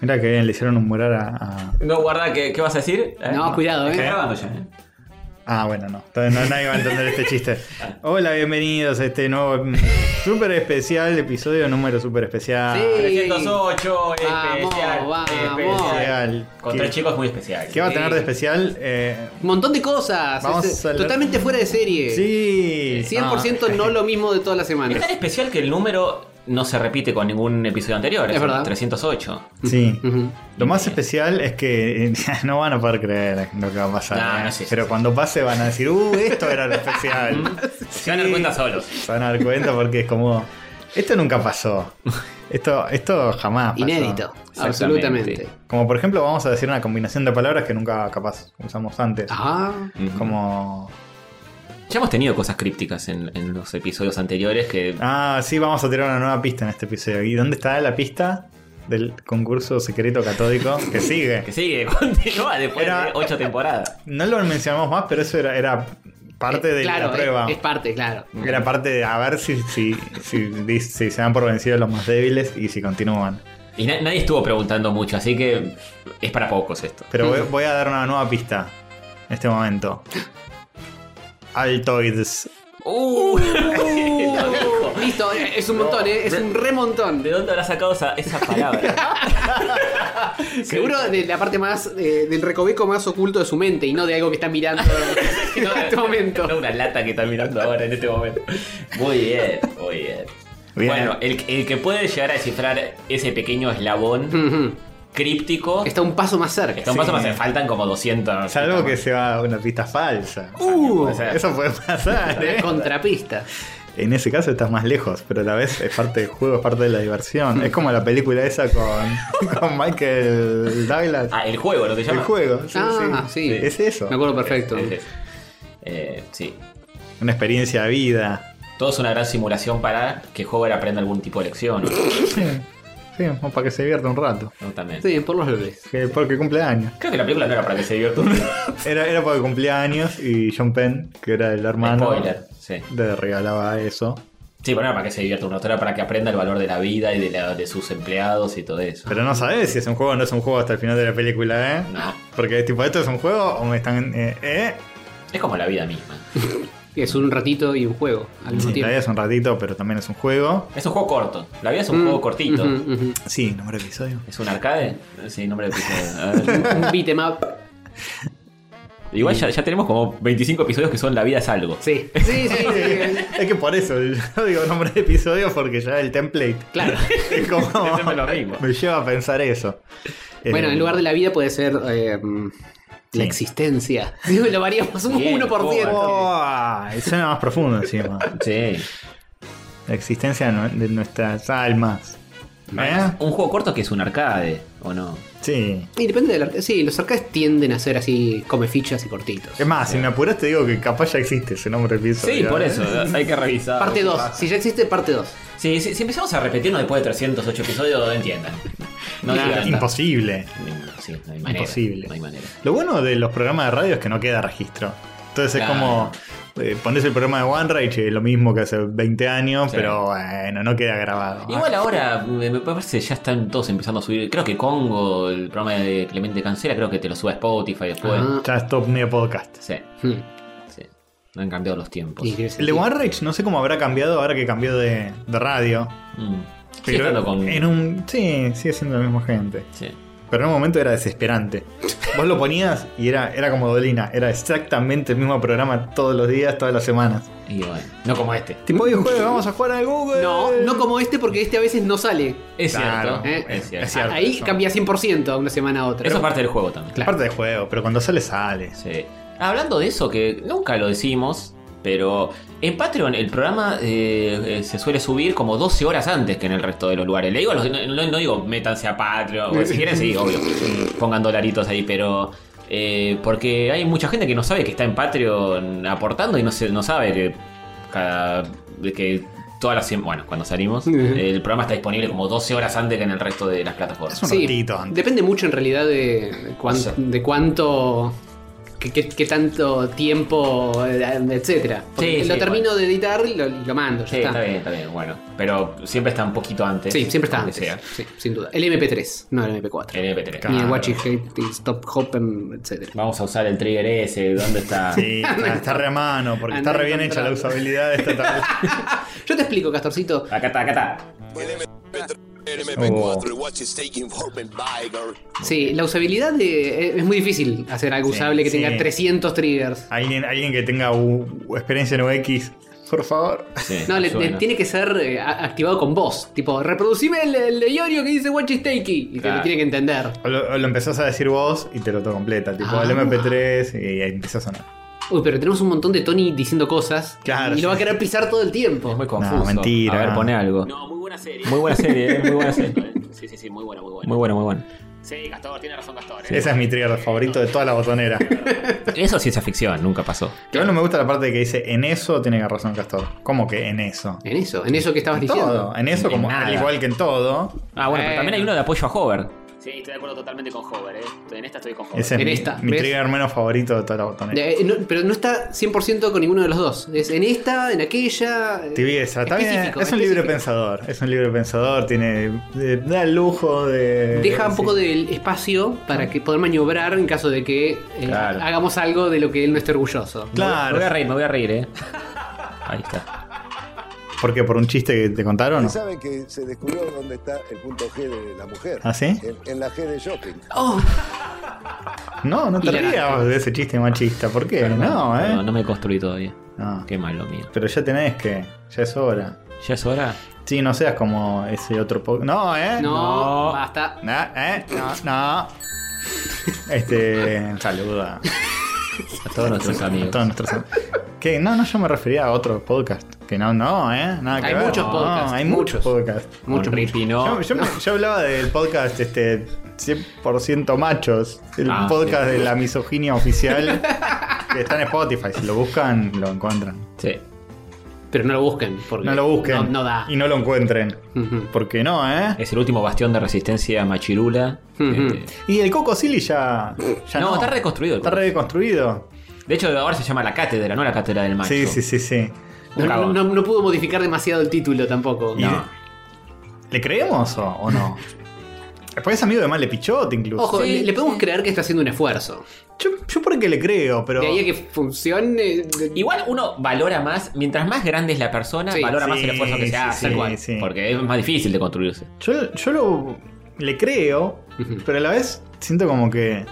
Mira que bien, le hicieron humorar a, a- No, guarda, ¿qué, qué vas a decir? ¿Eh? No, cuidado, eh. Estoy grabando ya, eh. Ah, bueno, no. Todavía no nadie va a entender este chiste. Hola, bienvenidos a este nuevo mm, súper especial, episodio número súper especial. Sí. 308, Vamos, especial, vamos. especial. Especial. Con ¿Qué- tres chicos muy especial. ¿Qué va a tener de especial? Eh, Un montón de cosas. Vamos es- a hablar- totalmente fuera de serie. sí. Ah. 100% no lo mismo de todas las Es semanas. tan especial que el número no se repite con ningún episodio anterior. Es el verdad. 308. Sí. Ujú. Lo más especial es que eh, no van a poder creer lo que va a pasar. No, eh. no sé, Pero sí. cuando pase van a decir, uh, esto era lo especial. Se van a dar cuenta solos. Se van a dar cuenta porque es como. Esto nunca pasó. Esto, esto jamás pasó. Inédito. Exactamente. Absolutamente. Como por ejemplo, vamos a decir una combinación de palabras que nunca capaz usamos antes. Ah. Mm. Como. Ya hemos tenido cosas crípticas en, en los episodios anteriores que. Ah, sí, vamos a tirar una nueva pista en este episodio. ¿Y dónde está la pista del concurso secreto catódico que sigue? Que sigue, continúa después Era- de ocho temporadas. No lo mencionamos más, pero eso era, era parte de Eh, la claro, es- prueba. Es, parte, claro. Era parte de a ver si, si, si, di- si se dan por vencidos los más débiles y si continúan. Y na- nadie estuvo preguntando mucho, así que es para pocos esto. Pero voy, voy a dar una nueva pista en este momento. Altoids. ¡Uh! Lo dijo. Listo, eh, es un montón, eh, es un remontón. ¿De dónde habrá sacado esa, esa palabra? Seguro de la parte más eh, del recoveco más oculto de su mente y no de algo que está mirando en este momento. No, una lata que está mirando ahora en este momento. Muy bien, muy bien. Bien. Bueno, el, el que puede llegar a descifrar ese pequeño eslabón Ujú. críptico Está un paso más cerca. está un paso Mm. sí. más, se faltan como 200. Salvo que sea una pista falsa. Uh, O sea, eso puede pasar, ¿eh? Contrapista. En ese caso estás más lejos, pero a la vez es parte del juego, es parte de la diversión. Es como la película esa con, con Michael Douglas. Ah, el juego, ¿no te El llama? juego, sí, Ah, sí. sí. Es eso. Me acuerdo perfecto. Es- es- eh, sí. Una experiencia de vida. Todo es una gran simulación para que Hover aprenda algún tipo de lección. ¿no? Sí, sí, como para que se divierta un rato. No, también. Sí, por los bebés. Que- Porque cumple años. Creo que la película no era para que se divierta un rato. Era, era porque cumplía años y John Penn, que era el hermano, Spoiler, sí. le regalaba eso. Sí, pero no era para que se divierta un rato, era para que aprenda el valor de la vida y de, la- de sus empleados y todo eso. Pero no sabes si es un juego o no es un juego hasta el final de la película, ¿eh? No. Porque es tipo, ¿esto es un juego o me están... Eh, eh? Es como la vida misma. Es un ratito y un juego al mismo Sí, la tiempo. vida es un ratito, pero también es un juego. Es un juego corto. La vida es un Mm, juego cortito. ujú, ujú. Sí, nombre de episodio. ¿Es un arcade? Sí, nombre de episodio. A ver. Un beat em up. Igual ya, ya tenemos como 25 episodios que son La vida es algo. Sí. Sí, sí, sí. es que por eso, yo digo nombre de episodio porque ya el template Claro. es como... Siempre lo mismo. Me lleva a pensar eso. Bueno, Eh, en lugar de la vida puede ser eh, Sí. la existencia. Sí, lo variamos un Bien, 1%. ¡Oh! Suena más profundo encima. Sí. La existencia no- de nuestras almas. ¿Eh? Un juego corto que es un arcade, ¿o no? Sí. Y depende del arcade. Sí, los arcades tienden a ser así, come fichas y cortitos. Es más, si me apuras te digo que capaz ya existe ese nombre de episodio. Sí, por ¿eh? eso. Hay que revisar. Parte 2. Si ya existe, parte 2. Sí, sí, si empezamos a repetirnos después de 308 episodios, entiendan. No Nah, digan nada. Imposible. Sí, no hay manera. Imposible. No hay manera. Lo bueno de los programas de radio es que no queda registro. Entonces es Claro. como. eh, pones el programa de One Rage, eh, lo mismo que hace 20 años, Sí. pero bueno, no queda grabado. Igual ahora, me me parece, ya están todos empezando a subir. Creo que Congo, el programa de Clemente Cancela, creo que te lo sube a Spotify después. Ah. Ya es top medio podcast. Sí, Hmm. sí. No han cambiado los tiempos. Y tiene El de sentido. One Rage no sé cómo habrá cambiado ahora que cambió de, de radio. Mm. Sigue Pero estando con. en un. Sí, sigue siendo la misma gente. Sí. Pero en un momento era desesperante. Vos lo ponías y era, era como Dolina. Era exactamente el mismo programa todos los días, todas las semanas. Y bueno, no como este. Tipo, hoy es jueves, vamos a jugar al Google. No, no como este porque este a veces no sale. Es Claro, cierto. eh, Es cierto. es cierto. Ahí eso. cambia 100% de una semana a otra. Eso es parte del juego también. Es parte del juego, pero cuando sale, sale. Sí. Hablando de eso, que nunca lo decimos, pero en Patreon el programa eh, eh, se suele subir como 12 horas antes que en el resto de los lugares. Le digo, a los- no, no- no digo métanse a Patreon, o si quieren sí, obvio, pongan dolaritos ahí, pero... eh, porque hay mucha gente que no sabe que está en Patreon aportando y no, se, no sabe que cada... de que todas las... sem- Bueno, cuando salimos, Ujú. el programa está disponible como 12 horas antes que en el resto de las plataformas. Es un ratito antes. Depende mucho en realidad de, cuán- O sea. de cuánto qué, qué- qué tanto tiempo, eh, etcétera. Porque Sí, lo sí, termino de editar y lo, y lo mando, ya Sí, está. está bien, está bien, bueno. Pero siempre está un poquito antes. Sí, siempre está aunque antes. sea. Eh, Sí, sin duda. El MP3, no el MP4. El MP3. Claro. Ni el Watch It, Hate, It, Stop Hoppen, etcétera. Vamos a usar el trigger ese, ¿dónde está? Sí, está, está re a mano, porque está Andá re bien hecha la encontrando. usabilidad de esta tablet. Yo te explico, Castorcito. Acá está, acá está. El MP4, el Watch is taking Horpen Biger. Sí, la usabilidad de- eh, es muy difícil hacer algo Sí, usable que sí. tenga 300 Ah, triggers. Alguien, alguien que tenga u- u- experiencia en UX, por favor. Sí, No, le, le suena. tiene que ser eh, a- activado con voz. Tipo, reproducime el, el de Iorio que dice Watch is Takey. Y te Claro. lo tiene que entender. O lo, o lo empezás a decir vos y te lo completa, tipo Ah. el MP3 y ahí empieza a sonar. Uy, pero tenemos un montón de Tony diciendo cosas. Claro, Y lo va a sí. querer pisar todo el tiempo. Es muy confuso. No, mentira. A ver, pone algo. No, muy buena serie. Muy buena serie, ¿eh? muy buena serie. Sí, sí, sí, muy buena, muy buena. Muy buena, muy buena. Sí, Castor, tiene razón Castor. ¿eh? Esa es mi trigger favorito de toda la botonera. Eso es ciencia ficción, nunca pasó. Igual no me gusta la parte que dice en eso tiene razón Castor. ¿Cómo que en eso? En eso, en eso que estabas En diciendo. todo, en eso En como nada. al igual que en todo. Ah, bueno, Eh. pero también hay uno de apoyo a Hover. Sí, estoy de acuerdo totalmente con Hover, ¿eh? Estoy- En esta estoy con Hover. Ese es En mi, esta, mi ¿ves? trigger menos favorito de toda la botonera. Eh, no- pero no está 100% con ninguno de los dos. Es en esta, en aquella. eh, Tibieza, está bien. específico, Es un libre específico. pensador. Es un libre pensador, tiene. eh, da el lujo de. Deja un sí. poco del espacio para que poder maniobrar en caso de que eh, Claro. hagamos algo de lo que él no esté orgulloso. Me voy a Claro. reír, me voy a reír, eh. Ahí está. Porque por un chiste que te contaron. Ustedes saben que se descubrió dónde está el punto G de la mujer. ¿Ah, sí? En, en la G de shopping. Oh, No, no Y te la rías de ese chiste machista. ¿Por qué? No, No, eh. no me construí todavía. No. Qué malo mío. Pero ya tenés que. Ya es hora. ¿Ya es hora? Sí, no seas como ese otro. po- No, eh. no, No. basta. No, eh. No, no. Este. Saluda A todos nuestros a amigos. todos nuestros. Que no, no, yo me refería a otro podcast. Que no, no, eh. Nada que Hay ver. muchos No, podcasts, hay muchos muchos. podcasts. Mucho Mucho Rippy, Yo, no. yo me- yo hablaba del podcast este 100% machos, el Ah, podcast sí. de la misoginia oficial que está en Spotify, si lo buscan lo encuentran. Sí. Pero no lo busquen. Porque No lo busquen No, no da. y no lo encuentren, Ujú. porque no, ¿eh? Es el último bastión de resistencia machirula. Ujú. Este, Y el Coco Silly ya, ya no, no, está reconstruido. el Está cuerpo. reconstruido. De hecho, ahora se llama la cátedra, no la cátedra del macho. Sí, sí, sí, sí. No, Cagón. no- no pudo modificar demasiado el título tampoco. Y- No. ¿Le creemos o, o no? Después es amigo de Male Pichot incluso. Ojo, Sí, le, le podemos sí. creer que está haciendo un esfuerzo. Yo, yo por qué le creo, pero De ahí a que funcione. de- Igual uno valora más, mientras más grande es la persona, Sí. valora más Sí, el esfuerzo que sí, se hace. sí, tal cual. sí. Porque es más difícil de construirse. yo, yo lo le creo, Ujú. Pero a la vez siento como que.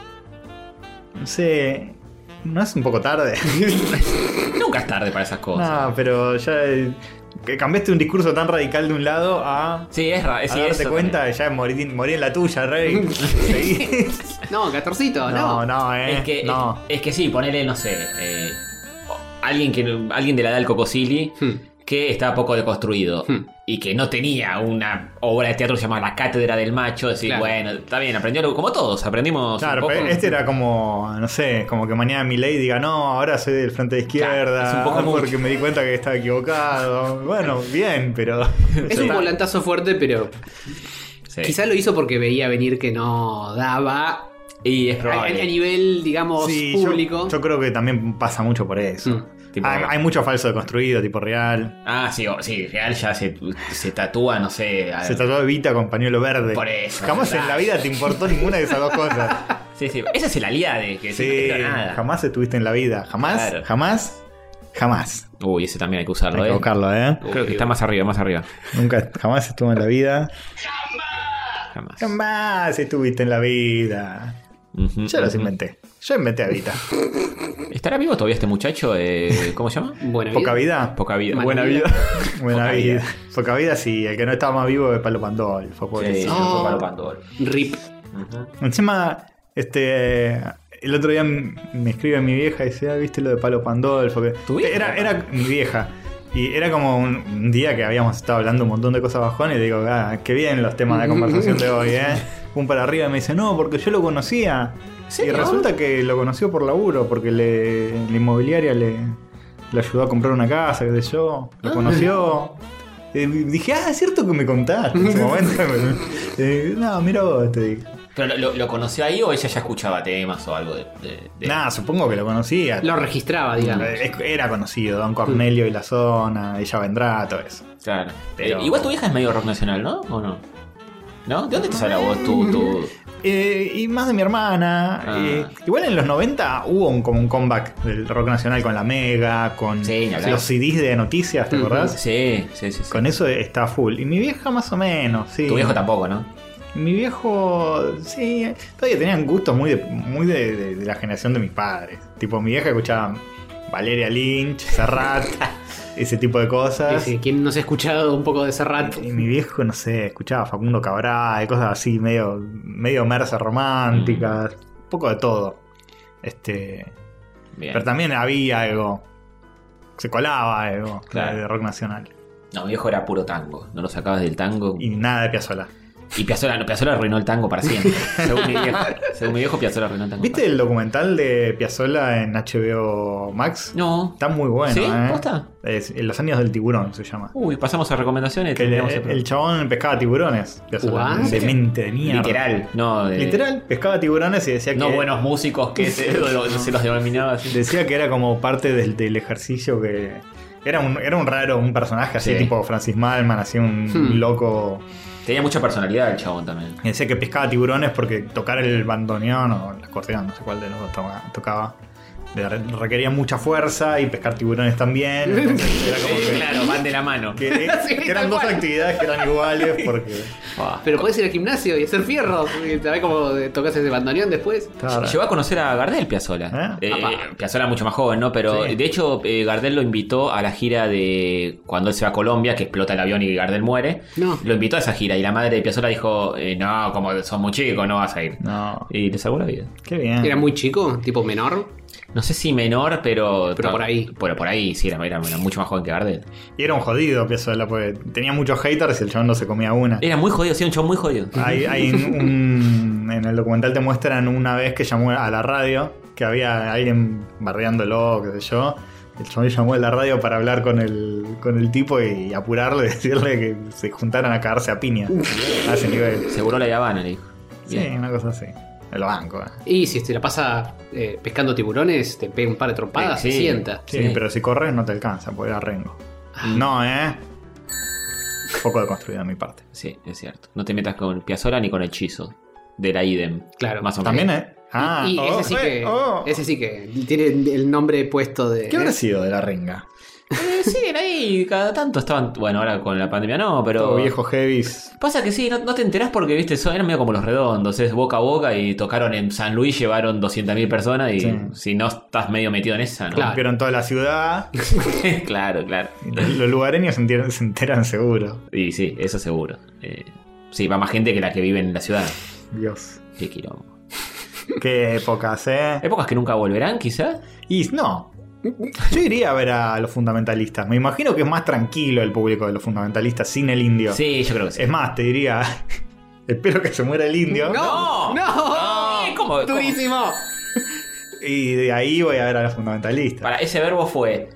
No sé. No es un poco tarde. Nunca es tarde para esas cosas. no, pero ya. eh, Que cambiaste un discurso tan radical de un lado a. Sí, es raro. a darte cuenta, de ya morí, morí en la tuya, Rey. Seguí. No, Catorcito, no, no. no, eh. Es que, no. es, es que sí, ponele, no sé. eh, alguien, que, alguien de la edad del Cocosili Hmm. que estaba poco deconstruido Hmm. y que no tenía una obra de teatro llamada La Cátedra del Macho. Decir, Claro. bueno, está bien, aprendió algo. Como todos, aprendimos. un Claro, poco. pero este era como, no sé, como que mañana mi ley diga, no, ahora soy del frente de izquierda, Claro, es un poco mucho. porque me di cuenta que estaba equivocado. Bueno, bien, pero... Es un volantazo fuerte, pero Sí. quizás lo hizo porque veía venir que no daba Y es a, a- a probable. nivel, digamos, Sí, yo- público. Yo, creo que también pasa mucho por eso. Mm. Tipo- hay, hay mucho falso deconstruido, tipo real. Ah, sí, o- sí, real ya se, se tatúa, no sé. a- Se trató de Vita con pañuelo verde. Por eso, Jamás claro. en la vida te importó ninguna de esas dos cosas. Sí, sí. Esa es el aliade, que Sí, sí, no te creo nada. jamás estuviste en la vida. Jamás, Claro. jamás, jamás. Uy, ese también hay que Hay usarlo, que ¿eh? buscarlo, ¿eh? Creo que está más arriba, más arriba. Nunca, jamás estuvo en la vida. Jamás. Jamás estuviste en la vida. Ujú. Yo los inventé. Yo inventé a Vita. ¿Estará vivo todavía este muchacho? Eh, ¿Cómo se llama? Buena Poca vida. Poca vida. Mal Buena vida. vida. Buena Poca vida. vida. Poca vida, sí. El que no estaba más vivo es Palo Pandolfo, pobrecito. Sí, Oh. fue Palo Pandoro. Rip. Ujú. Encima, este. El otro día m- me escribe mi vieja y dice, ah, viste lo de Palo Pandolfo. que- ¿Tu vieja? Era, era mi vieja. Y era como un, un día que habíamos estado hablando un montón de cosas bajón y digo, ah, qué bien los temas de conversación de hoy, ¿eh? Un para arriba y me dice, no, porque yo lo conocía. Y resulta que lo conoció por laburo, porque le, la inmobiliaria le, le ayudó a comprar una casa, qué sé yo. Lo conoció. "Ah, Eh, dije, ah, es cierto que me contaste en ese momento. Eh, no, mira vos, te dije. ¿Pero lo, lo- lo conoció ahí o ella ya escuchaba temas o algo de. de- de- Nada, supongo que lo conocía. Lo registraba, digamos. Es- Era conocido, Don Cornelio y la zona, ella vendrá, todo eso. Claro. Pero- Eh, igual tu vieja es medio rock nacional, ¿no? ¿O no? ¿No? ¿De dónde te sale a vos tu, tu- Eh, y más de mi hermana. Ah. eh, igual en los 90 hubo un, como un comeback del rock nacional con la Mega, con Sí, ni hablar. los CDs de noticias, ¿te Ujú. acordás? Sí, sí, sí. sí. Con eso está full. Y mi vieja más o menos, sí. Tu viejo tampoco, ¿no? Mi viejo, sí, eh, todavía tenían gustos muy de, muy de, de- de la generación de mis padres. Tipo, mi vieja escuchaba Valeria Lynch, Serrat, ese tipo de cosas. Sí, sí, ¿Quién nos ha escuchado un poco de Serrat? Y mi viejo, no sé, escuchaba Facundo Cabral, cosas así, medio, medio mersas románticas, un poco de todo. Este, Mm. Bien. pero también había algo, se colaba algo Claro. de rock nacional. No, mi viejo era puro tango. No lo sacabas del tango. Y nada de Piazzolla. Y Piazzolla, no, Piazzolla arruinó el tango para siempre. Según mi viejo, según mi viejo Piazzolla arruinó el tango. ¿Viste el documental de Piazzolla en HBO Max? No. Está muy bueno, ¿Sí? ¿eh? ¿Posta? Es en los años del tiburón se llama. Uy, pasamos a recomendaciones. Que el, terminamos el el programa. chabón pescaba tiburones. Piazzolla. Guau. Demente de mierda. Literal. No, de- Literal, pescaba tiburones y decía No que. buenos músicos que se, lo- se los denominaba así. Decía que era como parte del, del ejercicio que. Era un, era un raro, un personaje así, Sí. tipo Francis Malman, así un Hmm. loco. Tenía mucha personalidad el chabón también. Y Decía que pescaba tiburones porque tocar el bandoneón o el acordeón, no sé cuál de los dos toma- tocaba. le re- Requería mucha fuerza y pescar tiburones también. Entonces era como que- claro, van de la mano. que, Sí, que eran tal dos cual. actividades que eran iguales porque. Pero podés ir al gimnasio y hacer fierros. y ¿Sabés cómo tocas ese bandoneón después? Claro. Llegó a conocer a Gardel Piazzola. ¿Eh? Eh, Apa. Piazzola mucho más joven, ¿no? Pero Sí. de hecho, eh, Gardel lo invitó a la gira de cuando él se va a Colombia, que explota el avión y Gardel muere. No. Lo invitó a esa gira y la madre de Piazzola dijo: eh, No, como sos muy chico, no vas a ir. No, Y le salvó la vida. qué bien. Era muy chico, tipo menor. No sé si menor, pero. Pero por ahí. Pero por ahí, sí, era, era- era mucho más joven que Gardel. Y era un jodido Piazzolla porque tenía muchos haters y el chabón no se comía una. Era muy jodido, sí, un show muy jodido. Hay, hay un- en el documental te muestran una vez que llamó a la radio, que había alguien bardeándolo, qué sé yo. El chabón llamó a la radio para hablar con el, con el tipo y apurarle, decirle que se juntaran a cagarse a piña. A ese nivel. Seguro la de Habana, le dijo. Sí, Bien. una cosa así. El banco. eh. Y si te la pasa eh, pescando tiburones, te pega un par de trompadas, Sí, te sí. sienta. Sí, Sí. pero si corres no te alcanza, porque era Rengo. Ah. No, ¿eh? Poco de construido de mi parte. Sí, es cierto. No te metas con Piazzola ni con Hechizo. De la IDEM. Claro. Más o menos. También, ¿eh? Ah, y oh, ese, sí eh, que, oh. ese sí que tiene el nombre puesto de. ¿eh? ¿Qué habrá sido de la renga? Eh, siguen ahí, cada tanto estaban. Bueno, ahora con la pandemia no, pero. Todo viejo heavies Pasa que sí, no, no te enterás porque, viste, son, eran medio como los redondos, es boca a boca y tocaron en San Luis, llevaron 200.000 personas y Sí. si no estás medio metido en esa, ¿no? Claro. rompieron toda la ciudad. claro, claro. Los lugareños se enteran, se enteran seguro. Y sí, eso seguro. Eh, sí, va más gente que la que vive en la ciudad. Dios. Qué quilombo. Qué épocas, ¿eh? Épocas que nunca volverán, quizás. Y no. Yo iría a ver a los fundamentalistas. Me imagino que es más tranquilo el público de los fundamentalistas sin el indio. Sí, yo creo que sí. Es más, te diría. Espero que se muera el indio. ¡No! ¡No! ¡No! Ah, ¡No! ¿Cómo- cómo? ¡Durísimo! Y de ahí voy a ver a los fundamentalistas. Para ese verbo fue.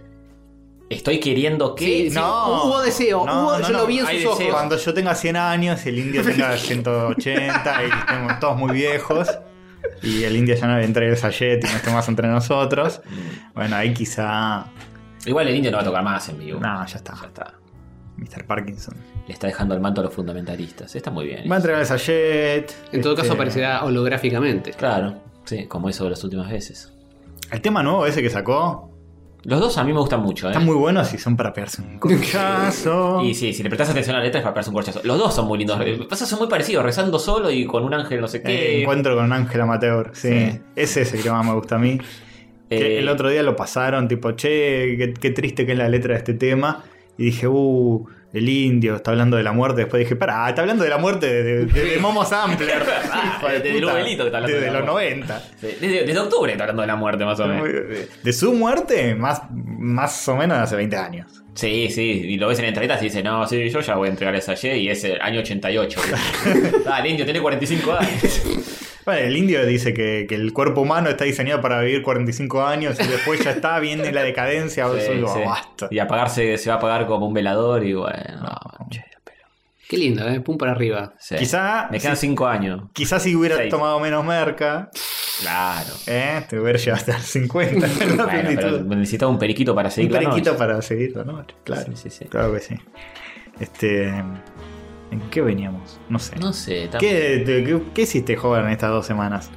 Estoy queriendo que. Sí, No. Hubo deseo, No, hubo- no, yo no, lo vi en hay sus ojos. deseo. Cuando yo tenga 100 años, el indio tenga 180 y estemos todos muy viejos. Y el indio ya no le entregue el sayet y no esté más entre nosotros. Bueno, ahí quizá. Igual el indio no va a tocar más en vivo. No, ya está. Ya está. Mr. Parkinson. Le está dejando el manto a los fundamentalistas. Está muy bien. ¿eh? Va a entregar el sayet. En todo caso, este, aparecerá holográficamente. Claro, sí, como eso de las últimas veces. El tema nuevo ese que sacó. Los dos a mí me gustan mucho, ¿eh? Están muy buenos si son para pegarse un cochazo. Y sí, si le prestas atención a la letra es para pegarse un corchazo. Los dos son muy lindos. Lo que pasa es que son muy parecidos, rezando solo y con un ángel no sé Eh, qué. encuentro con Ángel Amateur. Sí. Sí. Ese es el que más me gusta a mí. Que Eh, el otro día lo pasaron, tipo, che, qué, qué triste que es la letra de este tema. Y dije, uh, el indio está hablando de la muerte. Después dije, pará, está hablando de la muerte de, de- de- de Momo Sampler. Hijo de Desde puta. Lubelito que está hablando Desde de la los muerte. 90. Desde, desde octubre está hablando de la muerte, más o menos. De su muerte, más, más o menos hace 20 años. Sí, sí, y lo ves en entrevistas y dice, no, sí, yo ya voy a entregar esa Y y es el año 88. Dale, indio, tiene 45 años. Bueno, el indio dice que, que el cuerpo humano está diseñado para vivir 45 años y después ya está, viene la decadencia. Sí, eso digo, sí. basta. Y apagarse se va a apagar como un velador y bueno. no, che, la pelo. Qué lindo, ¿eh? Pum para arriba. Sí. Quizá- Me quedan 5 años. Quizás si hubiera Seis. tomado menos merca, Claro. ¿eh? te hubiera llegado hasta el 50. ¿no? Bueno, pero Plenitud. necesitaba un periquito para un seguir la periquito noche. para seguir la noche. Claro, Sí, sí, sí. claro que sí. Este, ¿En qué veníamos? No sé. No sé, tam- ¿Qué, te- qué, qué hiciste, joven, en estas dos semanas?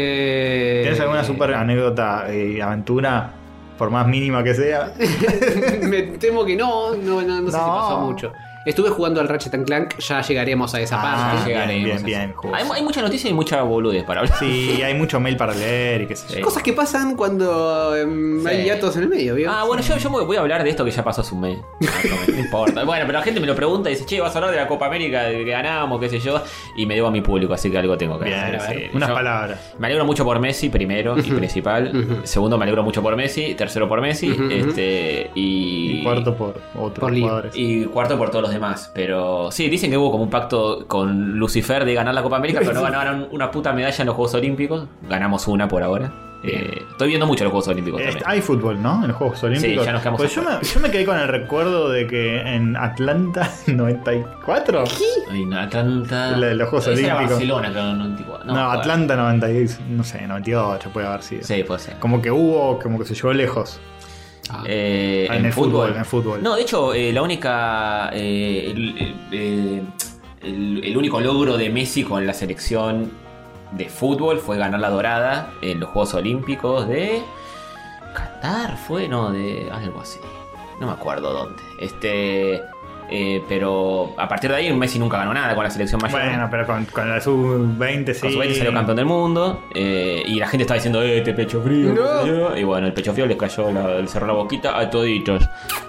Eh, ¿Tienes alguna super anécdota, eh, aventura, por más mínima que sea? Me temo que no, no, no, no sé si No. pasó mucho. Estuve jugando al Ratchet and Clank, ya llegaremos a esa Ah, parte. llegaremos bien, bien, a eso. bien, justo. Hay, hay mucha noticia y mucha boludez para hablar. Sí, hay mucho mail para leer y qué sé yo. Sí. Cosas que pasan cuando em, Sí. hay gatos en el medio, ¿vio? Ah, bueno, yo, yo voy a hablar de esto que ya pasó hace un mes. Ah, No importa. Bueno, pero la gente me lo pregunta y dice, che, vas a hablar de la Copa América, de que ganamos, qué sé yo. Y me debo a mi público, así que algo tengo que Bien, hacer. sí. sí. unas Yo palabras. Me alegro mucho por Messi, primero y principal. Segundo, me alegro mucho por Messi. Tercero, por Messi. Ujú, ujú. este, y, Y cuarto por otros Por Lee. jugadores. Y cuarto por todos los demás. Pero sí, dicen que hubo como un pacto con Lucifer de ganar la Copa América, pero no ganaron una puta medalla en los Juegos Olímpicos. Ganamos una por ahora. Eh, estoy viendo mucho los Juegos Olímpicos Eh, también. hay fútbol, ¿no? En los Juegos Olímpicos. ya nos quedamos pues yo me, yo me quedé con el recuerdo de que en Atlanta 94. Ay, no, Atlanta. La de los Juegos Esa era Olímpicos. Barcelona, creo, no, Antigua. No, joder. Atlanta 96, no sé, 98 puede haber sido. Sí, puede ser. Como que hubo, como que se llevó lejos. Ah. Eh, Ah, en el fútbol, en el fútbol. No, de hecho, eh, la única. eh, el, eh, eh, el- el único logro de Messi con la selección de fútbol fue ganar la dorada en los Juegos Olímpicos de. Qatar fue, no, de algo así. No me acuerdo dónde. Este. eh, pero a partir de ahí Messi nunca ganó nada con la selección mayor. Bueno, pero con, con la sub-20 sí. Con su 20 salió campeón del mundo eh, y la gente estaba diciendo, "Eh, este pecho frío. qué No. sé yo". Y bueno, el pecho frío les cayó, la- le cerró la boquita a toditos.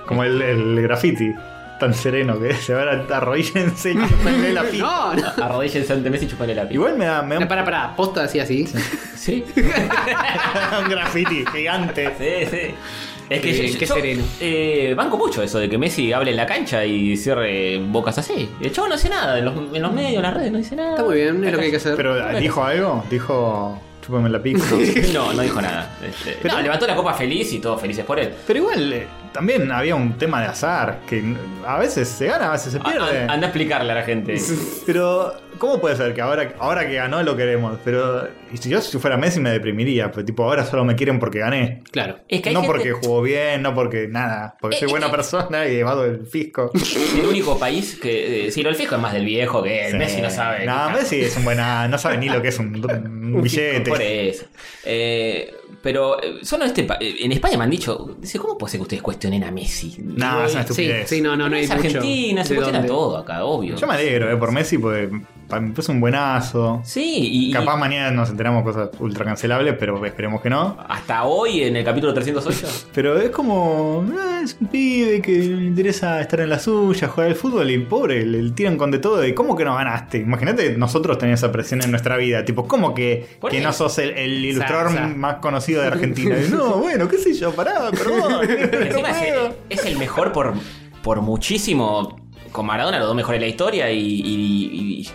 Como el, el graffiti, tan sereno que se va a arrodillense y chupenle la pija. No, no. Arrodíllense ante Messi y chupale la piba. Igual me da, me da No, Pará, pará, posta decía así. Sí, un, un graffiti gigante. sí, sí. Es que Qué bien, yo- qué yo, sereno. eh, banco mucho eso de que Messi hable en la cancha y cierre bocas así. El chavo no hace nada, en los, en los medios, en las redes, no dice nada. Está muy bien, es lo que hay que hacer. Pero dijo algo, dijo chúpame la pija. No, no dijo nada. Este, Pero- no, levantó la copa feliz y todos felices por él. Pero igual eh, también había un tema de azar, que n- a veces se gana, a veces se A- pierde. an- anda a explicarle a la gente. Pero, ¿cómo puede ser que ahora, ahora que ganó lo queremos? Pero y si yo si fuera Messi me deprimiría, pero tipo, ahora solo me quieren porque gané. Claro. Es que hay no gente- porque jugó bien, no porque nada, porque soy Eh, buena eh, persona y llevado del fisco. el único país que. eh, sí, lo del fisco es más del viejo que él. Messi no sabe. No, Ni- Messi es un buena, no sabe ni lo que es un, un Por billete. eso. Eh, pero eh, solo este pa- eh, en España me han dicho, dice, ¿cómo puede ser que ustedes cuestionen a Messi? Ah, No, es una Sí, estupidez. sí, no, no, no hay es Argentina, mucho. se de cuestiona dónde. todo acá, obvio. Yo me alegro eh, por Messi porque para mí es un buenazo. Sí, y Capaz mañana nos enteramos cosas ultra cancelables, pero esperemos que no. hasta hoy en el capítulo 308. Pero es como. ah, es un pibe que le interesa estar en la suya, jugar al fútbol y pobre, le, le tiran con de todo. ¿Y cómo que no ganaste? Imagínate, nosotros teníamos esa presión en nuestra vida. Tipo, ¿cómo que, Por que eso. no sos el, el ilustrador sa. más conocido de Argentina? Y, no, bueno, qué sé yo, pará, perdón. no Encima es, puedo". es el mejor por, por muchísimo. Con Maradona, los dos mejores de la historia y. y- y-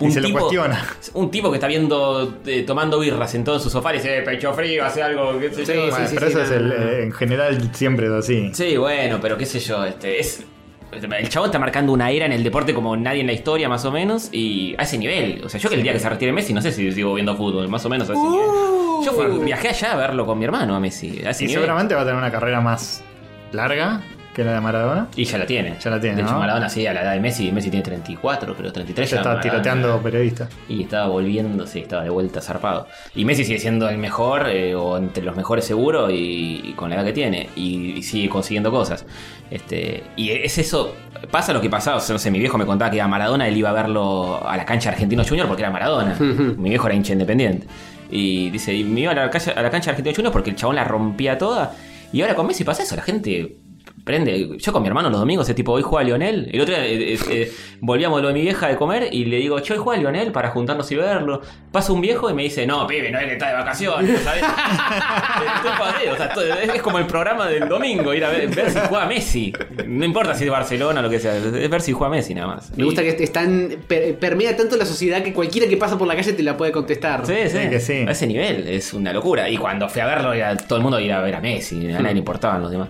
Y se lo cuestiona. Un tipo que está viendo, eh, tomando birra sentado en su sofá y dice, "Eh, pecho frío, hace algo, qué sé Sí, yo". sí, Bueno, pero eso no, es el, no, no. eh, en general siempre es así. Sí, bueno, pero qué sé yo, este es el chabón está marcando una era en el deporte como nadie en la historia, más o menos, y a ese nivel. O sea, yo que el día que se retire Messi, no sé si sigo viendo fútbol, más o menos a ese nivel. Yo fui- viajé allá a verlo con mi hermano a Messi. A ese Uh. Y nivel. seguramente va a tener una carrera más larga que la de Maradona. Y ya la tiene. Ya la tiene, De hecho, ¿no? Maradona sí, a la edad de Messi, Messi tiene 34, creo, 33. Ya está Maradona- tiroteando periodistas. Y estaba volviendo, sí, estaba de vuelta zarpado. Y Messi sigue siendo el mejor, eh, o entre los mejores seguro, y, y con la edad que tiene. Y, y sigue consiguiendo cosas. Este, y es eso, pasa lo que pasaba. O sea, no sé, mi viejo me contaba que a Maradona él iba a verlo a la cancha Argentino Junior porque era Maradona. Ujú. mi viejo era hincha independiente. Y dice, y me iba a la cancha, a la cancha Argentino Junior porque el chabón la rompía toda. Y ahora con Messi pasa eso, la gente prende. Yo con mi hermano los domingos es tipo, hoy juega Lionel. El otro día eh, eh, eh, volvíamos de lo de mi vieja de comer y le digo, che, hoy juega Lionel para juntarnos y verlo. Pasa un viejo y me dice, no, pibe, no es que está de vacaciones, ¿sabes? Eh, Estoy jodido, o sea, todo- es es como el programa del domingo, ir a ver, ver si juega Messi. No importa si es Barcelona o lo que sea, es ver si juega Messi nada más. Me gusta que es- es tan. per- permea tanto la sociedad que cualquiera que pasa por la calle te la puede contestar. Sí, sí, Sí, que sí. A ese Hmm. nivel es una locura. Y cuando fui a verlo, era- todo el mundo iba a ver a Messi. A nadie le importaban los demás.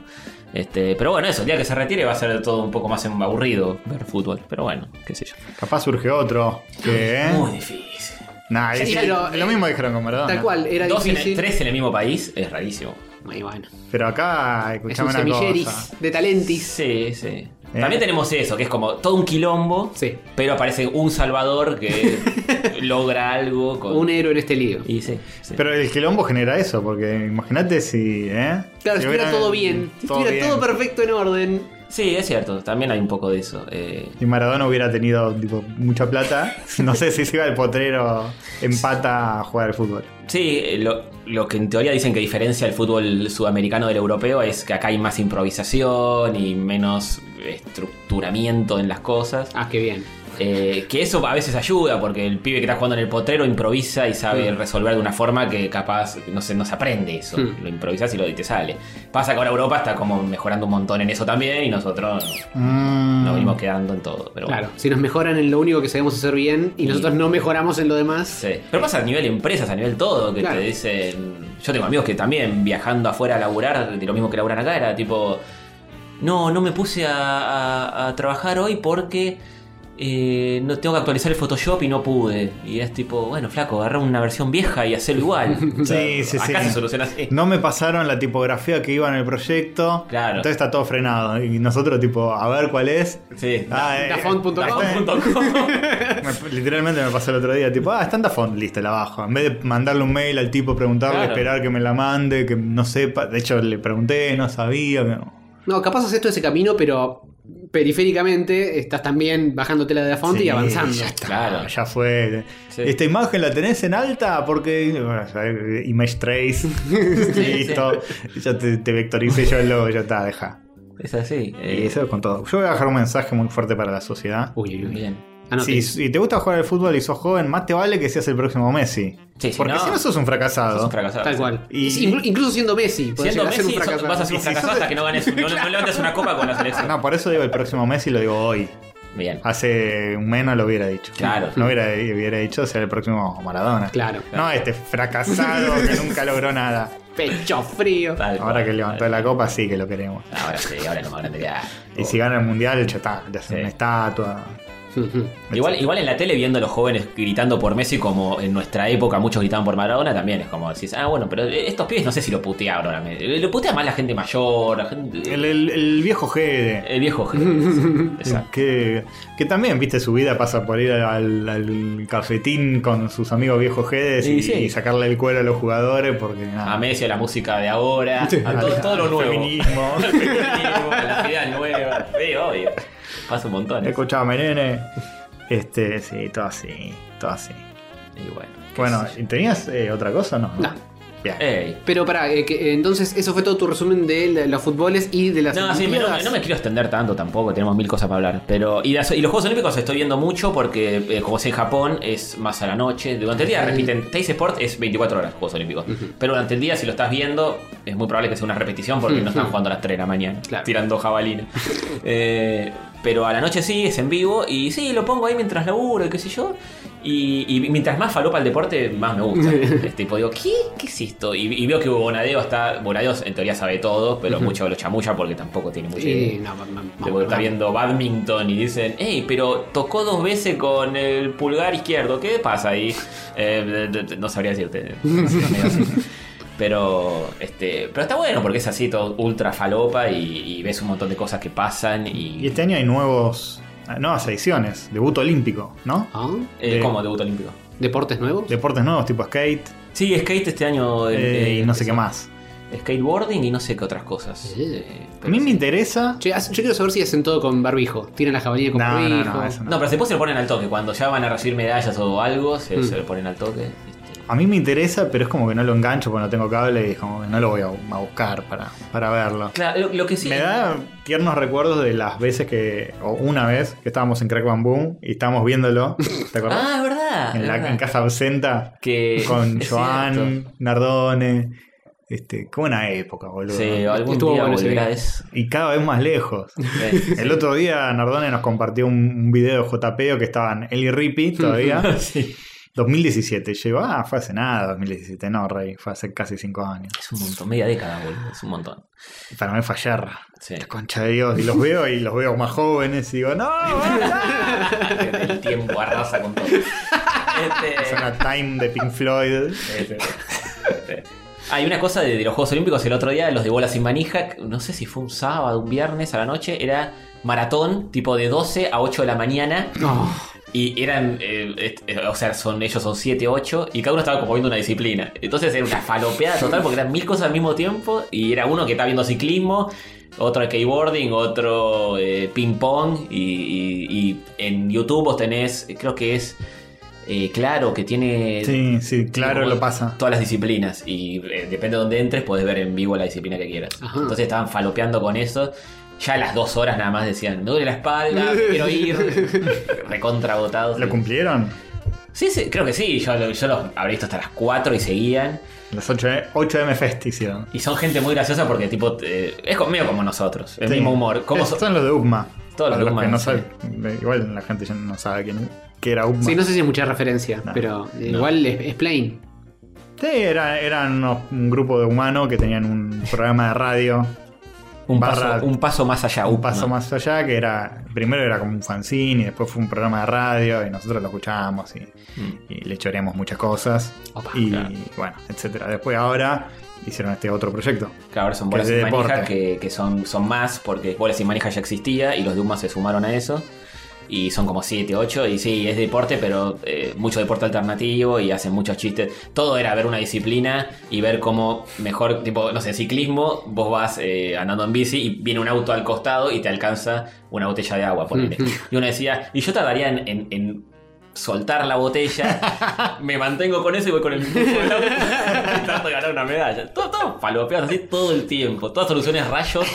Este, pero bueno, eso, el día que se retire va a ser todo un poco más aburrido ver fútbol. Pero bueno, qué sé yo. Capaz surge otro. Que, ¿eh? Muy difícil. Nah, Sí, y- pero, lo eh, mismo dijeron con Maradona. Tal cual, era Dos en el- difícil. tres en el mismo país es rarísimo. Ahí bueno. Pero acá, Es escuchame un una semilleris cosa. de talentis. Sí, sí. ¿Eh? También tenemos eso, que es como todo un quilombo, Sí. pero aparece un salvador que logra algo con... Un héroe en este lío. Y sí, sí. Pero el quilombo genera eso, porque imagínate si. ¿eh? Claro, Si si estuviera hubieran- todo bien. Si todo estuviera bien. todo perfecto en orden. Sí, es cierto, también hay un poco de eso. eh. Y Maradona hubiera tenido tipo, mucha plata. No sé si se iba al potrero en pata a jugar al fútbol. Sí, eh, lo, lo que en teoría dicen que diferencia el fútbol sudamericano del europeo es que acá hay más improvisación y menos estructuramiento en las cosas. Ah, qué bien. Eh, que eso a veces ayuda, porque el pibe que está jugando en el potrero improvisa y sabe resolver de una forma que capaz no se, no se aprende eso. Hmm. Lo improvisas y lo y te sale. Pasa que ahora Europa está como mejorando un montón en eso también y nosotros Mm. nos venimos quedando en todo. Pero bueno. Claro, si nos mejoran en lo único que sabemos hacer bien y nosotros no mejoramos en lo demás. Sí. Pero pasa a nivel empresas, a nivel todo, que Claro. te dicen. Yo tengo amigos que también viajando afuera a laburar, de lo mismo que laburan acá, era tipo. No, no me puse a, a- a trabajar hoy porque eh, no tengo que actualizar el Photoshop y no pude. Y es tipo, bueno, flaco, agarra una versión vieja y hacelo igual. O sea, Sí, sí, acá sí. se soluciona así. No me pasaron la tipografía que iba en el proyecto. Claro. Entonces está todo frenado. Y nosotros, tipo, a ver cuál es. Sí. Ah, eh, Dafont.com. Dafont. Me- literalmente me pasó el otro día, tipo, ah, está en Dafont, listo, la bajo. En vez de mandarle un mail al tipo, preguntarle, Claro. esperar que me la mande, que no sepa. De hecho, le pregunté, no sabía. que- No, capaz haces todo ese camino, pero periféricamente estás también bajándote la de la fonte Sí, y avanzando. ya está. Claro. Ya fue. Sí. Esta imagen la tenés en alta porque. bueno, ya- eh, image trace. Listo. Ya te, te vectoricé yo el logo, ya está, deja. Es así. eh, Uh, Y eso con todo. Yo voy a dejar un mensaje muy fuerte para la sociedad. Uy, uy, uy. bien. Anoten. Si, si te gusta jugar al fútbol y sos joven, más te vale que seas el próximo Messi. Sí, si Porque no- si no sos un fracasado. Sos un fracasado. Tal cual. Y- Sí, inclu- incluso siendo Messi, podés Siendo llegar a ser Messi, un sos- fracasado. vas a ser un Y si fracasado sos- hasta que no ganes, no, no levantes una copa con la selección. Ah, No, por eso digo el próximo Messi, lo digo hoy. Bien. Hace un mes no lo hubiera dicho. Claro. No hubiera, hubiera dicho ser el próximo Maradona. Claro. No, este fracasado que nunca logró nada. Pecho frío. Tal Ahora cual, que levantó tal la copa, sí que lo queremos. Ahora sí, ahora lo más grande que hay. Y si gana el mundial, ya está, le hacen Sí. una estatua. Igual, igual en la tele viendo a los jóvenes gritando por Messi como en nuestra época muchos gritaban por Maradona, también es como decís, ah bueno, pero estos pibes no sé si lo putearon a Messi. Eh, Lo putea más la gente mayor, la gente- El, el, el- el viejo Gede. viejo. Jesús. Exacto. Que, que también, viste, su vida pasa por ir al, al cafetín con sus amigos viejos Gedes y, Y sí. y sacarle el cuero a los jugadores porque nada. A Messi, a la música de ahora, a todo, Al- todo lo al nuevo. feminismo. Al feminismo, a la idea nueva. Sí, obvio. Pasa un montón. eso. Escuchame, nene. Este, sí, todo así, todo así. Y bueno. Bueno, ¿tenías eh, otra cosa o no? No. Bien. Ey. Pero pará, eh, que, eh, entonces eso fue todo tu resumen de la- los futboles y de las No, sí, me- no, me- Olimpiadas. no me quiero extender tanto tampoco, tenemos mil cosas para hablar. Pero, y, las- y los Juegos Olímpicos estoy viendo mucho porque, eh, como sé, en Japón es más a la noche. Durante el día, Ay. repiten, Teis Sport es 24 horas Juegos Olímpicos. Pero durante el día, si lo estás viendo, es muy probable que sea una repetición porque no están jugando a las 3 de la mañana, Claro. tirando jabalina. Eh, pero a la noche sí, es en vivo y sí, lo pongo ahí mientras laburo y qué sé yo. Y, y mientras más falopa el deporte, más me gusta. Es tipo, digo, ¿qué, ¿qué es esto? Y, y veo que Bonadeo está. Bonadeo en teoría sabe todo, pero mucho lo chamulla porque tampoco tiene mucha idea. Sí, no, ma- ma- Porque ma- está viendo badminton y dicen, hey, pero tocó dos veces con el pulgar izquierdo, ¿qué pasa ahí? Eh, de- de- no sabría decirte. pero este pero está bueno porque es así, todo ultra falopa y, y ves un montón de cosas que pasan Y y... este año hay nuevos, ah, nuevas ediciones, debut olímpico, ¿no? ¿Ah? Eh, ¿Cómo debut olímpico? ¿Deportes nuevos? Deportes nuevos tipo skate Sí, skate este año... eh, eh, y no sé qué más. Skateboarding y no sé qué otras cosas. Eh. Eh, A pero mí sí. me interesa. Che, hace- yo quiero saber si hacen todo con barbijo. Tienen la jabalina con No, no, no, barbijo. eso no. No, pero después se lo ponen al toque. Cuando ya van a recibir medallas o algo, se, Mm. se lo ponen al toque. Este, A mí me interesa, pero es como que no lo engancho porque no tengo cable y es como que no lo voy a, a buscar para, para verlo. Claro, lo, lo que sí... Me da tiernos recuerdos de las veces que, o una vez, que estábamos en Crack Bam Boom y estábamos viéndolo, ¿te acordás? Ah, es verdad. es en, la, verdad. en Casa Ausenta, que con es Joan, cierto. Nardone. Este, qué buena época, boludo. Sí, algún Estuvo día bueno ese volverá video. eso. Y cada vez más lejos. Eh, El otro día Nardone nos compartió un, un video de JPO que estaban él y Rippy todavía. sí. 2017 lleva, ah, fue hace nada 2017, no, Rey, fue hace casi 5 años. Es un montón, media década, boludo. Es un montón. Para mí fue ayer. Sí. La concha de Dios, y los veo y los veo más jóvenes y digo, no, basta". El tiempo arrasa con todo. Este, Suena Time de Pink Floyd. Este, este. Hay una cosa de, de los Juegos Olímpicos el otro día, los de bola sin manija, que no sé si fue un sábado, un viernes a la noche, era maratón tipo de 12 a 8 de la mañana No. y eran, eh, est- eh, o sea, son ellos son 7, 8 y cada uno estaba como viendo una disciplina. Entonces era una falopeada total porque eran mil cosas al mismo tiempo y era uno que estaba viendo ciclismo, otro keyboarding, otro eh, ping pong y, y- y en YouTube vos tenés, creo que es... eh, claro, que tiene Sí, sí, claro, como lo pasa. Todas las disciplinas. Y eh, depende de dónde entres, podés ver en vivo la disciplina que quieras. Ajá. Entonces estaban falopeando con eso. Ya a las dos horas nada más decían, me duele la espalda, quiero ir. Recontrabotados. ¿Lo cumplieron? Sí, sí, creo que sí. Yo, lo- yo los habré visto hasta las 4 y seguían. Las 8, de- 8M Fest hicieron. Y son gente muy graciosa porque, tipo, eh, es como- medio como nosotros. El Sí. mismo humor. Como Es- so- son los de UPMA. Todos los Para de UPMA, que no sí. saben- Igual la gente ya no sabe quién que era UPMA. Sí, no sé si hay mucha referencia, No. pero eh, igual es, es plain. Sí, era- eran unos- un grupo de humanos que tenían un programa de radio. un, barra- paso, un paso más allá. un paso ¿no? más allá, que era, primero era como un fanzine y después fue un programa de radio y nosotros lo escuchábamos y, Mm. y le choreamos muchas cosas Opa, y claro. bueno, etcétera. Después ahora hicieron este otro proyecto. Que ahora son bolas Que es y de manija, deporte. que, que son, son más, porque bolas y manija ya existía y los de UMA se sumaron a eso. Y son como 7, 8, y sí, es deporte, pero eh, mucho deporte alternativo y hacen muchos chistes. Todo era ver una disciplina y ver cómo mejor, tipo, no sé, ciclismo, vos vas eh, andando en bici y viene un auto al costado y te alcanza una botella de agua, ponele. Ujú. Y uno decía, y yo tardaría en, en- en soltar la botella, me mantengo con eso y voy con el impulso del auto y trato de ganar una medalla. Todo, todo falopeado, así todo el tiempo. Todas soluciones rayos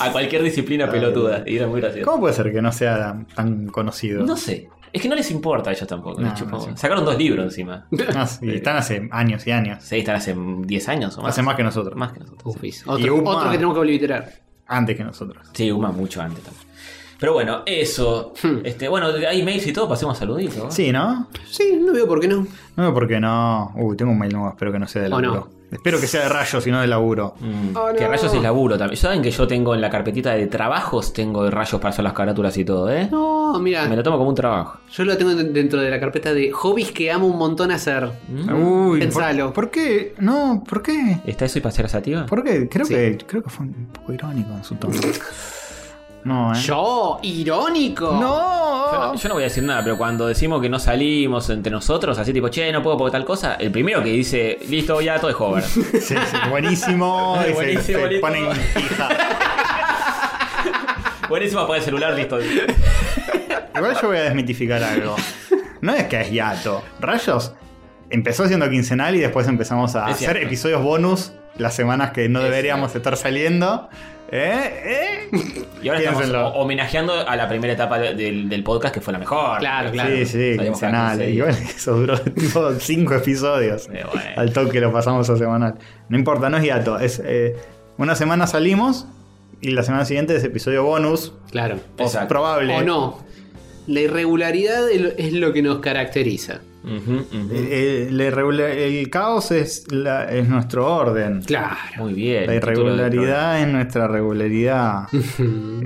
a cualquier disciplina pelotuda. Y era muy gracioso. ¿Cómo puede ser que no sea tan, tan conocido? No sé. Es que no les importa a ellos tampoco. No, les chupa no un- sé. Sacaron dos libros encima. Ah, sí, están hace años y años. Sí, están hace 10 años o más. Hace más que nosotros. Más que nosotros. sí. Ufis. Y Otro, Uma. otro que tenemos que obliterar. Antes que nosotros. Sí, Uma mucho antes también. Pero bueno, eso. Hmm. Este, bueno, hay mails y todo, pasemos a saluditos. ¿no? Sí, ¿no? Sí, no veo por qué no. No, porque no. Uy, tengo un mail nuevo, espero que no sea de Oh, laburo. Espero que sea de rayos y no de laburo. Mm, Oh, Que no. rayos es laburo también. Saben que yo tengo en la carpetita de trabajos, tengo rayos para hacer las carátulas y todo, ¿eh? No, mira, Me lo tomo como un trabajo. yo lo tengo dentro de la carpeta de hobbies que amo un montón hacer. Mm. Uy, ¿por- Pensalo. ¿por qué? No, ¿por qué? ¿Está eso y pasar a Sativa? ¿Por qué? Creo, Sí. que, creo que fue un poco irónico en su tono. No, ¿eh? Yo, irónico. Yo ¡No! no, yo no voy a decir nada, pero cuando decimos que no salimos entre nosotros, así tipo, che, no puedo porque tal cosa, el primero que dice, listo, ya todo es joven. Sí, sí, buenísimo. y se- Buenísimo, se, lindo. ponen pija. Buenísimo, apaga el celular, listo. Igual yo voy a desmitificar algo. No es que es hiato. Rayos empezó siendo quincenal y después empezamos a Es hacer cierto. episodios bonus las semanas que no deberíamos estar saliendo. ¿Eh? ¿Eh? Y ahora estamos Piénsenlo. ho- homenajeando a la primera etapa del, del podcast, que fue la mejor. Claro, claro. sí, sí, Salimos quincenal. cada 15 días. Igual eso duró tipo cinco episodios. Eh, bueno. Al toque lo pasamos a semanal. No importa, no es hiato. Es, eh, una semana salimos y la semana siguiente es episodio bonus. Claro. O Exacto. probable. O no. La irregularidad es lo- es lo que nos caracteriza. Ujú, ujú. Eh, eh, la irregula- el caos es, la- es nuestro orden. Claro. Muy bien. La el título del programa. irregularidad es nuestra regularidad.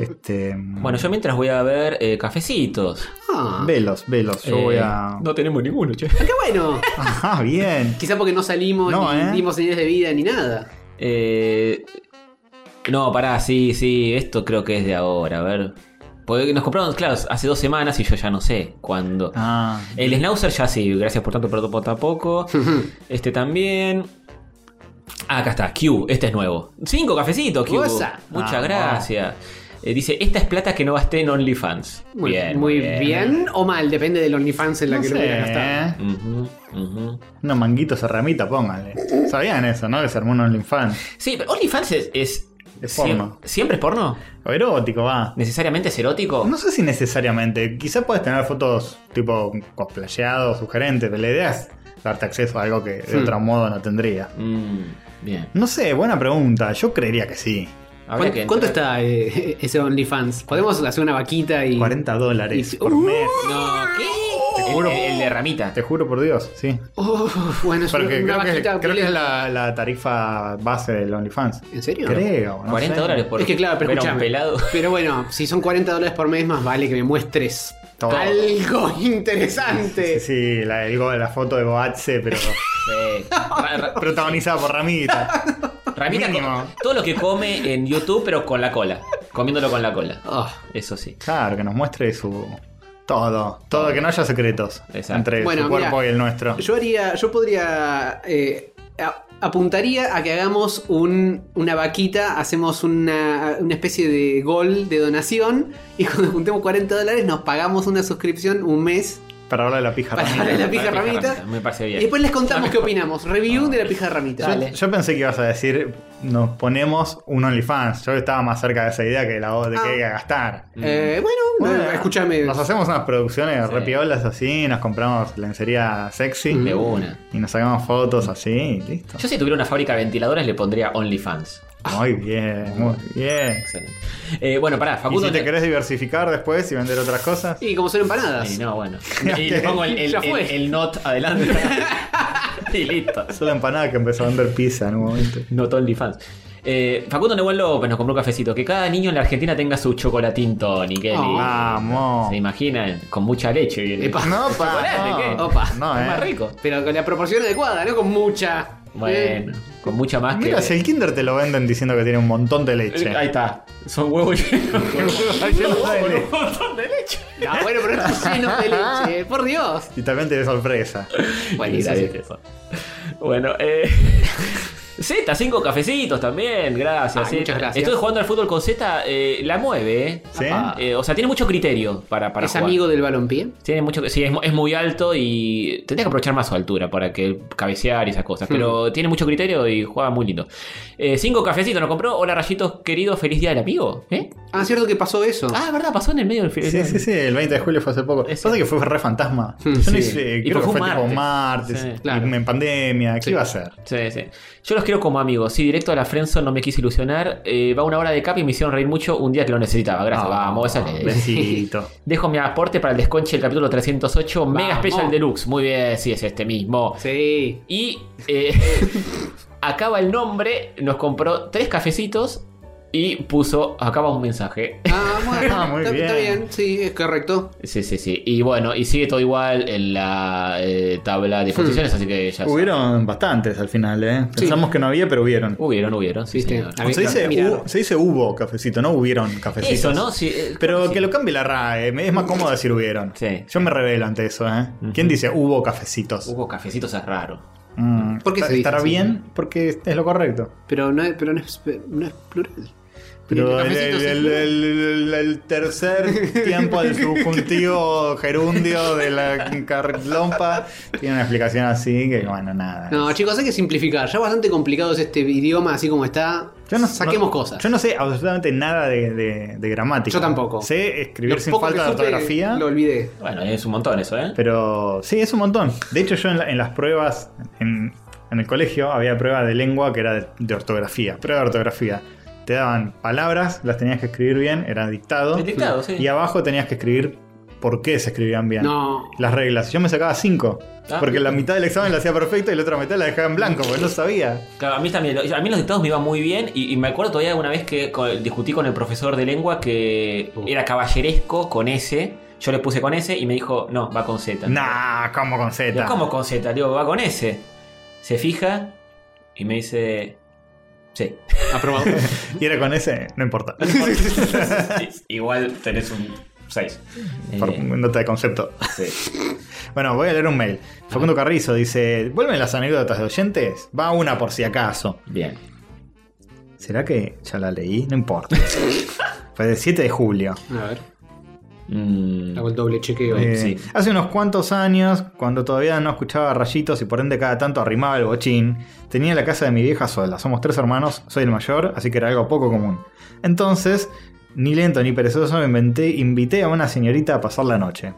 este, Bueno, yo mientras voy a ver eh, cafecitos. Ah, Velos, velos. Yo Eh, voy a. No tenemos ninguno, che. qué bueno. Ajá, bien. Quizá porque no salimos, No, ni ¿eh? dimos señales de vida, ni nada. Eh, no, pará, sí, sí, esto creo que es de ahora, a ver. Porque nos compraron, claro, hace dos semanas y yo ya no sé cuándo. Ah, El Snauzer ya sí, gracias por tanto, pero tampoco. Este también. Ah, acá está, Q, este es nuevo. Cinco cafecitos, Q. Goza. Muchas Vamos. gracias. Eh, dice, esta es plata que no gasté en OnlyFans. Muy bien, muy bien. o mal, depende del OnlyFans en la no que lo hubiera gastado. sé. ¿eh? Ujú, ujú. Unos manguitos a ramita, pónganle. Sabían eso, ¿no? Que se armó un OnlyFans. Sí, pero OnlyFans es... es Es siem- porno. ¿Siempre es porno? O erótico, va. ¿Necesariamente es erótico? No sé si necesariamente. Quizás puedes tener fotos tipo cosplayados, sugerentes, pero la idea es darte acceso a algo que de Hmm. otro modo no tendría. Mm, bien. No sé, buena pregunta. Yo creería que sí. Habría ¿Cuánto, que cuánto entrar- está eh, ese OnlyFans? Podemos hacer una vaquita y. 40 dólares y- por ¡Uh! mes. No, ¿qué? Te juro, El, el de ramita. te juro por Dios, sí. Uf, bueno, es Porque una creo que, vaquita creo que es pulenta. la, la tarifa base del OnlyFans. ¿En serio? Creo. no 40 sé. dólares por Es que claro, pero ver a un escuchame. pelado. Pero bueno, si son 40 dólares por mes, más vale que me muestres Todo. algo interesante. Sí, sí, la, el go- la foto de Boatse, pero Sí. Ra- ra- protagonizada por Ramita. Ramita, Mínimo. co- todo lo que come en YouTube, pero con la cola. Comiéndolo con la cola. Ah, Eso sí. Claro, que nos muestre su. Todo, todo, que no haya secretos Exacto. entre Bueno, su cuerpo mira, y el nuestro. yo haría, yo podría, eh, a- apuntaría a que hagamos un- una vaquita, hacemos una, una especie de gol de donación y cuando juntemos 40 dólares nos pagamos una suscripción un mes Para hablar de la pija para Ramita. la pija ramita. Me parece Y bien. después les contamos qué opinamos. Review de la pija ramita. Yo, yo pensé que ibas a decir, nos ponemos un OnlyFans. Yo estaba más cerca de esa idea que la voz de que Ah. hay que gastar. Eh, bueno, Bueno, no, escúchame. Nos hacemos unas producciones Sí. repiolas así, nos compramos lencería sexy Mm. De una. y nos sacamos fotos así y listo. Yo si tuviera una fábrica de ventiladores le pondría OnlyFans. Muy bien, muy bien. Excelente. Eh, bueno, pará, Y Facundo. si te querés diversificar después y vender otras cosas, Y como son empanadas. Ay, no, bueno. Y le pongo el, el, Ya fue. el- el not adelante. y listo. solo empanada que empezó a vender pizza en un momento. Not OnlyFans. Eh, Facundo Neuel López nos compró un cafecito. Que cada niño en la Argentina tenga su chocolatín Tony. Qué Oh. lindo. Vamos. ¿Se imaginan? Con mucha leche viene. Epa. No, pa, Chocolate, no. ¿qué? Opa. No, Es más eh. rico. Pero con la proporción adecuada, no con mucha. Bueno, Eh, con mucha más Ah, Mira, que. si el Kinder te lo venden diciendo que tiene un montón de leche. Ahí está. Son huevos llenos. Ay, yo no sé. no, Eh, ah, bueno, pero esto es lleno de leche, eh, por Dios. Y también tiene sorpresa. Bueno, Y eso la sí. leche son. Bueno, eh. Z, cinco cafecitos también, gracias. Ay, Zeta. muchas gracias. Estuve jugando al fútbol con Z, eh, la mueve, ¿eh? ¿Sí? Apa. Eh, o sea, tiene mucho criterio para, para es jugar. amigo del balompié. Tiene mucho que. Sí, es, mu- es muy alto y. Tendría que aprovechar más su altura para que cabecear y esas Hmm. cosas. Pero tiene mucho criterio y juega muy lindo. Eh, cinco cafecitos nos compró. Hola, rayitos, querido, feliz día del amigo. ¿Eh? Ah, cierto que pasó eso. Ah, verdad, pasó en el medio del fi- Sí, sí, sí, el 20 de julio fue hace poco. Es Pasa que fue re fantasma. Yo no Sí. hice, Y creo que fue fue un tipo martes. martes, Sí, claro. en pandemia, ¿qué Sí. iba a hacer? Sí, sí. Yo los quiero como amigos. Sí, directo a la Friendzone no me quise ilusionar. Eh, va una hora de capa y me hicieron reír mucho un día que lo necesitaba. Gracias, Ah, vamos, esa es la idea. Besito. Dejo mi aporte para el desconche del capítulo 308, Mega Vamos. Special Deluxe. Muy bien, sí, es este mismo. Sí. Y eh, acaba el nombre, nos compró tres cafecitos y puso acaba un mensaje. Ah, bueno, Ah, muy está, está bien. bien, sí, es correcto. Sí, sí, sí. Y bueno, y sigue todo igual en la eh, tabla de posiciones, así que ya saben. Hmm. Hubieron bastantes al final, ¿eh? Pensamos que no había, pero hubieron. Hubieron, hubieron, sí, Viste, señor. a mí- se, dice, Mirá. hu- se dice hubo cafecito, no hubieron cafecitos. Eso, ¿no? Sí, eh, Pero sí. que lo cambie la RAE, me- es más cómodo decir hubieron. Sí. Yo me revelo ante eso, ¿eh? ¿Quién dice hubo cafecitos? Hugo Cafecitos es raro. Mm, ¿Por qué está- se dice Estará así? bien porque es lo correcto. Pero no, es- pero no, es, no es plural. Pero Los el, cafecitos el- es- el- el- el tercer tiempo del subjuntivo gerundio de la carlompa tiene una explicación así que, bueno, nada. No, chicos, hay que simplificar. Ya bastante complicado es este idioma así como está. Yo no- Saquemos no- cosas. Yo no sé absolutamente nada de, de- de gramática. Yo tampoco. Sé escribir Lo sin poco falta de que supe, ortografía. Lo olvidé. Bueno, es un montón eso, ¿eh? Pero sí, es un montón. De hecho, yo en, la- en las pruebas, en, en el colegio, había prueba de lengua que era de, de ortografía. Prueba de ortografía. Te daban palabras, las tenías que escribir bien, era dictado. El dictado, sí. Y abajo tenías que escribir por qué se escribían bien. No. Las reglas. Yo me sacaba cinco. Ah. Porque la mitad del examen la hacía perfecto y la otra mitad la dejaba en blanco, porque no sabía. Claro, a mí también, lo- a mí los dictados me iban muy bien y, y me acuerdo todavía una vez que co- discutí con el profesor de lengua que era caballeresco con S, yo le puse con S y me dijo, no, va con Z. Nah, como con Digo, Z. ¿Cómo con Z? Le Digo, va con S. Se fija y me dice, sí. Aprobado. Y era con ese, no importa. Igual tenés un 6. Eh, Por nota de concepto. sí. Bueno, voy a leer un mail. Facundo Carrizo dice: ¿Vuelven las anécdotas de oyentes? Va una por si acaso. Bien. ¿Será que ya la leí? No importa. Fue del 7 de julio. A ver, Mm, hago el doble chequeo. Eh, sí. Hace unos cuantos años, cuando todavía no escuchaba rayitos y por ende cada tanto arrimaba el bochín, tenía la casa de mi vieja sola. Somos tres hermanos, soy el mayor, así que era algo poco común. Entonces, ni lento ni perezoso, me inventé, invité a una señorita a pasar la noche.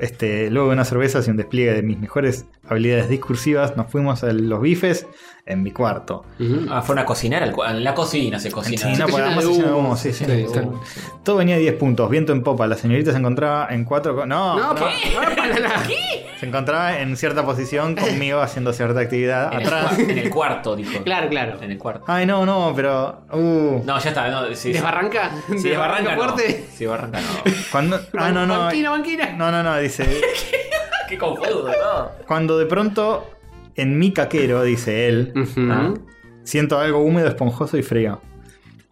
Este, luego de unas cervezas y un despliegue de mis mejores habilidades discursivas, nos fuimos a los bifes en mi cuarto. Ah, fueron a cocinar al cu- en la cocina, se cocina. Sí, no, Se porque llena además de se llena de humo. humo, sí, sí. Sí, Uh. claro. Todo venía a 10 puntos, viento en popa. La señorita se encontraba en cuatro. co- No, No, no. pa- no, para nada. se encontraba en cierta posición conmigo haciendo cierta actividad En el, atrás. cua- en el cuarto, dijo. Claro, claro. En el cuarto. Ay, no, no, pero. Uh, No, ya está. No, sí, sí. ¿Desbarranca? Si desbarranca, no. fuerte? Si desbarranca, no. cuando. Ah, no, no. Banquina, banquina. No, no, no, dice. Qué confuso, ¿no? Cuando de pronto, en mi caquero, dice él, Ujú. Ah. siento algo húmedo, esponjoso y frío.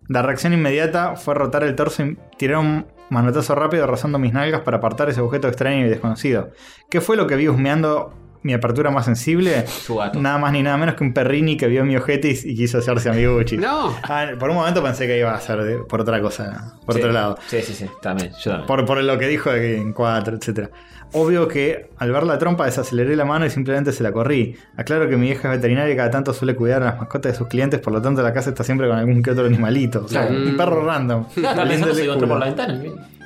La reacción inmediata fue rotar el torso y tirar un manotazo rápido rozando mis nalgas para apartar ese objeto extraño y desconocido. ¿Qué fue lo que vi husmeando mi apertura más sensible? Su gato. Nada más ni nada menos que un perrini que vio mi ojete y, y quiso hacerse amigo Gucci. No. Ah, por un momento pensé que iba a ser de- por otra cosa, por Sí. otro lado. Sí, sí, sí. También, yo también. Por, por lo que dijo de que en 4, etc. Obvio que al ver la trompa desaceleré la mano y simplemente se la corrí. Aclaro que mi vieja es veterinaria y cada tanto suele cuidar a las mascotas de sus clientes, por lo tanto la casa está siempre con algún que otro animalito. O sea, Claro. Mm. un perro random. Estaba pensando Oliéndole si el entró culo. por la ventana. bien.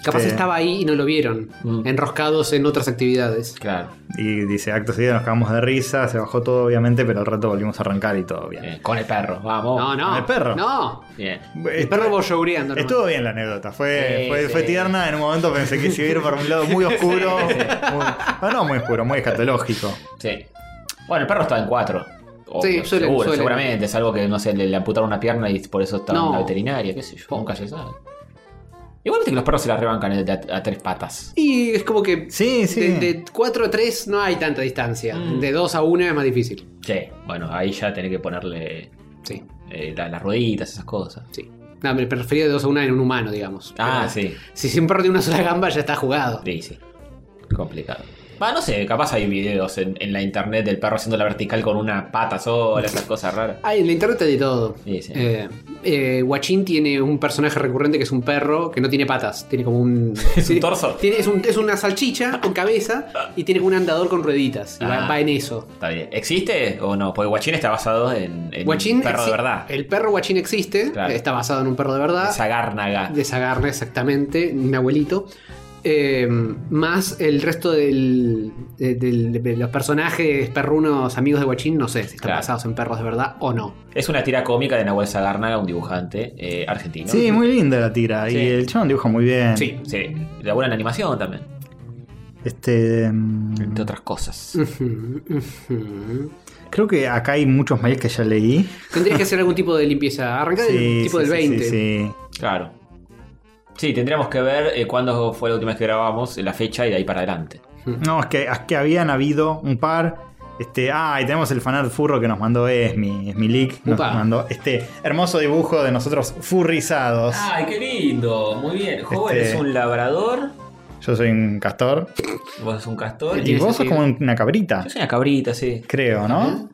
Capaz Este- estaba ahí y no lo vieron. Mm. Enroscados en otras actividades. Claro. Y dice, acto seguido nos cagamos de risa, se bajó todo obviamente, pero al rato volvimos a arrancar y todo bien. Bien, Eh, con el perro, vamos. No, no. el perro. No. Bien. Eh, El perro boyoureando. nomás. Estuvo bien la anécdota, fue, Sí, fue, sí. fue tierna. En un momento pensé que se iba a ir por un lado muy oscuro. muy- no, no muy oscuro, muy escatológico. Sí. Bueno, el perro estaba en cuatro. O- Sí, suele- seguro, suele. seguramente. Es algo que, no sé, le, le amputaron una pierna y por eso estaba en No. la veterinaria, qué sé yo. Nunca se sabe. Igual viste que los perros se la rebancan eh, de a, a tres patas. Y es como que Sí, sí. de, 4 a 3 no hay tanta distancia. Mm. De 2 a 1 es más difícil. Sí, bueno, ahí ya tenés que ponerle Sí, eh, la- las rueditas, esas cosas. sí. No, me prefería de 2 a 1 en un humano, digamos. Ah, Pero sí. Si un perro tiene una sola gamba, ya está jugado. Sí, sí. Complicado. Va, no sé, capaz hay videos en, en la internet del perro haciendo la vertical con una pata sola, esas cosas raras. Ah, en la internet hay de todo. Sí, sí. Eh, eh, Guachín tiene un personaje recurrente que es un perro que no tiene patas. Tiene como un. ¿Es un torso? es, un- es una salchicha con cabeza y tiene como un andador con rueditas. Y va- Ah. va en eso. Está bien. ¿Existe o no? Porque Guachín está basado en, en Guachín un perro de exi- verdad. eh, El perro guachín existe, Claro. está basado en un perro de verdad. Esa gárnaga. De Sagarna, exactamente, mi abuelito. Eh, más el resto del, de, del- de los personajes perrunos amigos de Guachín, no sé si están Claro. basados en perros de verdad o no. Es una tira cómica de Nahuel Zagárnaga, un dibujante eh, argentino. Sí, muy linda la tira. Sí. Y el chabón dibuja muy bien. Sí. Sí, labura en animación también, Este. mm, entre otras cosas. Ujú, ujú. Creo que acá hay muchos mails que ya leí. Tendrías que hacer algún tipo de limpieza. Arrancar del tipo sí, del Eh, sí, sí, 20. sí. Claro. Sí, tendríamos que ver eh, cuándo fue la última vez que grabamos, eh, la fecha y de ahí para adelante. No, es que, es que habían habido un par. Este, ah, y tenemos el fanart furro que nos mandó Esmi, Esmi Leak, nos Upa. mandó este hermoso dibujo de nosotros furrizados. ¡Ay, qué lindo! Muy bien. Joven Este- es un labrador, Yo soy un castor. vos sos un castor. Y tiene vos sos sentido. como una cabrita, Yo soy una cabrita, sí. creo, ¿no?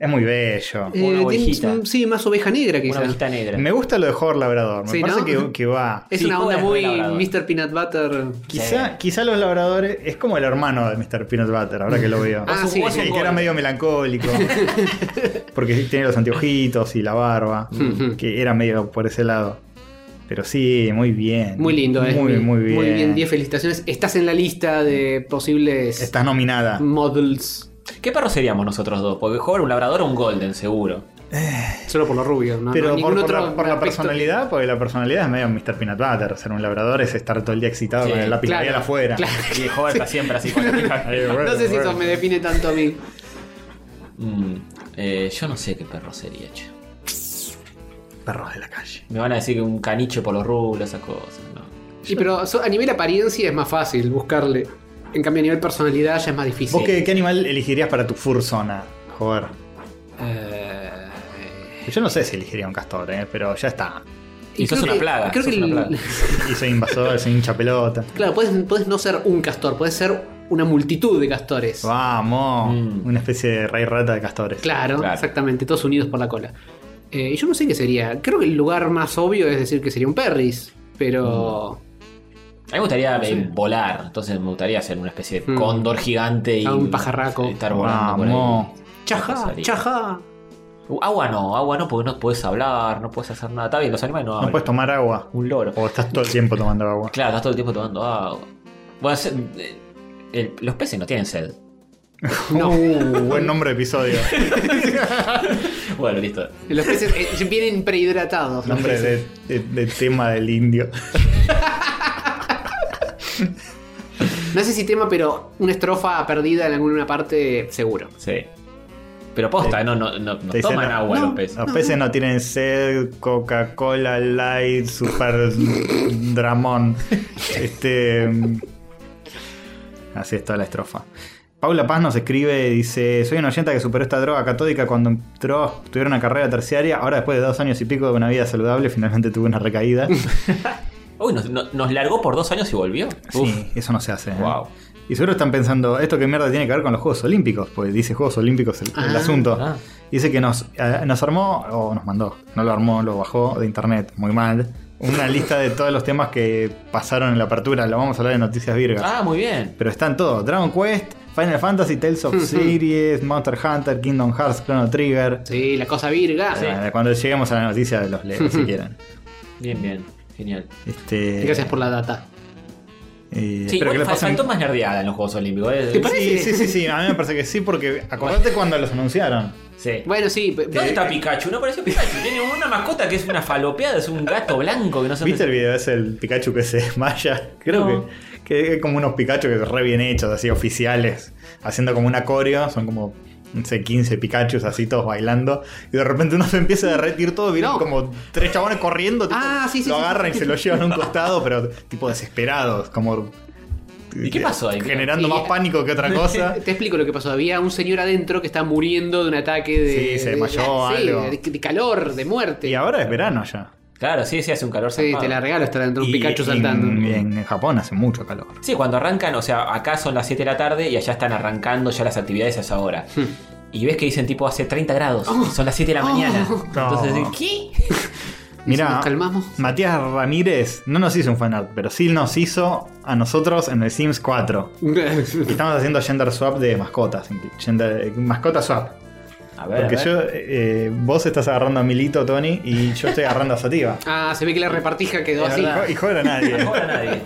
Es muy bello. Eh, Una tiene- ovejita. sí, más oveja negra Una quizás. ovejita negra. Me gusta lo de Jorge Labrador, me Sí, parece ¿no? Eh, que, que va. Es Sí, una onda joven, muy labrador. Mr. Peanut Butter. eh. Quizá, quizá los labradores es como el hermano de Mr. Peanut Butter, ahora que lo veo. Ah, sí. que, que era medio melancólico. porque tiene los anteojitos y la barba. Ujú. que era medio por ese lado. Pero sí, muy bien. Muy lindo, muy, ¿eh? Muy, bien. Muy bien, 10 felicitaciones. Estás en la lista de posibles Estás nominada. models. ¿Qué perro seríamos nosotros dos? Porque joven, un labrador o un golden, seguro. Solo por lo rubio, ¿no? Pero No, por, ningún por la, otro por la aspecto. personalidad, porque la personalidad es medio Mr. Peanut Butter. Ser un labrador es estar todo el día excitado Sí, con el lápiz claro, labial afuera. claro. Y el joven está siempre así con la- No sé si eso me define tanto a mí. Mm, eh, Yo no sé qué perro sería, che. Perros de la calle. Me van a decir que un caniche por los rulos, esas cosas, ¿no? Y pero so- a nivel apariencia es más fácil buscarle. En cambio, a nivel personalidad ya es más ¿Vos difícil. qué, qué animal elegirías para tu fursona? Joder. Eh, Yo no sé si elegiría un castor, ¿eh? pero ya está. Y sos creo una que- plaga, Creo sos que una el- plaga. Y soy invasor, soy hincha pelota. Claro, puedes, puedes no ser un castor, puedes ser una multitud de castores. Ah, Vamos. Mm. Una especie de rey rata de castores. Claro, Claro. exactamente, todos unidos por la cola. Eh, y yo no sé qué sería. Creo que el lugar más obvio es decir que sería un perris, pero. A mí me gustaría eh, volar, entonces me gustaría ser una especie de Mm. cóndor gigante y. A Ah, un pajarraco. Estar volando por ahí. Vamos. ¡Chaja! Pasaría. ¡Chaja! Uh, Agua no, agua no, porque no puedes hablar, no puedes hacer nada. Está bien, los animales no No hablan. puedes tomar agua. Un loro. O estás todo el tiempo tomando agua. Claro, estás todo el tiempo tomando agua. Bueno, se- eh, el- los peces no tienen sed. No. Uh, buen nombre de episodio. Bueno, listo. Los peces eh, vienen prehidratados. los nombre peces. de, de- de tema del indio. No sé si tema, pero una estrofa perdida en alguna parte, seguro. Sí. Pero posta, no, no, no, no Te dicen, toman no, agua no, los peces. Los peces no tienen sed, Coca-Cola, Light, Super Dramón. Este. Así es toda la estrofa. Paula Paz nos escribe, dice, soy una oyenta que superó esta droga catódica cuando entró, tuvieron una carrera terciaria, ahora después de dos años y pico de una vida saludable, finalmente tuve una recaída. Uy, nos, no- nos largó por dos años y volvió. Uf. Sí, eso no se hace. ¿eh? Wow. Y seguro están pensando, ¿esto qué mierda tiene que ver con los Juegos Olímpicos? Pues dice Juegos Olímpicos el, el Ah, asunto. ah. Dice que nos, eh, nos armó, o nos mandó, no lo armó, lo bajó de internet, muy mal. Una lista de todos los temas que pasaron en la apertura, lo vamos a hablar en Noticias Virgas. Ah, muy bien. Pero están todos, Dragon Quest, Final Fantasy, Tales of Series, Monster Hunter, Kingdom Hearts, Chrono Trigger. Sí, la cosa virga. Eh, bueno, cuando lleguemos a la noticia los leo si quieren. Bien, bien. Genial. Este, Gracias por la data. eh, Sí, espero igual que le fal- pasen- faltó más nerdeada en los Juegos Olímpicos. ¿eh? ¿Te Sí, parece? sí, sí, sí, a mí me parece que sí, porque acordate cuando los anunciaron. Sí. Bueno, sí. pe- eh, ¿Dónde está Pikachu? No apareció Pikachu. Tiene una mascota que es una falopeada, es un gato blanco que no sé ¿Viste el dónde- video? Es el Pikachu que se desmaya. Creo No. que, que es como unos Pikachu que son re bien hechos, así oficiales, haciendo como una coreo. Son como, no sé, 15 Pikachus así todos bailando. Y de repente uno se empieza a derretir todo. Vienen No. como tres chabones corriendo. tipo, Ah, sí, sí, Lo sí, agarran y se lo llevan a un costado, pero tipo desesperados, como. ¿Y qué pasó ahí? Generando Y- más pánico que otra cosa. Te explico lo que pasó. Había un señor adentro que está muriendo de un ataque de. Sí, se de- desmayó o sí, algo. de, de calor, de muerte. Y ahora es verano ya. Claro, sí, sí, hace un calor Sí, zarpado. te la regalo estar dentro de un Y- mm, Pikachu y saltando. En, en Japón hace mucho calor. Sí, cuando arrancan, o sea, acá son las 7 de la tarde y allá están arrancando ya las actividades a esa hora. Hmm. Y ves que dicen tipo hace 30 grados, y son las 7 de la mañana. Oh. No. Entonces, ¿qué? Mirá, Si nos calmamos. Matías Ramírez no nos hizo un fanart, pero sí nos hizo a nosotros en el Sims 4. Y Estamos haciendo gender swap de mascotas. gender- eh, mascota swap. A ver, Porque a ver. yo, eh, vos estás agarrando a Milito, Tony, y yo estoy agarrando a Sativa. ah, se ve que la repartija quedó Y así. jo- Y joder a nadie. No joda a nadie.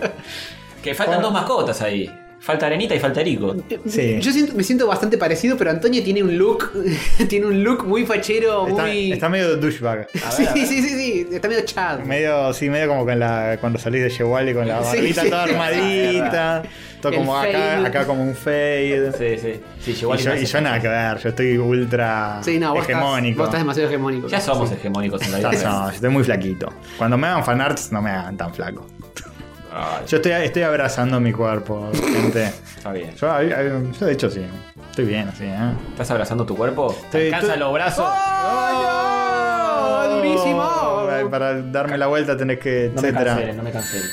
Que faltan dos mascotas ahí. Falta Arenita y falta Erico. Sí. Yo siento- me siento bastante parecido, pero Antonio tiene un look. tiene un look muy fachero, Está, muy. está medio douchebag. sí, sí, sí, sí, Está medio chad. Medio, sí, medio como con la, cuando salís de Shewali con la Sí, barbita sí. toda armadita. Todo El como acá, fade. acá como un fade. Sí, sí. Sí, llegó Y alguien yo, y más. yo nada que ver, yo estoy ultra Sí, no, vos Estás, hegemónico. vos estás demasiado hegemónico. Ya somos hegemónicos en la No, vida. no, yo estoy muy flaquito. Cuando me hagan fanarts, no me hagan tan flaco. Ay, Yo estoy, estoy abrazando mi cuerpo, gente. Está bien. Yo, ay, ay, yo, de hecho, sí. Estoy bien, así, ¿eh? ¿Estás abrazando tu cuerpo? ¿Te Estoy- alcanzan estoy- los brazos? ¡Oh, no! ¡Durísimo! Ay, Para darme la vuelta tenés que. No me etcétera. canceles, no me canceles.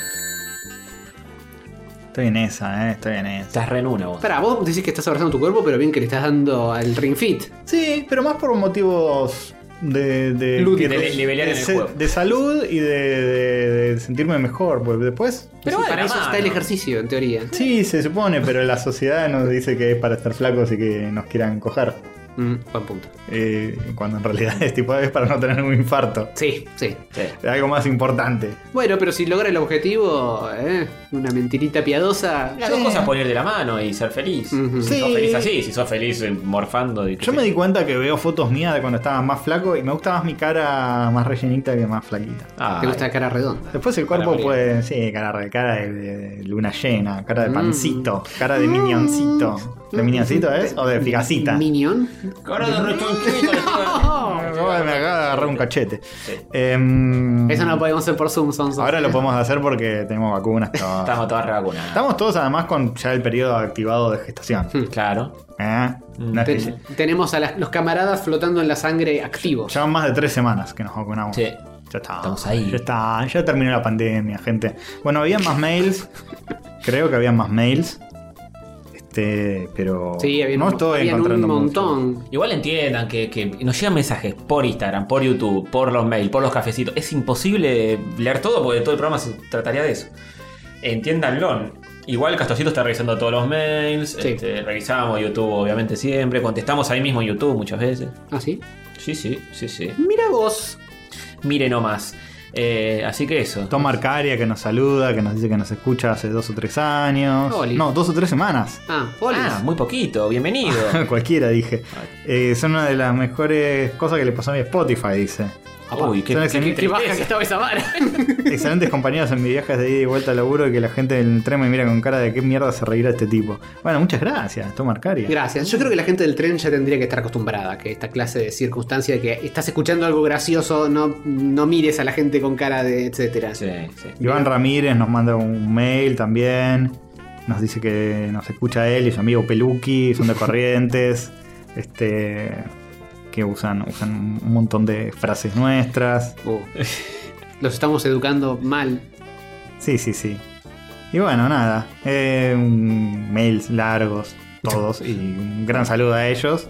Estoy en esa, ¿eh? Estoy en esa. Estás re en una vos. Pará, vos decís que estás abrazando tu cuerpo, pero bien que le estás dando al ring fit. Sí, pero más por motivos. De, de, Lúdicos. que- De levelear en el se- juego. de salud y de, de- de sentirme mejor. Porque después, Pero Sí, va de para la eso mano. está el ejercicio, en teoría. sí, se supone, pero la sociedad nos dice que es para estar flacos y que nos quieran coger. Mm, buen punto. Eh, cuando en realidad es tipo es para no tener un infarto. Sí, sí. Sí. Es algo más importante. Bueno, pero si logra el objetivo, ¿eh? una mentirita piadosa. Las dos cosas poner de la mano y ser feliz. Ujú. Si sos Sí. feliz así, si sos feliz eh, morfando. y- Yo me di cuenta que veo fotos mías de cuando estaba más flaco y me gusta más mi cara más rellenita que más flaquita. Ay, Te gusta la cara redonda. Después el cuerpo María. puede, sí, cara, de- cara de, de luna llena, cara de pancito, cara de minioncito. ¿De minioncito es? ¿O de figacita? Mm. ¿Minion? Cara de rechonchito, Me tío. acabo de me acabo de agarrar un cachete. Sí. Em, Eso no lo podemos hacer por Zoom, son son. ahora lo podemos hacer porque tenemos vacunas. todas. Estamos todas revacunadas. Estamos todos además con ya el periodo activado de gestación. Claro. ¿Eh? Mm, No es que- Ten- tenemos a las- los camaradas flotando en la sangre activos. Llevan más de tres semanas que nos vacunamos. Sí. Ya está. Estamos ahí. Ya está. Ya terminó la pandemia, gente. Bueno, había más mails. Creo que había más mails. Este, pero. Sí, habían, no estoy habían un encontrando mucho. montón. Igual entiendan que, que nos llegan mensajes por Instagram, por YouTube, por los mails, por los cafecitos. Es imposible leer todo porque todo el programa se trataría de eso. Entiéndanlo. Igual Castorcito está revisando todos los mails, Sí. este, revisamos YouTube obviamente siempre, contestamos ahí mismo en YouTube muchas veces. ¿Ah, sí? Sí, sí, sí, sí. Mira vos. Mire nomás. Eh, así que eso. Tom Arcaria que nos saluda, que nos dice que nos escucha hace dos o tres años. Oli. No, dos o tres semanas. Ah, Polis. Ah, muy poquito, bienvenido. Cualquiera, dije. Eh, son una de las mejores cosas que le pasó a mi Spotify, dice. Ah, Uy, qué, Son qué- qué excelentes- Qué baja tristeza. que estaba esa vara. Excelentes compañeros en mis viajes de ida y vuelta al laburo y que la gente del tren me mira con cara de qué mierda se reirá este tipo. Bueno, muchas gracias, Tom Arcaria. Gracias. Yo creo que la gente del tren ya tendría que estar acostumbrada a que esta clase de circunstancia de que estás escuchando algo gracioso, no, no mires a la gente con cara de etcétera. Sí, sí. Iván Ramírez nos manda un mail también. Nos dice que nos escucha él y su amigo Peluki, son de Corrientes. este que usan, usan un montón de frases nuestras. Uh. Los estamos educando mal. Sí, sí, sí. Y bueno, nada. eh, un- mails largos, todos. Y un gran saludo a ellos.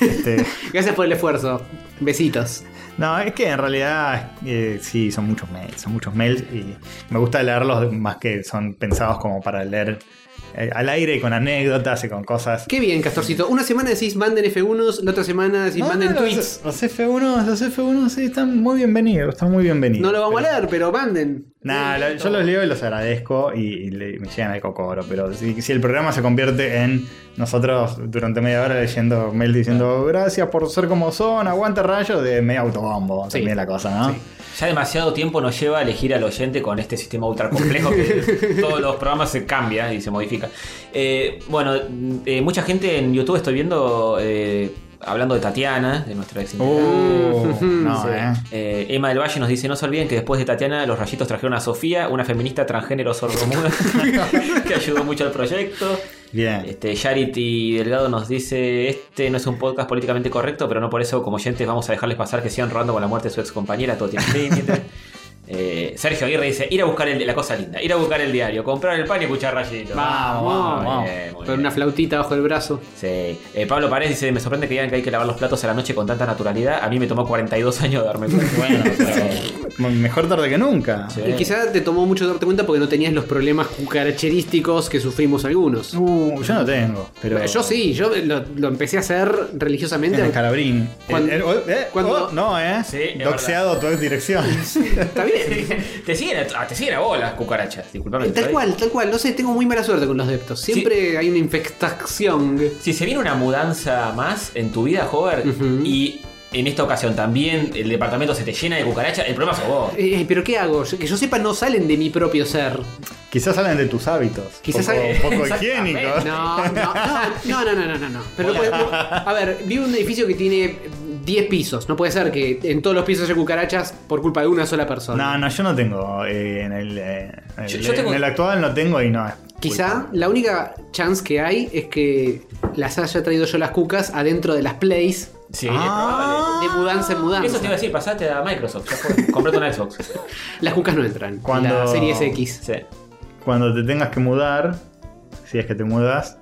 Este, Gracias por el esfuerzo. Besitos. no, es que en realidad eh, sí, son muchos mails. Son muchos mails y me gusta leerlos más que son pensados como para leer eh, al aire y con anécdotas y con cosas. Qué bien, Castorcito. Una semana decís manden F1s, la otra semana decís No, manden no, los- tweets. Los, F1, los F1 sí están muy bienvenidos, están muy bienvenidos. No lo vamos a leer, pero manden. Nah, lo- yo los leo y los agradezco y, y le- me llegan al cocoro, pero si, si el programa se convierte en nosotros durante media hora leyendo mail Ah. diciendo gracias por ser como son, aguanta rayo, de medio autobombo, Sí. también la cosa, ¿no? Ya demasiado tiempo nos lleva a elegir al oyente con este sistema ultra complejo que todos los programas se cambia y se modifica. Eh, bueno, eh, mucha gente en YouTube estoy viendo eh, hablando de Tatiana, de nuestra ex integrante. Uh, no, Sí. eh. Eh, Emma del Valle nos dice: No se olviden que después de Tatiana, los rayitos trajeron a Sofía, una feminista transgénero sordomuda que ayudó mucho al proyecto. Bien. Este, Charity Delgado nos dice: Este no es un podcast políticamente correcto, pero no por eso, como oyentes, vamos a dejarles pasar que sigan rodando con la muerte de su ex compañera. Todo tiene un límite. Eh, Sergio Aguirre dice: Ir a buscar el, la cosa linda, ir a buscar el diario, comprar el pan y escuchar rayitos. Vamos, Muy vamos. bien, muy Con bien. una flautita bajo el brazo. Sí. Eh, Pablo Paredes dice: Me sorprende que digan que hay que lavar los platos a la noche con tanta naturalidad. A mí me tomó 42 años darme cuenta. Bueno, Mo- Mejor tarde que nunca. Sí. Y quizá te tomó mucho darte cuenta porque no tenías los problemas cucaracherísticos que sufrimos algunos. Uh, yo no tengo, pero. Yo sí, yo lo, lo empecé a hacer religiosamente. En el calabrín. Cuando- El- el- oh, eh, cuando- oh, no, eh. Sí, es Doxeado tu dirección. Está bien. te, siguen a, ah, te siguen a vos las cucarachas, disculpame. Tal cual, tal cual. No sé, tengo muy mala suerte con los deptos. Siempre hay una infectación. Si se viene una mudanza más en tu vida, Hover, Ujú. y en esta ocasión también el departamento se te llena de cucarachas, el problema sos vos. Eh, pero ¿qué hago? Yo- Que yo sepa, no salen de mi propio ser. Quizás salen de tus hábitos. Quizás poco, salen- poco Exactamente. higiénicos. No, no, no, no, no, no, no, no. Pero no Hola. puede- no. A ver, vivo en un edificio que tiene 10 pisos. No puede ser que en todos los pisos haya cucarachas por culpa de una sola persona. No, no, yo no tengo. eh, en, el, eh, en Yo- el- yo tengo- en el actual no tengo y no es. Quizá la única chance que hay es que las haya traído yo las cucas adentro de las plays Sí, Ah. de mudanza en es probable. mudanza. Eso te iba a decir, pasate a Microsoft, ya fue. Comprate una Xbox. Las cucas no entran. Cuando- La Series X. Sí. Cuando te tengas que mudar, si es que te mudas,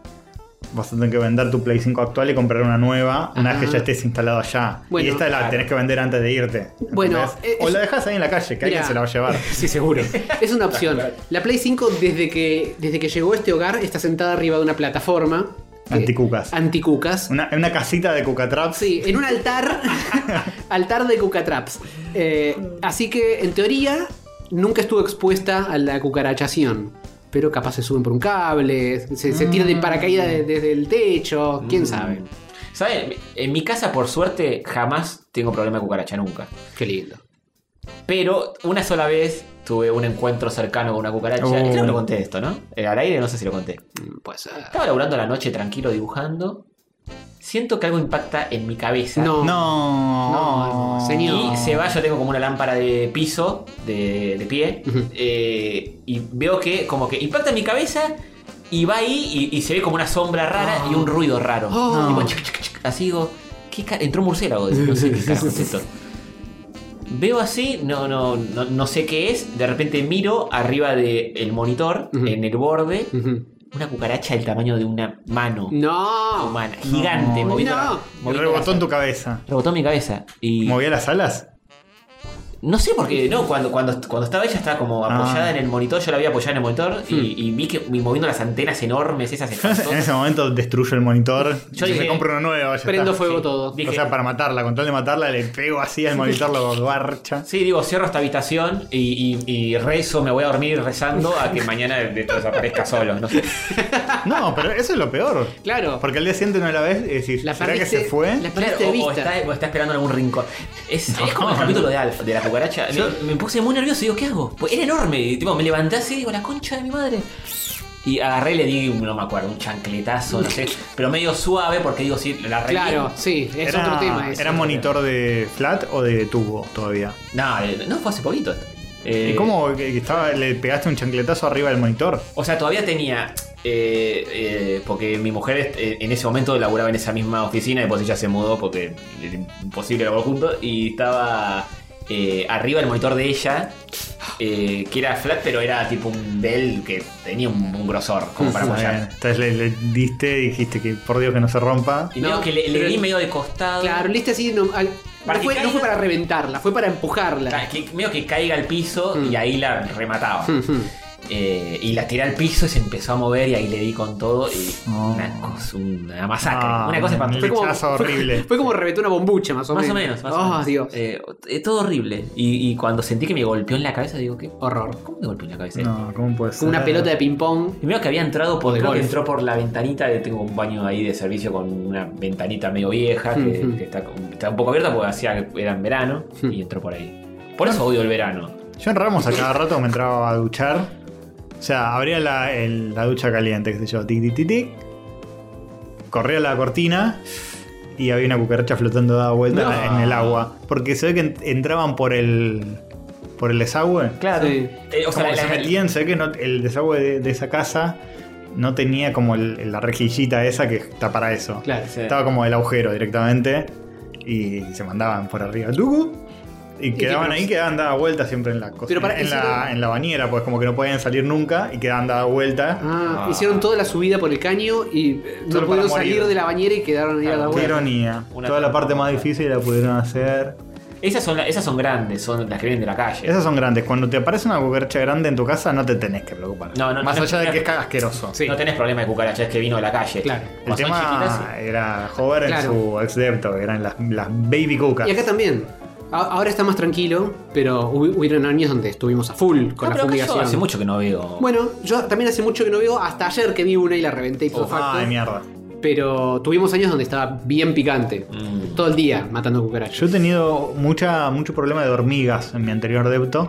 vas a tener que vender tu Play 5 actual y comprar una nueva una vez que Ah. ya estés instalado allá. Bueno, y esta la claro. tenés que vender antes de irte. Bueno, ¿entendés? eh, o es- la dejas ahí en la calle, que alguien Mirá. se la va a llevar. Sí, seguro. Es una opción. La Play 5, desde que, desde que llegó a este hogar, está sentada arriba de una plataforma. eh, Anticucas. Anticucas. Una, una casita de cucatraps. Sí, en un altar. altar de cucatraps. Eh, así que, en teoría, nunca estuvo expuesta a la cucarachación. Pero capaz se suben por un cable, se, se tiran Mm. de paracaídas de- desde el techo, quién sabe. ¿Saben? En mi casa, por suerte, jamás tengo problema de cucaracha, nunca. Qué lindo. Pero una sola vez tuve un encuentro cercano con una cucaracha. Oh. Creo que lo conté esto, ¿no? Eh, al aire no sé si lo conté. Mm, Puede ser. Estaba laburando a la noche tranquilo dibujando. Siento que algo impacta en mi cabeza. No. No, No, señor. Y se va, yo tengo como una lámpara de piso, de, de pie, Ujú. eh, y veo que como que impacta en mi cabeza y va ahí y, y se ve como una sombra rara Ah. y un ruido raro. Oh. Tipo, chuc, chuc, chuc. así digo, ¿qué ca- entró un murciélago, no sé qué carajo es esto. Veo así, no, no, no, no sé qué es, de repente miro arriba del monitor, Ujú. en el borde, Ujú. una cucaracha del tamaño de una mano No. humana, gigante, No. moviendo, Mm. No. la- moviendo Rebotó la- en tu cabeza. Rebotó en mi cabeza. Y ¿Movía las alas? No sé por qué, no, cuando, cuando, cuando estaba ella estaba como apoyada Ah. en el monitor, yo la había apoyada en el monitor y, y vi que y moviendo las antenas enormes, esas Yo en ese espantosas. momento destruyo el monitor. Yo y dije, me compro uno nuevo. ya Prendo está. fuego Sí. todo. Dije- O sea, para matarla, con tal de matarla, le pego así al monitor, lo guarcha. Sí, digo, cierro esta habitación y, y- y rezo, me voy a dormir rezando a que mañana de- de- desaparezca solo, no sé. No, pero eso es lo peor. Claro. Porque al día siguiente no la ves y decís, La eh, ¿será que perdiste- se fue? la- Claro, o, Perdiste de o vista. está, o está esperando en algún rincón. Es, es como el capítulo de Alf, de la cucaracha. Me, me puse muy nervioso y digo, ¿qué hago? Pues era enorme. Y, tipo, me levanté así y digo, la concha de mi madre. Y agarré y le di, no me acuerdo, un chancletazo, no sé. Pero medio suave porque digo, sí, la regué. Claro, sí, es era, otro tema. eso. ¿Era monitor de flat o de tubo todavía? No, eh, no, fue hace poquito esto. ¿Y Eh, cómo que- que estaba, le pegaste un chancletazo arriba del monitor? O sea, todavía tenía. eh, eh, porque mi mujer eh, en ese momento laburaba en esa misma oficina, después ella se mudó porque era imposible laburar juntos, y estaba eh, arriba el monitor de ella, eh, que era flat, pero era tipo un Dell que tenía un, un grosor como para Está bien. apoyar. Entonces le, le diste, dijiste que por Dios que no se rompa. Y creo No, que le, le pero- di medio de costado. Claro, lista así. No, al- Para no que fue, no caiga- fue para reventarla, fue para empujarla. Claro, que medio que caiga al piso Mm. y ahí la remataba. Mm. Ujú. Eh, y la tiré al piso y se empezó a mover y ahí le di con todo y No. una cosa, una masacre, Ah, una cosa un espantosa. lechazo horrible. Fue como reventó una bombucha, más o Más o menos. menos, más oh, o menos. Dios. Eh, eh, todo horrible. Y, y cuando sentí que me golpeó en la cabeza, digo, ¿qué? Horror. ¿Cómo me golpeó en la cabeza? No, ¿cómo puede ser? Como una pelota de ping-pong. Primero que había entrado por, de creo que golf. entró por la ventanita, de- tengo un baño ahí de servicio con una ventanita medio vieja que, Ujú. que está, está un poco abierta porque hacía, era en verano Ujú. y entró por ahí. Por eso odio el verano. Yo en Ramos a cada rato me entraba a duchar. O sea, abría la, el- la ducha caliente, qué sé yo, tic, tic, tic, tic. Corría la cortina y había una cucaracha flotando dada vuelta No. en el agua. Porque se ve que en- entraban por el. por el desagüe. Claro. Sí. Eh, o sea, Como la- que se la- metían, se ve que no- el desagüe de, de esa casa no tenía como el- la rejillita esa que está para eso. Claro. Sí. Estaba como el agujero directamente y se mandaban por arriba. ¡tucu! Y quedaban qué ahí, quedaban dadas vueltas siempre en la cocina, Pero para- en, la, hicieron- en la bañera, pues como que no podían salir nunca y quedaban dadas vueltas. Ah, Ah. Hicieron toda la subida por el caño y eh, Solo no para pudieron morir. salir de la bañera y quedaron ahí a la Claro, Qué vuelta. ironía. Una Toda la trampa. parte más difícil la pudieron hacer. Esas son, la- esas son grandes, son las que vienen de la calle. Esas son grandes. Cuando te aparece una cucaracha grande en tu casa, no te tenés que preocupar. No, no, Más no, allá de no. que es asqueroso. Sí. No tenés problema de cucarachas que vino de la calle. Claro. El Como son chiquitas, tema era Hover en Claro. su exdepto, que eran las, las baby cucas. Y acá también. A- Ahora está más tranquilo, pero hubi- hubieron años donde estuvimos a No, full con la Ah, pero acá yo fumigación. hace mucho que no veo. Bueno, yo también hace mucho que no veo, hasta ayer que vi una y la reventé y todo facto. Oh, Ay, mierda. Pero tuvimos años donde estaba bien picante. Mm. Todo el día matando cucarachas. Yo he tenido mucha, mucho problema de hormigas en mi anterior depto.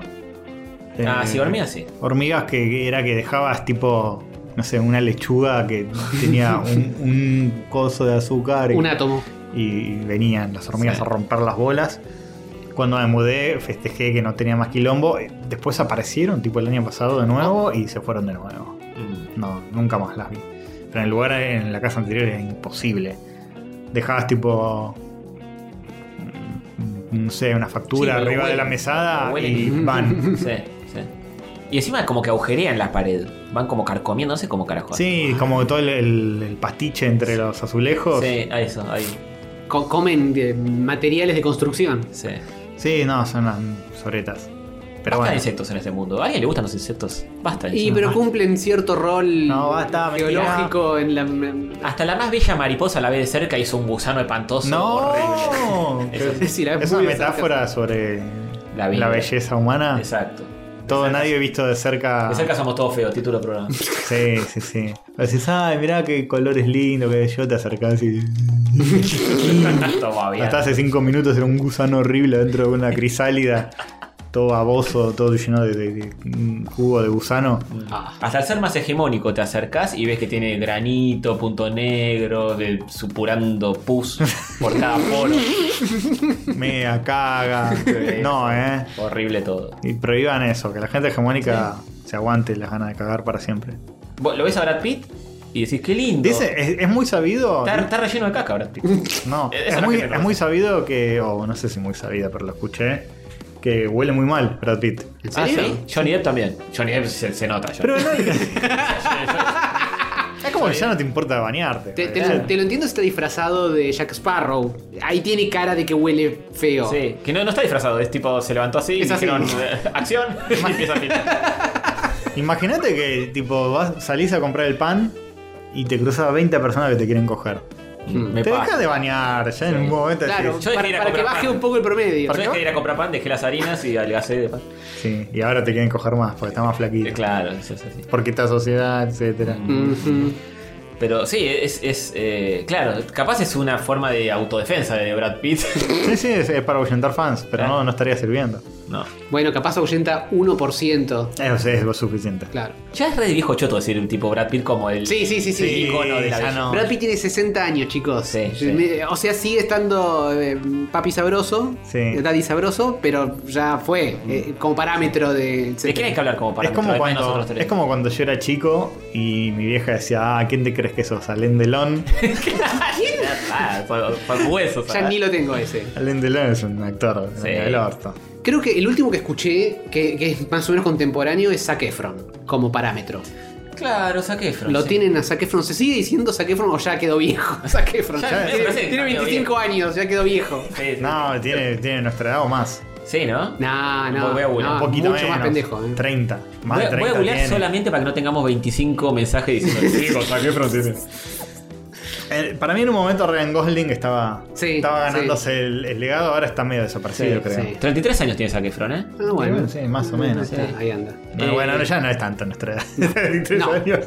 Ah, Eh, sí, hormigas sí. Hormigas que, que era que dejabas tipo, no sé, una lechuga que tenía un, un coso de azúcar y, Un átomo. y venían las hormigas Sí. a romper las bolas. Cuando me mudé, festejé que no tenía más quilombo. Después aparecieron, tipo el año pasado de nuevo, y se fueron de nuevo. Mm. No, nunca más las vi. Pero en el lugar, en la casa anterior, era imposible. Dejabas tipo. mm, No sé, una factura Sí, lo arriba de huelen. la mesada Lo huelen. y van. Sí, sí. Y encima como que agujerean la pared. Van como carcomiendo, no sé cómo carajo. Sí, como todo el, el- el pastiche entre los azulejos. Sí, Sí, a eso, ahí. Co- comen de materiales de construcción. Sí. no, son las soretas. Pero Basta bueno. de insectos en este mundo. ¿A alguien le gustan los insectos? Basta. de Y insectos. pero cumplen cierto rol No, basta, mentira. biológico en la. Hasta la más bella mariposa la ve de cerca hizo un gusano espantoso. horrible. ¡No! Eso Que- sí, la ves es muy una de cerca. metáfora sobre La la, vida. belleza humana. Exacto. Todo nadie visto de cerca. De cerca somos todos feos, título del programa. Sí, sí, sí. Decís, ay, mirá qué color es lindo, que yo te acercás y. Toma, bien. Hasta hace cinco minutos era un gusano horrible dentro de una crisálida, todo baboso, todo lleno de, de- de un jugo de gusano. Ah, Hasta el ser más hegemónico te acercás y ves que tiene granito, punto negro, de, supurando pus por cada poro. Mea, caga. Sí. No, eh. Horrible todo. Y prohíban eso, que la gente hegemónica se aguante las ganas de cagar para siempre. Vos lo ves a Brad Pitt y decís, qué lindo. Dice, es, es muy sabido. está, está relleno de caca Brad Pitt. No, Eso es no muy, genera es muy sabido que. O no sé si muy sabido, pero lo escuché. Que huele muy mal Brad Pitt. ¿En Ah, serio? sí. Johnny Depp también. Johnny Depp se, se nota. Johnny. Pero no. es como que ya no te importa bañarte. Te, te ¿verdad? lo, te lo entiendo si está disfrazado de Jack Sparrow. Ahí tiene cara de que huele feo. Sí, que no, no está disfrazado, es tipo, se levantó así, Es así. dijeron, eh, acción, y empieza a pintar. Imagínate que tipo vas, salís a comprar el pan y te cruzas a 20 personas que te quieren coger. Me te pasa. dejas de bañar, ya en un momento Claro, decís, Yo para, dejé ir a para que comprar baje pan. un poco el promedio. Yo dejé de ir a comprar pan, dejé las harinas y adelgacé de pan. sí, y ahora te quieren coger más porque está más flaquito. Eh, Claro, Mm. eso es así. Porque esta sociedad, etcétera. Ujú. Pero sí, es, es eh, claro, capaz es una forma de autodefensa de Brad Pitt. Sí, sí, es, es para ahuyentar fans, pero Claro. no, no estaría sirviendo. no. Bueno, capaz ahuyenta 1%. Eso es lo suficiente. Claro. Ya es re viejo choto decir un tipo Brad Pitt como el Sí, sí, sí, sí. Sí, icono de la ya no. Brad Pitt tiene 60 años, chicos. Sí, sí. Me- O sea, sigue estando eh, papi sabroso, Sí. Mm. daddy sabroso, pero ya fue eh, como parámetro de. ¿De quién hay que hablar como para Es como, nosotros cuando, tres? es como cuando yo era chico y mi vieja decía, ah, ¿quién te crees que sos? Alain Delon. Ah, son- son huesos. Ya ah. ni lo tengo ese. Alain Delon es un actor Sí. del orto. Creo que el último que escuché, que, que es más o menos contemporáneo, es Zac Efron como parámetro. Claro, saqué Efron. Lo sí. tienen a Zac Efron. ¿Se sigue diciendo Zac Efron o ya quedó viejo? Zac Efron. Ya, me tiene, parece que tiene quedó 25 años, ya quedó viejo. Sí, sí. No, tiene, tiene nuestra edad o más. Sí, ¿no? No, no. Voy a googlear no, Un poquito Ah, mucho menos. más pendejo. eh. 30. Más de voy, a- voy 30. a googlear tiene. solamente para que no tengamos 25 mensajes diciendo. Sí, con Zac Efron tiene. Eh, para mí en un momento Ryan Gosling estaba, Sí, estaba ganándose el, el legado, ahora está medio desaparecido, Sí, creo. sí. 33 años tiene Zac Efron, ¿eh? Ah, bueno. Sí, más o menos. Ahí está, ahí anda. No, Eh, bueno, ya no es tanto nuestra edad. 33 No. años.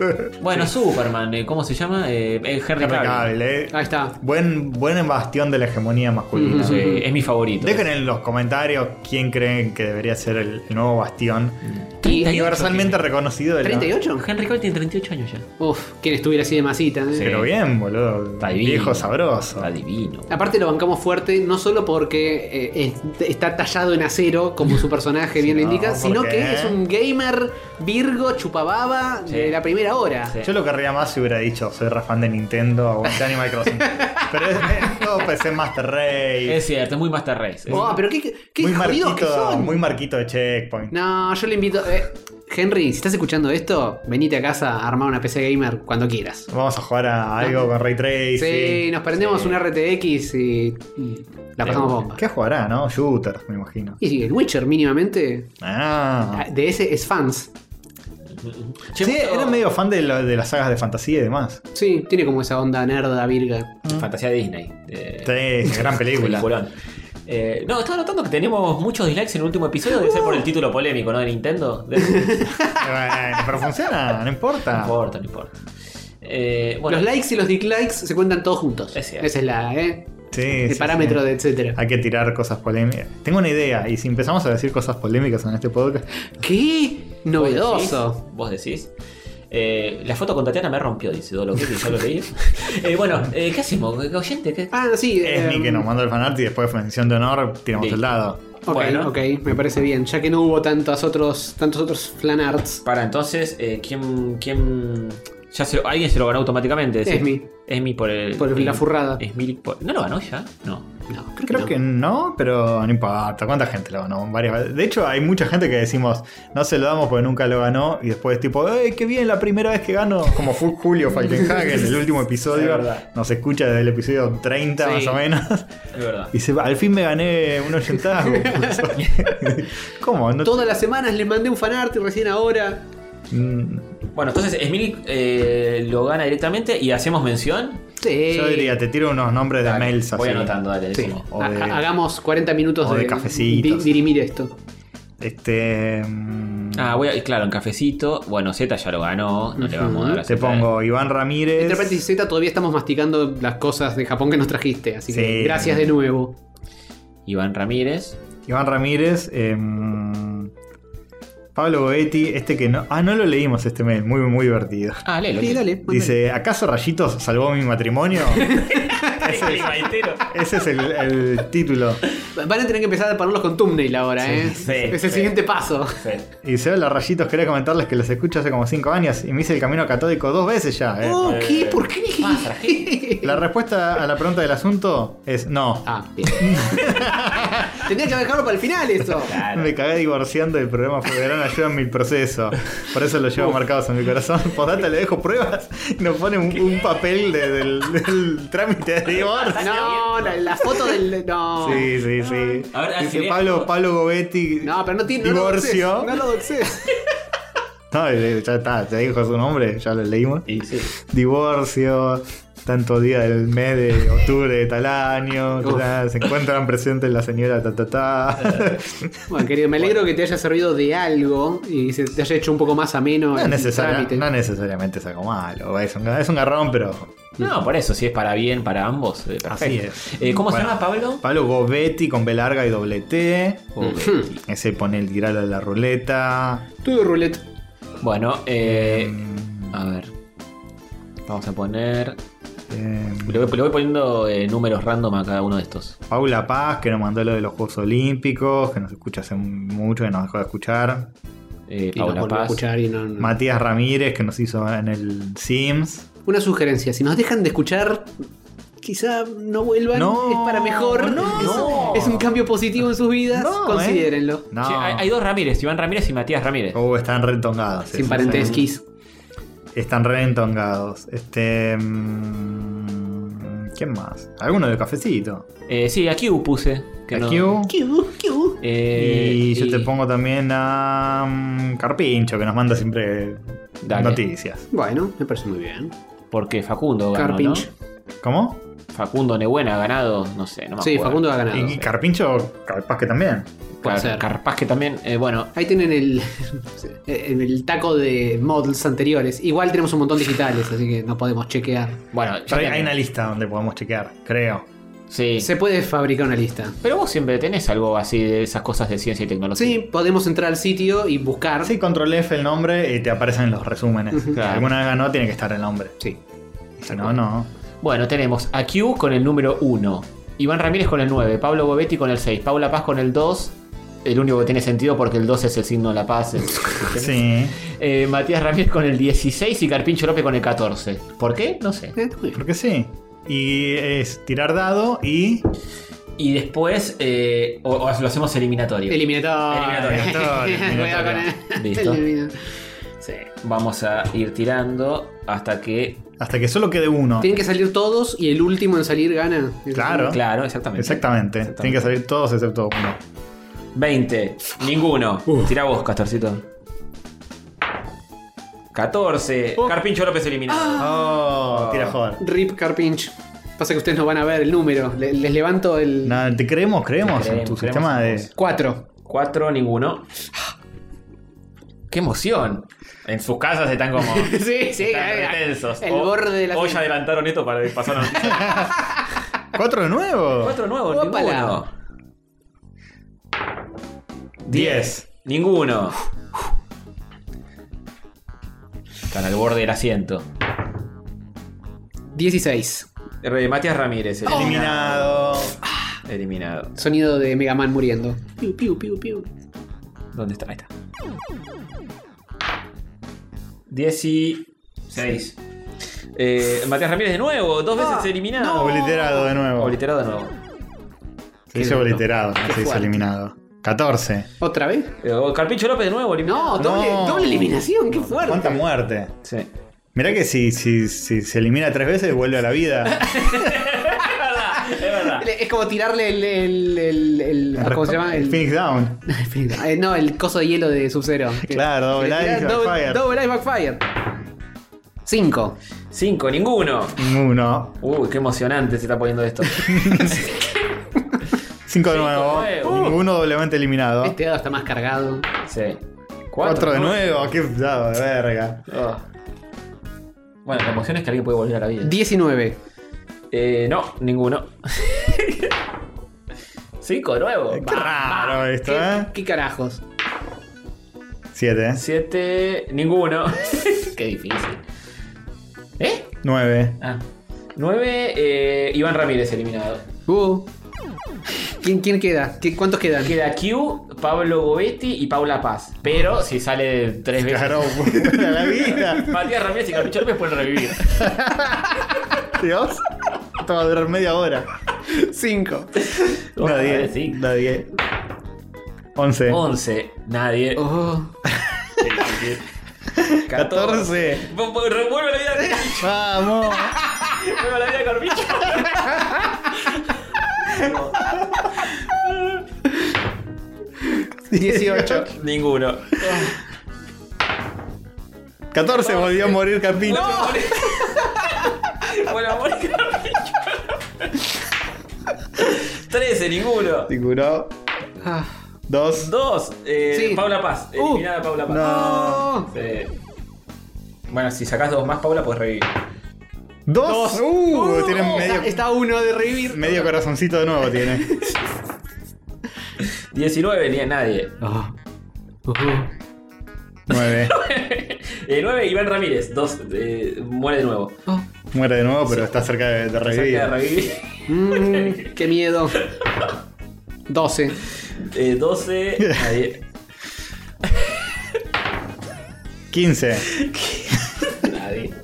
Bueno, Superman, eh, ¿cómo se llama? Eh, eh, Henry Cavill. Impecable, eh. Ahí está. Buen, buen bastión de la hegemonía masculina. Ujú. Sí, es mi favorito. Dejen en los comentarios quién creen que debería ser el, el nuevo bastión Y- 38 universalmente reconocido de la- ¿38? Henry Cavill tiene 38 años ya. Uf, quien estuviera así de masita. eh. Sí. Pero bien, boludo. Está divino. Viejo sabroso. Está divino. Aparte lo bancamos fuerte, no solo porque eh, es- está tallado en acero, como su personaje bien lo no, indica, sino porque- que es un gamer virgo chupababa Sí. de la primera hora. Sí. Yo lo querría más si hubiera dicho, soy re fan de Nintendo, aguanté Animal Crossing. Pero es, es todo PC Master Race. Es cierto, es muy Master Race. Es- Oh, pero qué, qué muy jodidos marquito, que son. muy marquito de checkpoint. No, yo le invito... eh, Henry, si estás escuchando esto, venite a casa a armar una PC gamer cuando quieras. Vamos a jugar a algo con Ray Tracing. Sí, nos prendemos un RTX y, y la pasamos bomba. ¿Qué jugará, no? Shooters, me imagino. Y sí, el Witcher mínimamente, Ah. de ese es fans. Che, Sí, mucho- era medio fan de, lo- de las sagas de fantasía y demás. Sí, tiene como esa onda nerda, virga. Fantasía Disney. Eh, Sí, gran película. peliculón. Eh, no, estaba notando que tenemos muchos dislikes en el último episodio, debe ser por el título polémico, ¿no? De Nintendo. De- Bueno, pero funciona, no No importa. importa, no importa. Eh, bueno, los likes y los dislikes se cuentan todos juntos. Es cierto. Esa es la, ¿eh? Sí, El sí, parámetro sí. de etcétera. Hay que tirar cosas polémicas. Tengo una idea, y si empezamos a decir cosas polémicas en este podcast, vos ¡Qué decís- novedoso! Vos decís. Eh, la foto con Tatiana me rompió, dice Dolo, que ya lo leí. Eh, bueno, eh, ¿qué hacemos? Oyente, ¿qué? Ah, sí. es Eh, em, ni que nos mandó el fanart y después, por mención de honor, tiramos Sí. el dado. Ok, Bueno. ok, me parece bien. Ya que no hubo tantos otros, tantos otros flanarts. Para entonces, eh, ¿quién, quién ya se lo- alguien se lo ganó automáticamente? decís? Esmi. Esmi por el. Por la furrada. Esmi por- ¿No lo ganó ya? No. No, Creo que no, pero no importa. ¿Cuánta gente lo ganó? Varias veces. De hecho, hay mucha gente que decimos, no se lo damos porque nunca lo ganó. Y después, tipo, ¡ay, qué bien! La primera vez que gano. Como fue Julio Falkenhagen, el último episodio. Es verdad. Nos escucha desde el episodio 30, Sí. más o menos. Es verdad. Y dice, al fin me gané un ochentavo. ¿Cómo? No- Todas las semanas les mandé un fanart y recién ahora. Mm, Bueno, entonces Esmili eh, lo gana directamente y hacemos mención. Sí. Yo diría, te tiro unos nombres de Eh, Dale, mails así. Voy anotando, dale. Sí. decimos. o Ha- de- ha- hagamos 40 minutos o de de, cafecitos. di- dirimir esto. Este. mm, Ah, voy a, claro, en cafecito. Bueno, Z ya lo ganó. No le vamos a dar a te Zeta, pongo Iván Ramírez. Entre paréntesis Z, todavía estamos masticando las cosas de Japón que nos trajiste, así que Sí. gracias de nuevo. eh. Iván Ramírez. Iván Ramírez, em, Pablo Goetti, este que no. Ah, no lo leímos este mail, muy, muy divertido. Ah, léelo. Sí, léelo. dale. mándale. Dice: ¿Acaso Rayitos salvó mi matrimonio? ese, es, ese es el, el título. Van a tener que empezar a ponerlos con thumbnail ahora, ¿eh? sí, es sí. el siguiente paso. Sí. Y dice: Hola Rayitos, quería comentarles que los escucho hace como 5 años y me hice el camino catódico dos veces ya. eh. Oh, ¿qué? ¿Por Ah, Pasa, qué? La respuesta a la pregunta del asunto es no. Ah, bien. Tenía que haber dejado para el final eso. Claro. Me cagué divorciando del programa fue verano, ayuda en mi proceso. Por eso lo llevo marcados en mi corazón. Postdata le dejo pruebas y nos pone un, un papel de- del, del trámite de divorcio. No, la, la foto del. No. Sí, sí, sí. A ver, Dice Ángel, Pablo, esto- Pablo Gobetti. No, pero no tiene. no lo doxes, divorcio. No lo doxes. No, eh, ya está, te dijo su nombre, ya lo leímos. Y sí. Divorcio, tanto día del mes de octubre de tal año, ta, se encuentran presentes la señora ta ta Eh, ta. Bueno, querido, me alegro que te haya servido de algo y se te haya hecho un poco más ameno No, el necesaria- trámite. no necesariamente es algo malo, es un, es un garrón, pero No, por eso, si es para bien, para ambos. eh, perfecto. Así es. Eh, ¿Cómo Bueno. se llama, Pablo? Pablo Gobetti con B larga y doble T. Ujú. Ese pone el tirar a la ruleta. Hmm. Tú de roulette. Bueno, eh, Mm, a ver. Vamos a poner. eh, Le voy, le voy poniendo eh, números random a cada uno de estos. Paula Paz, que nos mandó lo de los Juegos Olímpicos, que nos escucha hace mucho, que nos dejó de escuchar. Eh, Y Paula nos volvió a Paz. Ah, escuchar y no- no. Matías Ramírez, que nos hizo en el Sims. Una sugerencia, si nos dejan de escuchar, quizá no vuelvan, No, es para mejor, no. es, es un cambio positivo en sus vidas, No, ¿eh? considérenlo. No. Che, hay, hay dos Ramírez, Iván Ramírez y Matías Ramírez. Oh, están retongados. eh. Sin parentesquis. Están retongados. Este. mm, ¿Quién más? Alguno de cafecito. Eh, sí, a Q puse. que no- Aquí hubo. Q, Q. Eh, Y yo te pongo también a mm, Carpincho, que nos manda siempre Dale. noticias. Bueno, me parece muy bien. Porque Facundo ganó, ¿no? Carpinch. ¿Cómo? Facundo Nebuena ha ganado, no sé, no me Sí, acuerdo. Facundo ha ganado. Y Carpincho, capaz que también. puede Car- ser. Carpaz que también, eh, bueno, Ahí tienen el, en el taco de models anteriores. Igual tenemos un montón digitales, así que no podemos chequear. bueno, ya Pero hay- te- hay una lista donde podemos chequear, creo. sí. Se puede fabricar una lista. Pero vos siempre tenés algo así de esas cosas de ciencia y tecnología. Sí, podemos entrar al sitio y buscar. Sí, control F el nombre y te aparecen los resúmenes. Si Claro. alguna vez ganó, tiene que estar el nombre. Sí. Si no, no. Bueno, tenemos a Q con el número 1, Iván Ramírez con el 9, Pablo Bobetti con el 6, Paula Paz con el 2, el único que tiene sentido porque el 2 es el signo de la paz. el- Sí. Eh, Matías Ramírez con el 16 y Carpincho López con el 14. ¿Por qué? No sé. Eh, está muy bien. Porque sí. Y es tirar dado y. Y después, eh, o, o lo hacemos eliminatorio. Eliminatorio. Eliminatorio, Cuidado con eliminatorio. el- Listo. eliminatorio. Sí. Vamos a ir tirando hasta que. Hasta que solo quede uno. Tienen que salir todos y el último en salir gana. Claro. Claro, exactamente. Exactamente. Exactamente. Tienen que salir todos excepto uno. 20. Ninguno. Uf. Tira vos, Castorcito. 14. Oh. Carpincho López eliminado. Oh, tira joder. Rip Carpinch. Pasa que ustedes no van a ver el número. Le- les levanto el No, te creemos, creemos, Te en tu creemos, sistema creemos en de. 4. 4, ninguno. ¡Qué emoción! En sus casas están como. sí, sí. están eh, re tensos. El O- borde de la. Hoy ya adelantaron esto para pasar a noticias. ¿Cuatro de nuevo? Cuatro nuevos, Ópala. ninguno. Diez. Ninguno. Están al borde del asiento. 16. Re- Matías Ramírez, eliminado. Eliminado. eliminado. Sonido de Mega Man muriendo. Piu, piu, piu, piu. ¿Dónde está? Ahí está. 16. Eh, Matías Ramírez de nuevo, dos veces eliminado. Obliterado de nuevo. Obliterado de nuevo. se dice duro. obliterado, no se dice fuerte. eliminado. 14. ¿Otra vez? Eh, o Carpicho López de nuevo, eliminado. No, doble, No. doble eliminación. Qué fuerte. ¿Cuánta muerte? Sí. Mirá que si, si, si se elimina tres veces, vuelve a la vida. Es verdad, es verdad. Es como tirarle el. el, el, el- ¿Cómo se llama? El, Phoenix Down. Eh, no, el coso de hielo de Sub-Zero. Claro, Double Que le Ice tiran Backfire. Double Ice Backfire. 5. Cinco, ninguno. Ninguno. Uy, qué emocionante se está poniendo esto. Cinco de Cinco nuevo. de nuevo. Ninguno doblemente eliminado. Este dado está más cargado. Sí. Cuatro de ¿no? nuevo. Qué dado de verga. Ah. Bueno, la emoción es que alguien puede volver a la vida. 19. Eh, no, ninguno. Cinco de nuevo. Qué Va, raro va. esto, ¿Qué, ¿eh? qué carajos? Siete. Siete, ninguno. qué difícil. ¿Eh? Nueve. Ah. Nueve, eh, Iván Ramírez eliminado. Uh. ¿Quién, quién queda? ¿Qué- ¿Cuántos quedan? Queda Q, Pablo Gobetti y Paula Paz. Pero si sale tres veces. Claro, vuelve a la vida. Matías Ramírez y Carpicho López pueden revivir. Dios. Esto va a durar media hora. 5. No, Ah, diez. sí. No, diez. 11. Oh, 11. Nadie. Oh. 14. Revuelve la vida de Vamos. Revuelve la vida de Corpicho. Ninguno. 14 volvió a morir Capito. Bueno, amor Corpicho. 13, ninguno. Se curó. Ah. 2. 2. Sí. eh, Paula Paz. Uh. Eliminada Paula Paz. No. Sí. Bueno, si sacás dos más, Paula, puedes revivir. 2. Uh, Oh, tiene está, medio, está a uno de revivir. medio corazoncito de nuevo. Tiene. 19, ni a nadie. Oh. Uh. 9. Eh, 9, Iván Ramírez. 2, muere de nuevo. Oh. Muere de nuevo, pero está cerca de, de revivir. Saca de revivir. Mm, qué miedo. 12. Eh, 12, nadie. 15. nadie.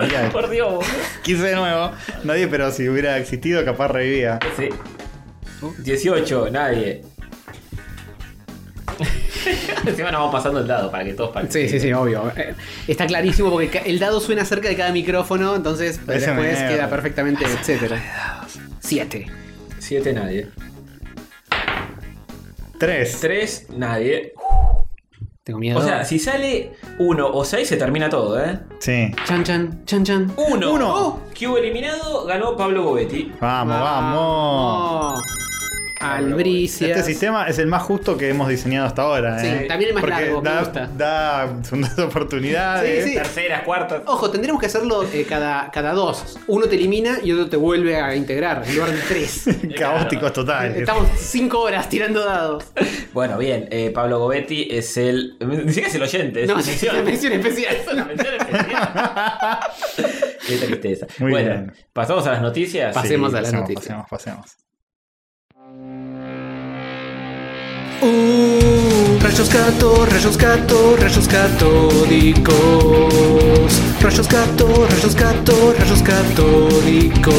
Mirá, Por Dios. boludo. 15 de nuevo. Nadie, pero si hubiera existido, capaz revivía. Sí. 18, nadie. Encima nos vamos pasando el dado para que todos Sí, parezcan. sí, sí, obvio. Eh, Está clarísimo porque ca- el dado suena cerca de cada micrófono, entonces Ese después me- queda perfectamente, etcétera. 7. 7, nadie. 3. 3, nadie. Tengo miedo. O sea, si sale 1 o 6, se termina todo, ¿eh? Sí. Chan, chan, chan, chan. 1. Uno. Que hubo eliminado, ganó Pablo Gobetti. Vamos, vamos. Albricias. Este sistema es el más justo que hemos diseñado hasta ahora. Sí, ¿eh? también el más Porque largo, me Da, gusta. da segundas oportunidades. Sí, sí. Terceras, cuartas. Ojo, tendremos que hacerlo eh, cada, cada dos. Uno te elimina y otro te vuelve a integrar en lugar de tres. Eh, Caóticos totales. Estamos cinco horas tirando dados. Bueno, bien, eh, Pablo Gobetti es el. Ni siquiera es el oyente, es No, una es una mención. mención Una especial. mención especial. Qué tristeza. Muy bueno, bien. pasamos a las noticias. Pas- pasemos a las pasemos, noticias. Pasemos, pasemos. Uh, Rayos gato, rayos gato, rayos catódicos. Rayos gato, rayos gato, rayos catódicos.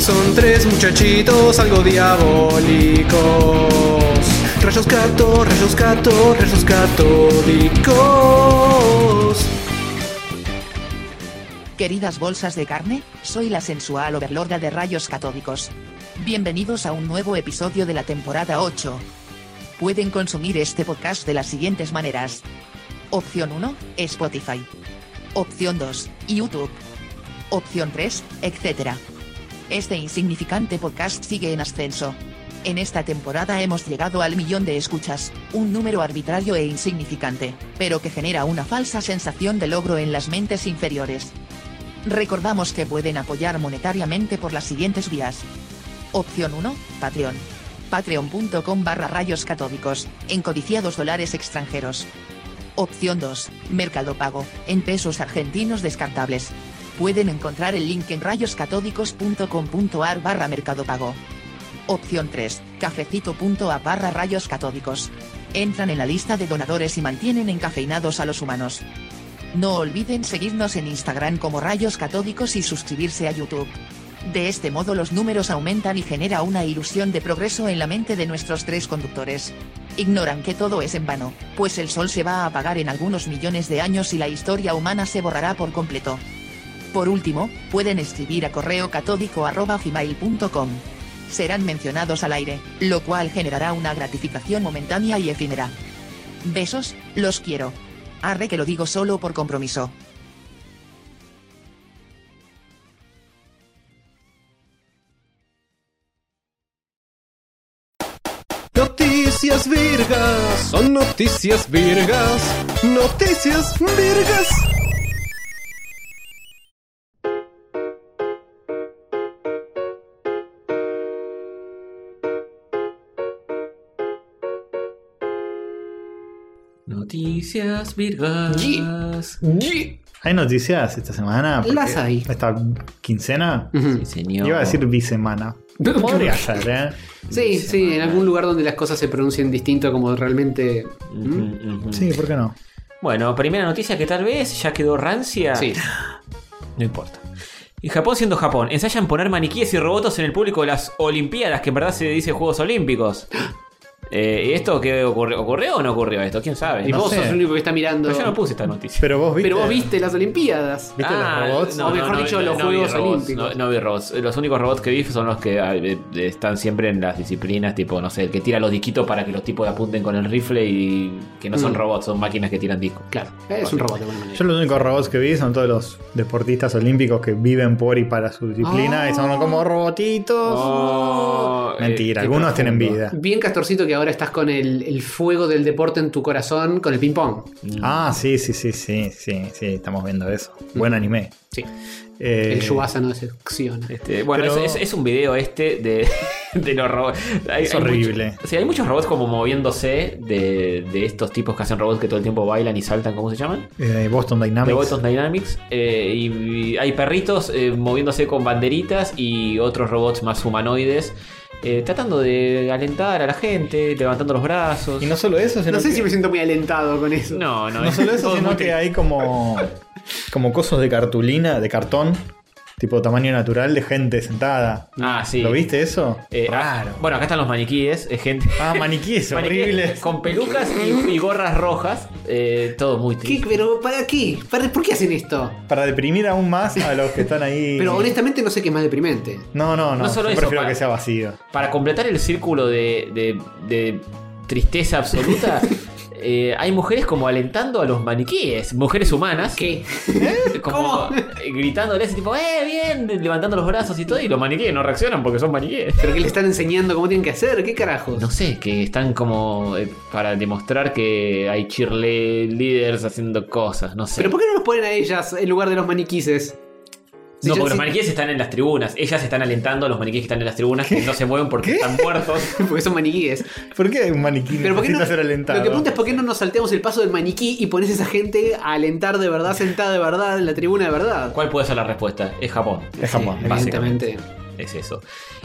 Son tres muchachitos algo diabólicos. Rayos gato, rayos gato, rayos catódicos. Queridas bolsas de carne, soy la sensual overlorda de rayos catódicos. Bienvenidos a un nuevo episodio de la temporada 8. Pueden consumir este podcast de las siguientes maneras. Opción 1, Spotify. Opción 2, YouTube. Opción 3, etc. Este insignificante podcast sigue en ascenso. En esta temporada hemos llegado al millón de escuchas, un número arbitrario e insignificante, pero que genera una falsa sensación de logro en las mentes inferiores. Recordamos que pueden apoyar monetariamente por las siguientes vías. Opción 1, Patreon. Patreon.com barra rayos catódicos, en codiciados dólares extranjeros. Opción 2, Mercado Pago, en pesos argentinos descartables. Pueden encontrar el link en rayoscatódicos.com.ar barra Mercado Pago. Opción 3, cafecito.a barra rayos catódicos. Entran en la lista de donadores y mantienen encafeinados a los humanos. No olviden seguirnos en Instagram como Rayos Catódicos y suscribirse a YouTube. De este modo los números aumentan y genera una ilusión de progreso en la mente de nuestros tres conductores. Ignoran que todo es en vano, pues el sol se va a apagar en algunos millones de años y la historia humana se borrará por completo. Por último, pueden escribir a correo catódico.gmail.com. Serán mencionados al aire, lo cual generará una gratificación momentánea y efímera. Besos, los quiero. Arre que lo digo solo por compromiso. Noticias virgas, son noticias virgas, noticias virgas. Noticias Virgas. Hay noticias esta semana. Porque Las hay. Esta quincena. Ujú. Sí, señor. Iba a decir bisemana. Podría ser, ¿eh? Sí, sí, en algún lugar donde las cosas se pronuncian distinto como realmente... Ujú, Mm. ujú. Sí, ¿por qué no? Bueno, primera noticia que tal vez ya quedó rancia. Sí. No importa. Y Japón siendo Japón, ensayan poner maniquíes y robots en el público de las Olimpiadas, que en verdad se dice Juegos Olímpicos. Eh, ¿Y esto qué ocurrió? ¿Ocurrió o no ocurrió esto? ¿Quién sabe? Y No vos sé. sos el único que está mirando. Pero yo no puse esta noticia. Ah, Pero vos viste. Pero vos viste las Olimpiadas. ¿Viste los robots? O mejor vi- dicho, los vi Juegos robots, Olímpicos. No, no vi robots. Los únicos robots que vi son los que ah, eh, están siempre en las disciplinas, tipo, no sé, el que tira los disquitos para que los tipos apunten con el rifle y que no son Mm. robots, son máquinas que tiran discos. Claro, es un robot de alguna manera. Yo los únicos robots que vi son todos los deportistas olímpicos que viven por y para su disciplina y Ah. son como robotitos. Oh, eh, Mentira, qué algunos tienen profundo. vida. Bien, Castorcito, que ahora estás con el, el fuego del deporte en tu corazón, con el ping-pong. Ah, sí, sí, sí, sí, sí, sí, estamos viendo eso. Buen anime. Mm. Sí. Eh, El Yuasa no decepciona. Este, bueno, Pero- es, es- es un video este de, de los robots. Hay- Es hay horrible. mucho- sí, hay muchos robots como moviéndose de, de estos tipos que hacen robots que todo el tiempo bailan y saltan, ¿cómo se llaman? eh, Boston De Dynamics. Boston Dynamics. eh, y, y hay perritos eh, moviéndose con banderitas y otros robots más humanoides. eh, tratando de alentar a la gente, levantando los brazos. Y no solo eso, sino No sé que, si me siento muy alentado con eso. no, no, no es- solo eso, todo muy sino que triste. hay como, como cosas de cartulina, de cartón, tipo tamaño natural de gente sentada. Ah, sí. ¿Lo viste eso? Eh, Raro. ah, bueno, acá están los maniquíes, es gente. Ah, maniquíes Maniquíes horribles. Con pelucas y, y gorras rojas. eh, todo muy ¿Qué? triste. ¿Pero para qué? ¿Para- ¿Por qué hacen esto? Para deprimir aún más a los que están ahí. Pero este- honestamente no sé qué es más deprimente. No, no, no. No solo yo eso, prefiero para- que sea vacío. Para completar el círculo de, de- de tristeza absoluta, eh, hay mujeres como alentando a los maniquíes, mujeres humanas. ¿Eh? ¿Qué? Como gritándoles, tipo, ¡eh, bien! Levantando los brazos y todo, y los maniquíes no reaccionan porque son maniquíes. ¿Pero qué le están enseñando? ¿Cómo tienen que hacer? ¿Qué carajos? No sé, que están como eh, para demostrar que hay cheerleaders haciendo cosas, no sé. ¿Pero por qué no nos ponen a ellas en lugar de los maniquises? Si no, ya- porque los si- maniquíes están en las tribunas. Ellas están alentando a los maniquíes que están en las tribunas, que no se mueven porque están muertos. Porque son maniquíes. ¿Por qué hay un maniquí Pero ¿por qué necesita no, ser alentado? Lo que apunta es por qué no nos salteamos el paso del maniquí y pones a esa gente a alentar de verdad, sentada de verdad, en la tribuna de verdad. ¿Cuál puede ser la respuesta? Es Japón. Es Japón. Sí, evidentemente. Es eso.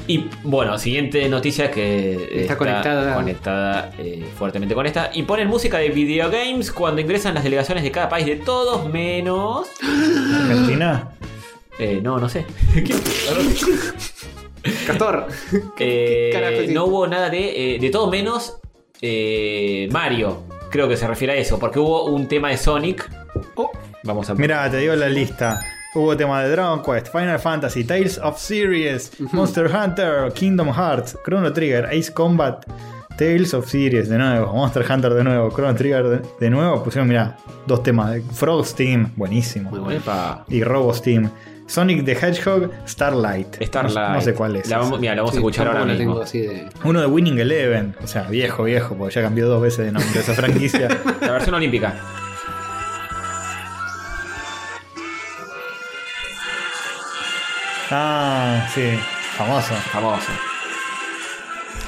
Y bueno, siguiente noticia que eh, Está conectada. conectada, eh, fuertemente con esta. Y ponen música de videogames cuando ingresan las delegaciones de cada país, de todos menos. Argentina. Eh, no, no sé. Castor. Eh, carajo es no esto? hubo nada de. eh, de todo menos eh, Mario. Creo que se refiere a eso, porque hubo un tema de Sonic. Oh, Vamos a Mira, te digo la lista. Hubo tema de Dragon Quest, Final Fantasy, Tales of Series, Monster Hunter, Kingdom Hearts, Chrono Trigger, Ace Combat, Tales of Series de nuevo, Monster Hunter de nuevo, Chrono Trigger de, de nuevo. Pusieron, mira, dos temas de Frog Team, buenísimo. Muy bueno. Epa. Y Robo Steam. Sonic the Hedgehog, Starlight. Starlight. No, no sé cuál es. La vamos, ese. mira, la vamos sí, a escuchar tampoco ahora la tengo mismo. así de. Uno de Winning Eleven. O sea, viejo, viejo, porque ya cambió dos veces de nombre esa franquicia. La versión olímpica. ah, sí. Famoso. Famoso.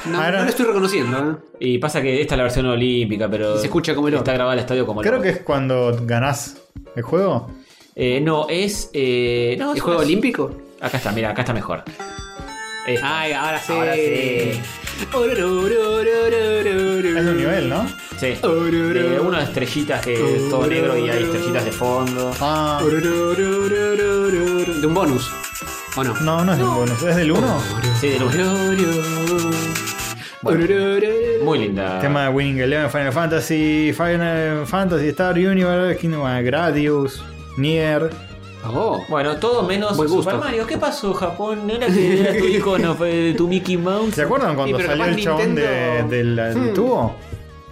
No, Ahora- no lo estoy reconociendo, ¿eh? Y pasa que esta es la versión olímpica, pero. Y se escucha como el Está orto. grabada al estadio como el Creo orto. que es cuando ganás el juego. Eh, no, es. Eh, no, ¿El es juego una- olímpico? Acá está, mira, acá está mejor. Esta. Ay, ahora sí. Ahora sí. Es un nivel, ¿no? Sí. De unas estrellitas que es todo negro y hay estrellitas de fondo. Ah, De un bonus. ¿O no? no, no es de un bonus. ¿Es del 1? Sí, de luz. Muy linda. Tema de Winning Eleven, Final Fantasy, Final Fantasy, Star Universe, Kingdom Hearts, Gradius, Nier. Oh. Bueno, todo menos Buen gusto. Super Mario. ¿Qué pasó, Japón? ¿No era que era tu icono, fue tu Mickey Mouse? ¿Se acuerdan cuando Sí, pero salió capaz el chabón de- Nintendo- Hmm. del del tubo?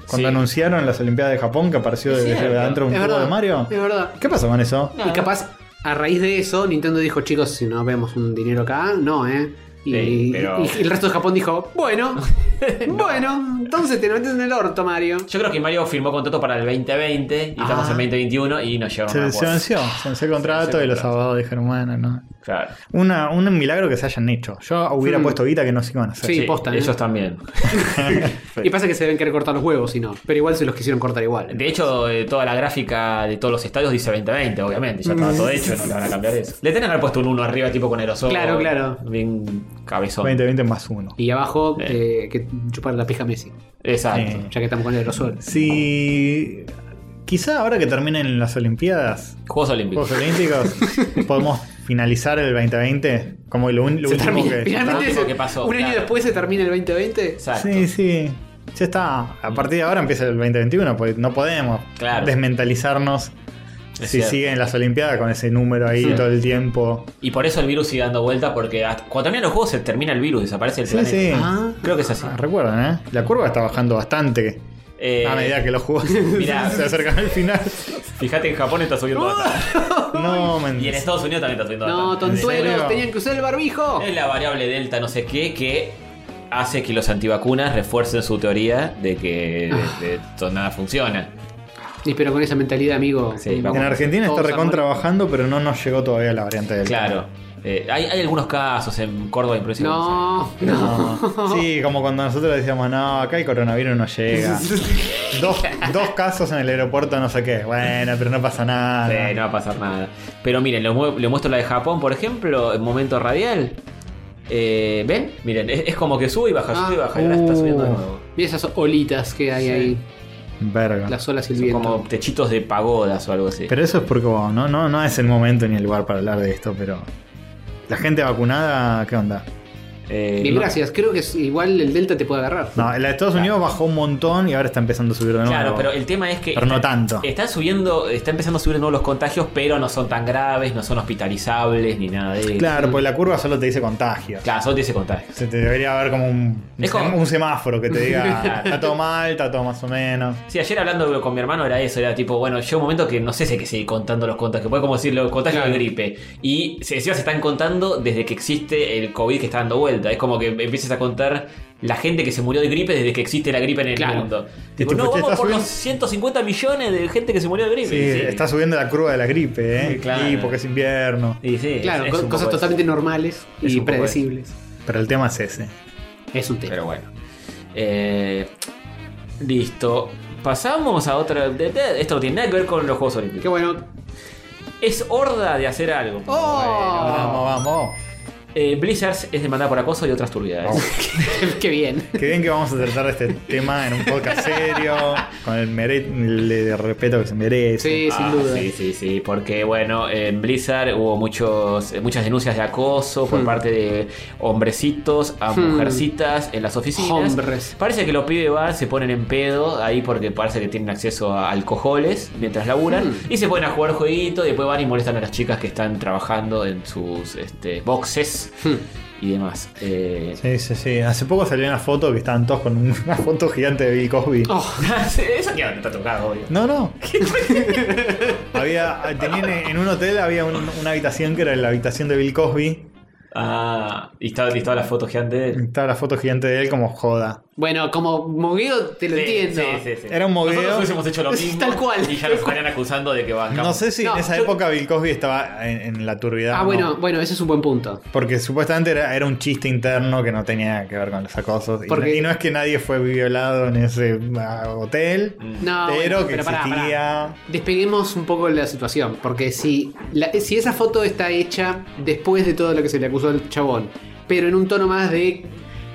Cuando Sí. anunciaron las Olimpiadas de Japón que apareció Es desde cierto. adentro un Es tubo verdad. de Mario. Es verdad. ¿Qué pasó con eso? Y capaz, a raíz de eso, Nintendo dijo, chicos, si no vemos un dinero acá, no, ¿eh? Y, Sí, pero- y el resto de Japón dijo, bueno, bueno, entonces te lo metes en el orto, Mario. Yo creo que Mario firmó contrato para el 2020 y estamos Ah. en 2021 y nos llevaron Se, a un se acuerdo. venció, se venció el contrato venció el y los contrato. abogados dijeron, bueno, no. Claro. Una, un milagro que se hayan hecho. Yo hubiera Mm. puesto guita que no se iban a hacer. Sí, posta, ¿eh? Ellos también. Y pasa que se deben querer cortar los huevos, si no. Pero igual se los quisieron cortar igual. De hecho, eh, toda la gráfica de todos los estadios dice 2020, obviamente. Ya Mm. estaba todo hecho, no le van a cambiar eso. Le tenían que haber puesto un 1 arriba, tipo con aerosol. Claro, claro. Bien cabezón. 2020 más uno. Y abajo, eh, que chupar la pija a Messi. Exacto. Sí. Ya que estamos con el aerosol. Si. Quizá ahora que terminen las Olimpiadas, Juegos Olímpicos. Juegos Olímpicos, podemos finalizar el 2020 como lo, un- lo Se último termina. que. Finalmente, Lo último se- que pasó, un año claro. después se termina el 2020. Exacto. Sí, sí. Ya está. A partir de ahora empieza el 2021, pues no podemos Claro. desmentalizarnos Es si cierto. siguen las Olimpiadas con ese número ahí Sí. todo el tiempo. Y por eso el virus sigue dando vuelta, porque hasta- cuando terminan los juegos se termina el virus, desaparece el Sí, planeta. sí. Ah. Creo que es así. Ah, Recuerden, ¿eh? La curva está bajando bastante Eh, a medida que los juegos mirá. se acercan al final. Fíjate que en Japón está Ah. subiendo bastante. No, Y en mentira. Estados Unidos también está subiendo No, bastante. serio? tontuelos, tenían que usar el barbijo. Es la variable delta, no sé qué, que hace que los antivacunas refuercen su teoría de que Ah. de- de- to- nada funciona. Y pero con esa mentalidad, amigo. Sí, En vamos. Argentina está Todos a recontrabajando, pero no nos llegó todavía la variante del Claro. Eh, hay, hay algunos casos en Córdoba y en Provincia de Buenos Aires. No, no. Sí, como cuando nosotros decíamos, no, acá el coronavirus no llega. dos, dos casos en el aeropuerto, no sé qué. Bueno, pero no pasa nada. Sí, no va a pasar nada. Pero miren, les, mue- les muestro la de Japón, por ejemplo, en momento radial. Eh, ¿Ven? Miren, es, es como que sube y baja, Ah. sube y baja. Y ahora está subiendo de Uh. nuevo. Mira esas olitas que hay Sí. ahí, Verga. las olas y el Son viento. como techitos de pagodas o algo así. Pero eso es porque, bueno, no, no, no es el momento ni el lugar para hablar de esto, pero. La gente vacunada, ¿qué onda? Eh, Bien, no- gracias. Creo que es- igual el Delta te puede agarrar. No, la de Estados Unidos bajó un montón y ahora está empezando a subir de nuevo. Claro, pero el tema es que. Pero no tanto. Están subiendo, está empezando a subir de nuevo los contagios, pero no son tan graves, no son hospitalizables ni nada de eso. Claro, pues la curva solo te dice contagio. Claro, solo te dice contagios. Se te debería ver como un, Es como- un semáforo que te diga, está todo mal, está todo más o menos. Sí, ayer hablando con mi hermano era eso, era tipo, bueno, llega un momento que no sé si hay que seguir contando los contagios, puede como decir los contagios de gripe. Y se, encima se están contando desde que existe el COVID que está dando vuelta. Es como que empiezas a contar la gente que se murió de gripe desde que existe la gripe en el Claro. mundo. Y Tipo, tipo, no, che, vamos está por los subiendo- 150 millones de gente que se murió de gripe. Sí, está subiendo la curva de la gripe, ¿eh? Sí, claro. Y porque es invierno. Y sí, claro, es- es co- un cosas poco eso. totalmente normales Es y un poco eso. predecibles. Pero el tema es ese. Es un tema. Pero bueno. Eh, listo. Pasamos a otra. de- de- Esto no tiene nada que ver con los Juegos Qué Olímpicos. bueno. Es horda de hacer algo. ¡Oh! Vamos, vamos. Eh, Blizzard es demandada por acoso y otras turbidades. Qué bien. Qué bien que vamos a tratar este tema en un podcast serio, con el, mere- el- el respeto que se merece. Sí, Ah, sin duda. Sí, sí, sí, porque bueno, en Blizzard hubo muchos, eh, muchas denuncias de acoso por Hmm. parte de hombrecitos a Hmm. mujercitas en las oficinas. Hombres. Parece que los pibes van, se ponen en pedo ahí porque parece que tienen acceso a alcoholes mientras laburan Hmm. y se ponen a jugar jueguito y después van y molestan a las chicas que están trabajando en sus este, boxes Hmm. y demás. Eh, Sí, sí, sí. Hace poco salió una foto que estaban todos con una foto gigante de Bill Cosby. Oh, Eso que ahora está tocado, obvio. No, no. había, tenían en en un hotel había un- una habitación que era la habitación de Bill Cosby. Ah, y estaba listada la foto gigante de y Estaba la foto gigante de él como joda. bueno, como mogueo te lo entiendo. Era un mogueo. Nosotros hubiésemos hecho lo Es mismo. tal cual. Y ya nos estarían acusando de que bancamos. No sé si No, en esa yo- época Bill Cosby estaba en, en la turbidad. Ah, o no. bueno, bueno, ese es un buen punto. Porque supuestamente era, era un chiste interno que no tenía que ver con los acosos. Y, Porque- no- y no es que nadie fue violado en ese ah, hotel, Mm. No, pero Ah, bueno, que pará, pará. existía. Despeguemos un poco la situación, porque si, la- si esa foto está hecha después de todo lo que se le acusó al chabón, pero en un tono más de,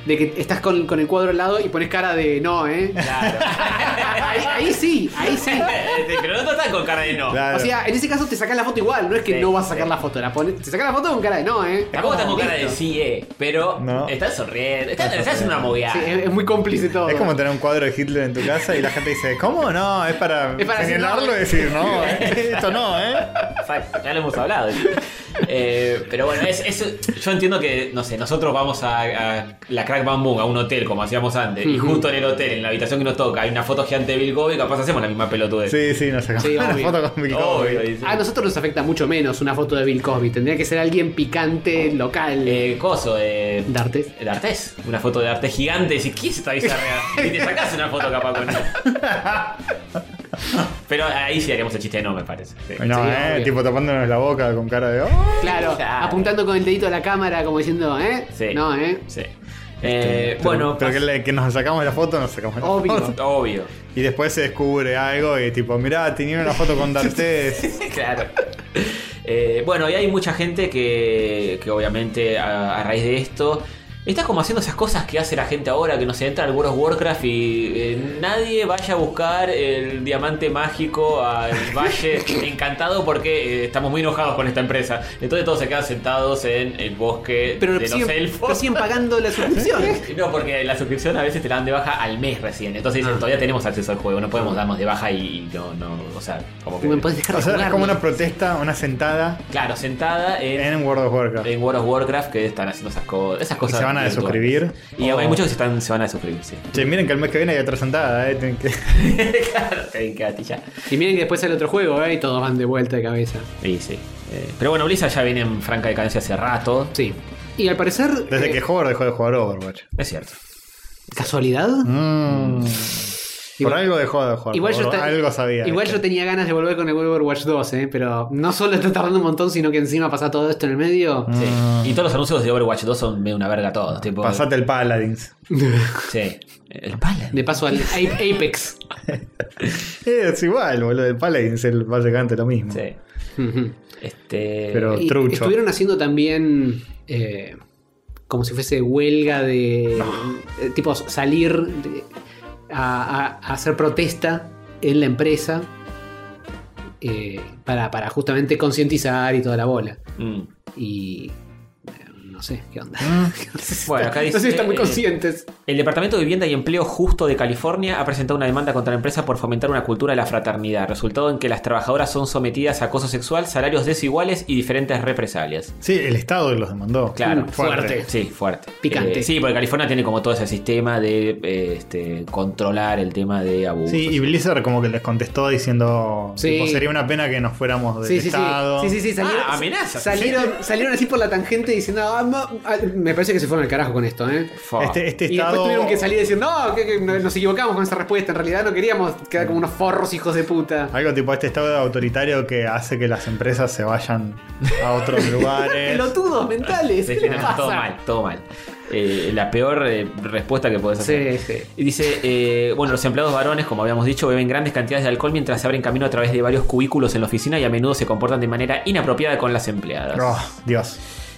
de que estás con, con el cuadro al lado y pones cara de no, ¿eh? Claro. ahí, ahí sí, ahí sí. Este, pero no están con cara de no. Claro. O sea, en ese caso te sacas la foto igual, no es que Sí, no vas a sacar sí. la foto, la pones, te sacas la foto con cara de no, ¿eh? Tampoco están con cara de Listo. sí, eh. Pero No. están sonriendo. Están, Están están haciendo una moviada. Sí, es, es muy cómplice todo. es como tener un cuadro de Hitler en tu casa y la gente dice, ¿cómo? No, es para, Es para señalarlo y decir, decir, no, eh, esto no, ¿eh? Exacto, Ya lo hemos hablado. Eh, pero bueno, es, es- yo entiendo que, no sé, nosotros vamos a, a la Crack Bamboo, a un hotel, como hacíamos antes, y Ujú. justo en el hotel, en la habitación que nos toca, hay una foto gigante de Bill Gobi, capaz hacemos la misma pelotudez. Sí, sí, nos sacamos Sí, una obvio. foto con Bill Cosby. Obvio, y sí. A nosotros nos afecta mucho menos una foto de Bill Cosby, tendría que ser alguien picante, local, Eh, coso, eh, darte. El Artés, una foto de Artés gigante, decís, ¿qué es esta bizarrea? Y te sacás una foto capaz con él. Pero ahí sí haríamos el chiste de no, me parece. Sí. No, Sí, eh, obvio. tipo tapándonos la boca con cara de. "Oh". Claro, Claro. apuntando con el dedito a la cámara, como diciendo, ¿eh? Ah, Sí. No, ¿eh? Sí. Eh, bueno, Este, pero que, pas- le- que nos sacamos la foto, nos sacamos la Obvio. foto. obvio. Y después se descubre algo y tipo, mirá, tenía una foto con D'Artés. claro. Eh, bueno, y hay mucha gente que, que obviamente a, a raíz de esto Está como haciendo esas cosas que hace la gente ahora, que no se entra al World of Warcraft y eh, nadie vaya a buscar el diamante mágico al valle encantado porque eh, estamos muy enojados con esta empresa. Entonces todos se quedan sentados en el bosque Pero de siguen, los pero elfos. siguen pagando la suscripción. No, porque la suscripción a veces te la dan de baja al mes recién. Entonces dicen, todavía tenemos acceso al juego, no podemos darnos de baja y no, no, o sea, como que... Me podés dejar O de sea, es jugar, como ¿no? una protesta, una sentada Claro, sentada Eh, en, en World of Warcraft. en World of Warcraft que están haciendo esas, co- esas Y cosas. se van a virtuales. desuscribir. Oh. Y O- hay muchos que se, están, se van a desuscribir, sí. Che, miren que el mes que viene hay otra sentada, eh. tienen que- claro, te quedaste ya. Y miren que después sale otro juego, ¿eh? Y todos van de vuelta de cabeza. Y sí. Eh, pero bueno, Blizzard ya viene en franca decadencia hace rato. Sí. Y al parecer. Desde eh, que Hover dejó de jugar Overwatch. Es cierto. ¿Casualidad? Mm. Por Igual- algo dejó de jugar. Igual, yo, Overwatch, te- algo sabía. igual ¿viste? yo tenía ganas de volver con el Overwatch 2, ¿eh? pero no solo está tardando un montón, sino que encima pasa todo esto en el medio. Sí. Mm. Y todos los anuncios de Overwatch 2 son medio una verga todos. Tipo, Pasate el Paladins. Sí. Eh, El Mm. Paladin. De paso al A- Apex. Es igual, boludo. El Paladins es básicamente lo mismo. Sí. Ujú. Este. Pero Y trucho. Estuvieron haciendo también eh, como si fuese huelga de eh, tipo salir de- a, a- a hacer protesta en la empresa eh, para, para justamente concientizar y toda la bola. Mm. Y eh, no sé qué onda. Bueno, acá dice. no sé si están muy Mm. eh, conscientes. El Departamento de Vivienda y Empleo Justo de California ha presentado una demanda contra la empresa por fomentar una cultura de la fraternidad, resultado en que las trabajadoras son sometidas a acoso sexual, salarios desiguales y diferentes represalias. Sí, el Estado los demandó. Claro, fuerte. Sí, fuerte. Picante. Eh, sí, porque California tiene como todo ese sistema de eh, este, controlar el tema de abuso. Sí, y Blizzard como que les contestó diciendo Sí. tipo, sería una pena que nos fuéramos del Sí, sí, sí. Estado. Sí, sí, sí, salieron, Ah, amenazas. Salieron, salieron así por la tangente diciendo, "Ah, ma- ah", me parece que se fueron al carajo con esto, ¿eh? Fa. Este, este y después Estado. tuvieron que salir diciendo, no, que, que no- nos equivocamos con esa respuesta, en realidad no queríamos quedar como unos forros hijos de puta. Algo tipo este Estado autoritario que hace que las empresas se vayan a otros lugares. Pelotudos mentales, Sí, ¿qué este les no, pasa? todo mal, todo mal. Eh, la peor eh, respuesta que podés hacer. Sí, sí. Y dice, eh, bueno, los empleados varones, como habíamos dicho, beben grandes cantidades de alcohol mientras se abren camino a través de varios cubículos en la oficina y a menudo se comportan de manera inapropiada con las empleadas. Oh, Dios.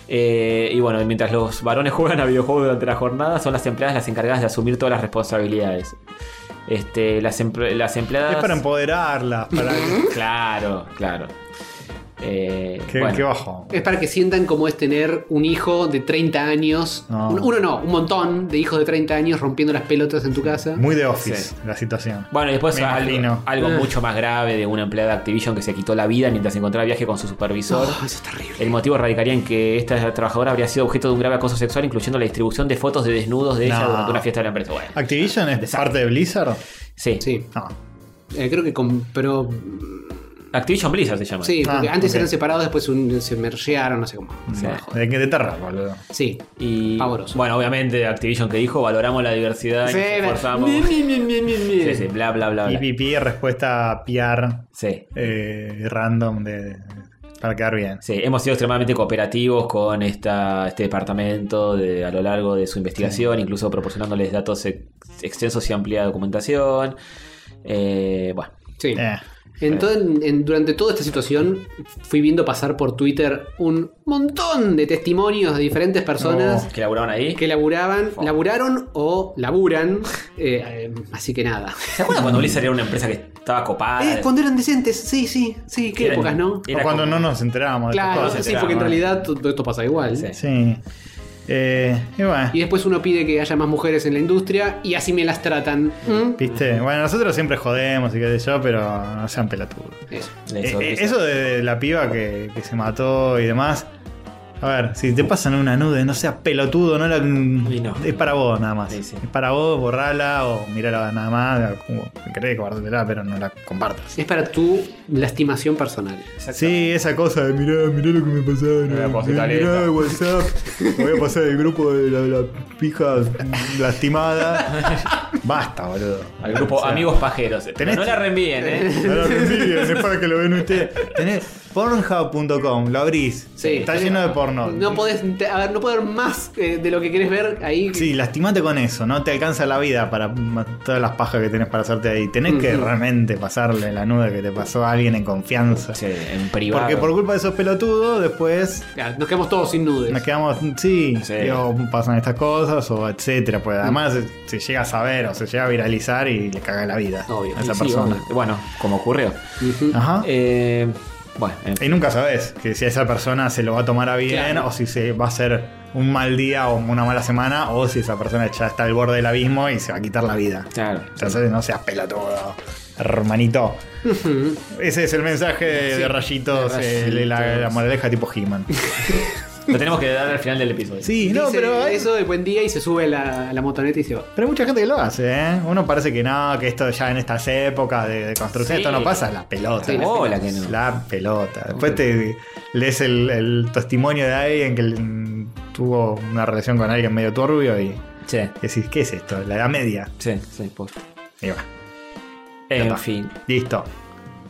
Eh, y bueno, mientras los varones juegan a videojuegos durante la jornada, son las empleadas las encargadas de asumir todas las responsabilidades. Este, las, emple- las empleadas... Es para empoderarlas, para que, Claro, claro. Eh, que- bueno. que bajo. Es para que sientan cómo es tener un hijo de 30 años, No. un- uno no, un montón de hijos de 30 años rompiendo las pelotas en tu casa. Muy de office Sí. la situación. Bueno, y después Me algo, imagino. algo Eh. mucho más grave de una empleada de Activision que se quitó la vida mientras encontraba viaje con su supervisor. Oh, eso es terrible. El motivo radicaría en que esta trabajadora habría sido objeto de un grave acoso sexual, incluyendo la distribución de fotos de desnudos de ella No. durante una fiesta de la empresa. Bueno, ¿Activision es parte de Blizzard? sí. Sí, No. eh, creo que compró... Activision Blizzard se llama. Sí, Ah, porque antes ok. eran separados, después un- se mergearon, no sé cómo. Sí. De, de Terra, boludo. Sí. Y Pavoroso. bueno, obviamente Activision que dijo, valoramos la diversidad y Sí, nos esforzamos. mi, mi, mi, mi, mi. Sí, sí, bla, bla, bla. bla. IPP, respuesta PR Sí. eh, random de, para quedar bien. Sí, hemos sido extremadamente cooperativos con esta, este departamento de- a lo largo de su investigación, incluso proporcionándoles datos ex- extensos y ampliada documentación. Eh, bueno, Sí. Eh. Entonces, en- en- durante toda esta situación, fui viendo pasar por Twitter un montón de testimonios de diferentes personas que laburaron ahí. que laburaban, Oh. laburaron o laburan. eh, eh, así que nada. ¿Se acuerdan cuando Blizzard era una empresa que estaba copada? Eh, cuando eran decentes, sí, sí, sí, qué Era- épocas, ¿no? era o cuando como- no nos enterábamos de Claro, estas se cosas. sí, porque en enteraban. realidad todo esto pasa igual. Sí. Sí. Eh, y bueno, Y después uno pide que haya más mujeres en la industria y así me las tratan. ¿Mm? viste. Bueno, nosotros siempre jodemos y qué sé yo, pero no sean pelotudos. Eso. Les Eh, eh, horroriza. eso de la piba que, que se mató y demás. A ver, si te pasan una nude, no seas pelotudo, no la. Y no. Es para vos nada más. Sí, sí. Es para vos, borrala o mirala nada más. Como querés guardatela, pero no la compartas. Es para tu lastimación personal. Sí, esa cosa de mirá, mirá lo que me pasaron. Voy a Mirá, positar mirá esta. el WhatsApp. me Voy a pasar el grupo de la, la pija lastimada. Basta, boludo. Al grupo O sea, Amigos Pajeros. tenés- No la reenvíen, ¿eh? No lo reenvíen, es para que lo ven ustedes. Tenés, Pornhub.com, lo abrís. Sí. Está lleno de porno. No podés, te- a ver, no puedo ver más eh, de lo que querés ver ahí. Sí, lastimate con eso, no te alcanza la vida para ma- todas las pajas que tenés para hacerte ahí. Tenés que Ujú. realmente pasarle la nuda que te pasó a alguien en confianza. Sí, en privado. Porque por culpa de esos pelotudos, después Ya, Nos quedamos todos sin nudes. nos quedamos, sí, Sí. digo, pasan estas cosas o etcétera. Pues además Mm. se- se llega a saber o se llega a viralizar y le caga la vida Obvio. a esa Sí, persona. obvio. Bueno, como ocurrió. Ujú. Ajá. Eh, bueno, en Y nunca sabes que si a esa persona se lo va a tomar a bien Claro. o si se va a hacer un mal día o una mala semana o si esa persona ya está al borde del abismo y se va a quitar la vida. Claro. Entonces no seas pelotudo, hermanito. Ese es el mensaje de, de rayitos, de eh, de la, rayitos. la moraleja tipo He-Man. Lo tenemos que dar al final del episodio. Sí, no, Dice pero hay, eso de buen día y se sube la, la motoneta y se va. pero hay mucha gente que lo hace, ¿eh? Uno parece que no, que esto ya en estas épocas de, de construcción, Sí. esto no pasa, la pelota. Sí, la Hola, que no. La pelota. Después te lees el, el testimonio de alguien que mm, tuvo una relación con alguien medio turbio y Sí, decís, ¿qué es esto? La edad media. sí, sí. por- Y va, En fin. listo.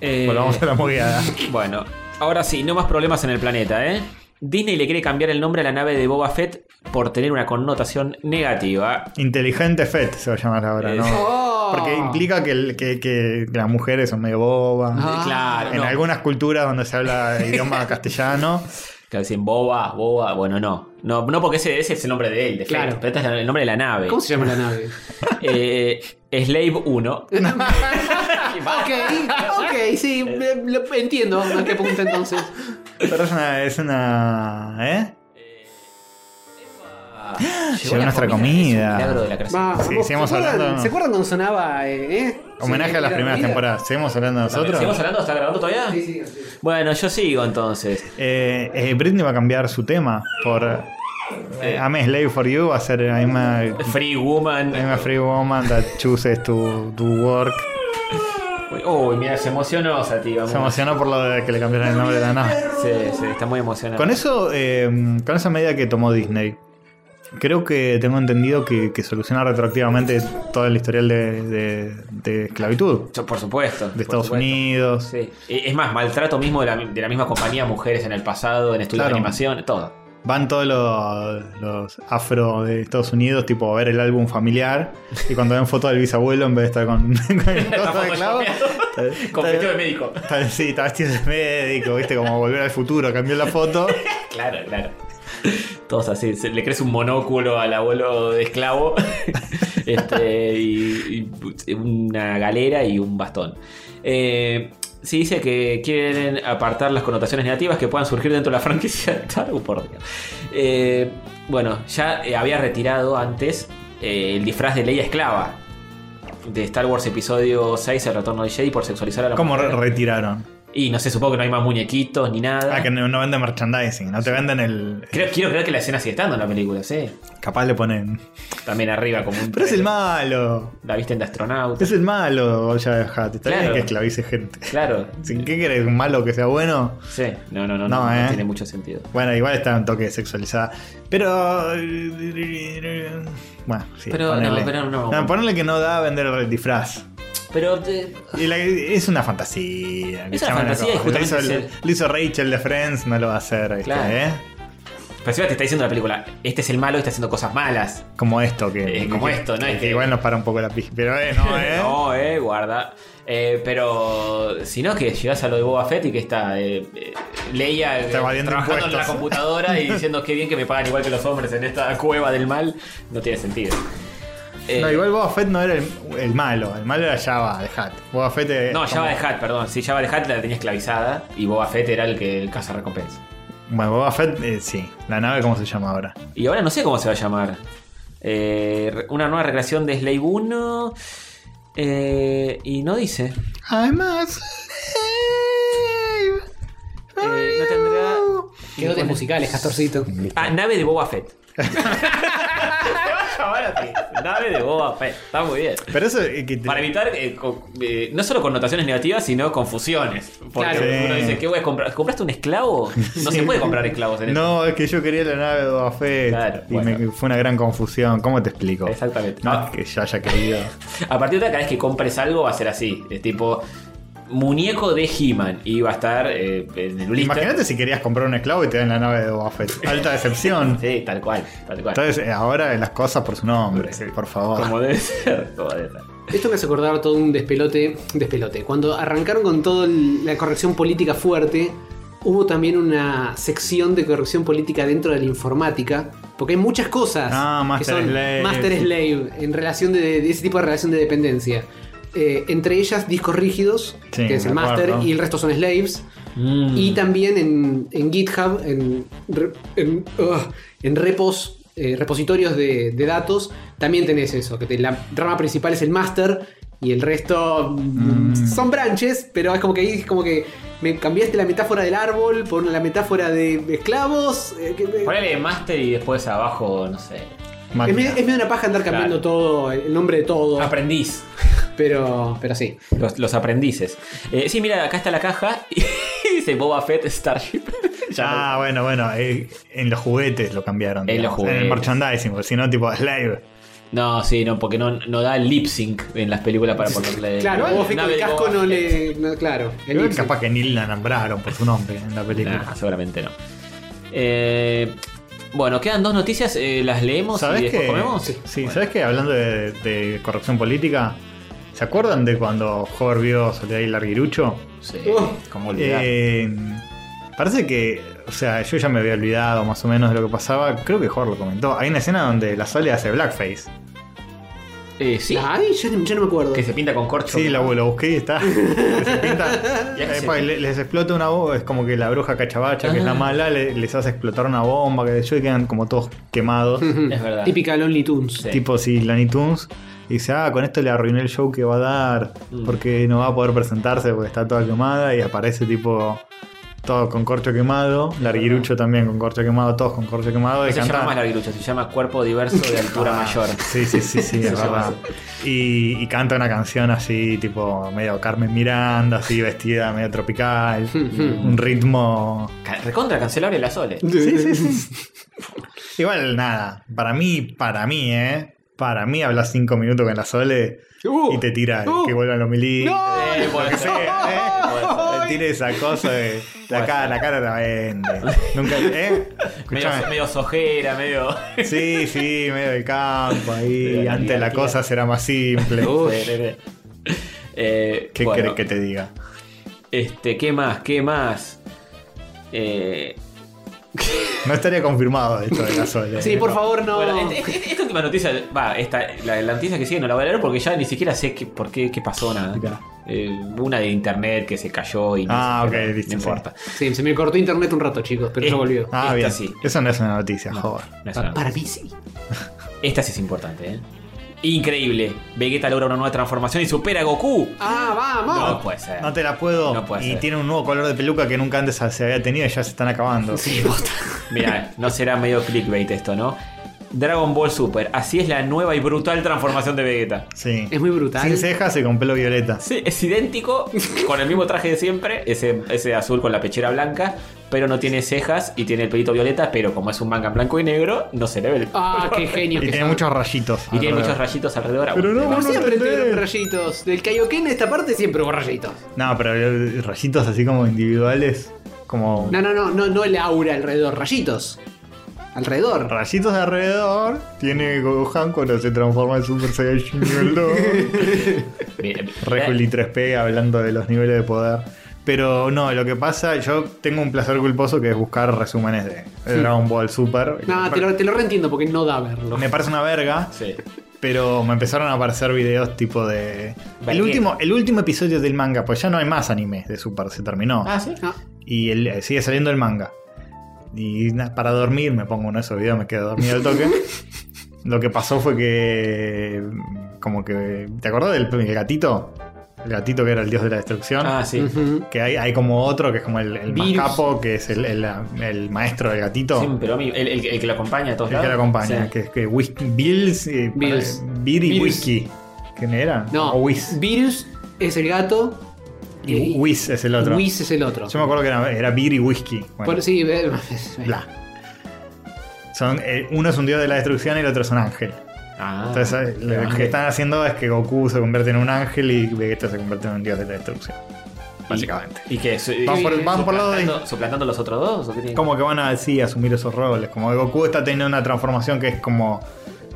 Eh, Volvamos a la moviada. Bueno, ahora sí, no más problemas en el planeta, ¿eh? Disney le quiere cambiar el nombre a la nave de Boba Fett por tener una connotación negativa. Inteligente Fett se va a llamar ahora, Eh, ¿no? Oh. Porque implica que, el- que- que las mujeres son medio bobas. Ah, claro, en no. algunas culturas donde se habla idioma castellano. Que dicen boba, boba, bueno, no. No, no porque ese, ese es el nombre de él, de Claro. Fett, pero este es el nombre de la nave. ¿Cómo se llama la nave? Eh, Slave 1. ok, ok, sí, me- lo- entiendo a qué punto entonces. Pero es una. Es una ¿Eh? Ah, Llegó nuestra Es un comida. milagro de la creación. Vamos, Sí, ¿se, sigamos hablando, acuerdan, ¿no? ¿Se acuerdan cuando sonaba? eh, eh? Homenaje a las Mira, primeras mira. temporadas. ¿Seguimos hablando nosotros? ¿Seguimos hablando? ¿Está grabando todavía? Sí, sí, sí. Bueno, yo sigo entonces. Eh, eh, Britney va a cambiar su tema por eh, I'm a Slave for You, va a ser I'm a, Free Woman. I'm a free woman that chooses to, to work. Uy, mira, se emocionó Sativa. Eh. Se emocionó por lo de que le cambiaron el nombre de la nave. Sí, sí, está muy emocionado. Con eso, eh, con esa medida que tomó Disney, creo que tengo entendido que, que soluciona retroactivamente todo el historial de, de- de esclavitud Yo, Por supuesto. por de Estados supuesto. Unidos. Sí. E- Es más, maltrato mismo de la, de la misma compañía, mujeres en el pasado, en estudios Claro. de animación, todo. Van todos los, los afro de Estados Unidos, tipo a ver el álbum familiar. Y cuando ven foto del bisabuelo, en vez de estar con, con el coso de clavo, está- Con está- vestido de médico. está- Sí, está vestido de médico, viste, como volver al futuro, cambió la foto. Claro, claro. Todos así, se- le crece un monóculo al abuelo de esclavo este, y, y una galera y un bastón. Eh, se dice que quieren apartar las connotaciones negativas que puedan surgir dentro de la franquicia de Star Wars, por Dios. Eh, bueno, ya eh, había retirado antes eh, el disfraz de Leia Esclava de Star Wars Episodio 6, El Retorno de Jedi, por sexualizar a la ¿Cómo re- mujer. retiraron? Y no sé, supongo que no hay más muñequitos ni nada. Ah, que no, no venden merchandising, no te venden el. Creo, quiero creer que la escena sigue estando en la película, sí. Capaz le ponen. También arriba como un... Pero es el malo, La visten de astronauta. es el malo, ya dejate. Está bien Claro. que esclavice gente. Claro. ¿Sin qué querés? ¿Un malo que sea bueno? Sí. No, no, no, no, No, no eh. tiene mucho sentido. Bueno, igual está un toque sexualizada. Pero. Bueno, sí. Pero ponele. no, pero no. ponele que no da a vender el disfraz. Pero eh, Y la- es una fantasía. que Es una llaman a fantasía cosas. y Lo justamente hizo, es el- lo hizo Rachel de Friends, no lo va a hacer. ¿viste? Claro. ¿Eh? pero si te está diciendo la película, este es el malo y está haciendo cosas malas. Como esto que. Eh, como esto, ¿no? que Es que- igual nos para un poco la pija. Pero eh, no, eh. No, eh, guarda. Eh, pero si no, que llegás a lo de Boba Fett y que está eh, eh, Leia eh, Está evadiendo trabajando en la impuestos. computadora y diciendo que bien que me pagan igual que los hombres en esta cueva del mal, no tiene sentido. Eh, No, igual Boba Fett no era el, el malo. El malo era Java, dejate. Boba Fett. es No, como- Java de Hat, perdón. Sí, Java de Hat la tenía esclavizada y Boba Fett era el que caza recompensa. Bueno, Boba Fett, eh, sí. La nave, ¿cómo se llama ahora? Y ahora no sé cómo se va a llamar. Eh, re- una nueva recreación de Slave 1. eh, y no dice. Además. Eh, no tendrá. Qué dotes musicales, Castorcito. Ah, nave de Boba Fett. Se va a llamar así, Nave de Boba Fett. Está muy bien. Pero eso. eh, que te- Para evitar eh, co- eh, no solo connotaciones negativas, sino confusiones. Porque Claro. uno Sí. dice, ¿qué voy a comprar? ¿Compraste un esclavo? No se puede comprar esclavos en esto. No, es que yo quería la nave de Boba Fett. Claro, y bueno. me- fue una gran confusión. ¿Cómo te explico? este- Exactamente. No es que yo haya querido. A partir de ahora, cada vez que compres algo va a ser así. Es tipo, muñeco de He-Man y iba a estar eh, en el blister. Imagínate si querías comprar un esclavo y te dan la nave de Boba Fett. Alta decepción. Sí, tal cual, tal cual. Entonces, eh, ahora eh, las cosas por su nombre, Sí. por favor. Como debe ser, como debe ser. Esto me hace acordar todo un despelote. Despelote. Cuando arrancaron con toda la corrección política fuerte, hubo también una sección de corrección política dentro de la informática. Porque hay muchas cosas Ah, que Master son Slave. Master Slave en relación de, de ese tipo de relación de dependencia. Eh, entre ellas, discos rígidos, Sí, que es el me acuerdo. Master, y el resto son slaves. Y también en, en GitHub, en, re- en, ugh, en repos, eh, repositorios de, de datos, también tenés eso, que te- la rama principal es el master y el resto mm, son branches, pero es como que ahí es como que me cambiaste la metáfora del árbol por la metáfora de esclavos. eh, que- que- Ponele Master y después abajo, no sé. es, Máquina. medio, es medio una paja andar cambiando Claro. todo, el nombre de todo, Aprendiz. pero, pero sí. Los, los aprendices. Eh, sí, mira, acá está la caja y dice Boba Fett Starship. Ya Ah, bueno, bueno. eh, en los juguetes lo cambiaron. En digamos, los En el juguetes. merchandising, porque si no, tipo Slave. No, No, sí, no, porque no, no da el lip sync en las películas para ponerle. Claro, Igual, vos ves con nave el de casco Boba no Fett. le... no, claro, el Igual Ipsen. capaz que ni la nombraron por su nombre en la película. Nah, seguramente no. Eh, bueno, quedan dos noticias, eh, las leemos y ¿Sabes después qué? comemos. Sí, Bueno. ¿sabes qué? Hablando de, de corrupción política, ¿se acuerdan de cuando Hover vio Soledad y Larguirucho? Sí, Uh, cómo olvidar. Eh, parece que, o sea, yo ya me había olvidado más o menos de lo que pasaba. Creo que Hover lo comentó. Hay una escena donde la Sole hace blackface. Eh, sí, Ay, ya, no- ya no me acuerdo. que se pinta con corcho. Sí, lo, lo busqué y está. Se pinta. Ya que Eh, se- pa, le- les explota una bomba. Es como que la bruja cachabacha, que es la Ah. mala, le- les hace explotar una bomba. Que de hecho quedan como todos quemados. Ujú. Es verdad. Típica Lonely Tunes. Sí. Tipo si Lanny Tunes y dice, ah, con esto le arruiné el show que va a dar, Mm. porque no va a poder presentarse porque está toda quemada y aparece tipo todo con corcho quemado, Larguirucho también con corcho quemado, todos con corcho quemado No y se llama cantan. más la virucha, se llama cuerpo diverso de altura Ah. mayor. Sí, sí, sí, sí, es Se llama verdad. Y, y canta una canción así, tipo medio Carmen Miranda, así vestida medio tropical, un ritmo Ca- Recontra cancelable la Sole. Sí, sí, sí. Igual nada, para mí, para mí, ¿eh? Para mí hablas cinco minutos con la Sole Uh, y te tira el uh, que vuelvan los milímetros. Eh, puede ser. Te tira esa cosa de la cara, la cara la vende. Nunca, ¿eh? Medio, Escuchame. medio sojera, medio. Sí, sí, medio del campo ahí. Medio Antes la anarquía. cosa será más simple. Eh, ¿Qué bueno, querés que te diga? Este, ¿qué más? ¿Qué más? Eh, No estaría confirmado esto de la Sole. Sí, por No. favor, no. Bueno, este- este- esta última noticia, va, esta, la, la noticia que sigue no la voy a leer porque ya ni siquiera sé qué, por qué, qué pasó nada. Mirá. Eh, una de internet que se cayó y no Ah, sé, ok, pero listo, sí. no importa. Sí, se me cortó internet un rato, chicos, pero ya Eh, volvió. Ah, Esta bien. sí. Eso no es una noticia, joder. No es una- Para mí sí. Esta sí es importante, ¿eh? Increíble. Vegeta logra una nueva transformación y supera a Goku. Ah, No, vamos. puede ser. No te la puedo. No puede y ser. tiene un nuevo color de peluca que nunca antes se había tenido y ya se están acabando. Mira, no será medio clickbait esto, ¿no? Dragon Ball Super. Así es la nueva y brutal transformación de Vegeta. Sí. Es muy brutal. Sin cejas y con pelo violeta. Sí, es idéntico, con el mismo traje de siempre, ese, ese azul con la pechera blanca, pero no tiene cejas y tiene el pelito violeta, pero como es un manga en blanco y negro, no se le ve el... Ah, qué genio. Y que tiene son. muchos rayitos. y tiene alrededor. muchos rayitos alrededor. Ah, Pero bueno, no, de no más. Siempre entendés. tuvieron rayitos. Del Kaioken a esta parte siempre hubo rayitos. No, pero eh, rayitos así como individuales. Como No, no, no, no, no el aura alrededor, rayitos. Alrededor. rayitos de alrededor. Tiene Gohan cuando se transforma en Super Saiyajin nivel 2. Bien, bien. Re Juli 3P hablando de los niveles de poder. Pero no, lo que pasa, yo tengo un placer culposo que es buscar resúmenes de Dragon Ball Super. No, te lo, te lo reentiendo porque no da verlo. Me parece una verga. Sí. Pero me empezaron a aparecer videos tipo de. El Valiente. último, el último episodio del manga, pues ya no hay más animes de Super, se terminó. Ah, sí. Ah, Y el- eh, sigue saliendo el manga. Y na- para dormir me pongo uno de esos videos, me quedo dormido al toque. Lo que pasó fue que. Como que. ¿Te acordás del el gatito? El gatito que era el dios de la destrucción. Ah, sí. ujú. Que hay, hay como otro que es como el, el más Virus. capo, que es el, el- el maestro del gatito. Sí, pero a mí, el, el- el que lo acompaña a todos El que lados. lo acompaña, Sí. que es que Whis- Bills, eh, Bills. para- Beer y Bills. Wiki. ¿Quién era? No, O Ah, Whis. Virus es el gato. Y Whis es el otro. Whis es el otro. Yo me acuerdo que era, era Beer y Whisky. Bueno, Por- sí, eh, bla. Son, eh, uno es un dios de la destrucción y el otro es un ángel. Ah, Entonces, eh, lo que ángel. están haciendo es que Goku se convierte en un ángel y Vegeta se convierte en un dios de la destrucción. básicamente. ¿Y qué? ¿Su- Van por- van por lado de- suplantando- ¿Suplantando los otros dos? ¿o qué tiene? Como que van a así asumir esos roles. Como que Goku está teniendo una transformación que es como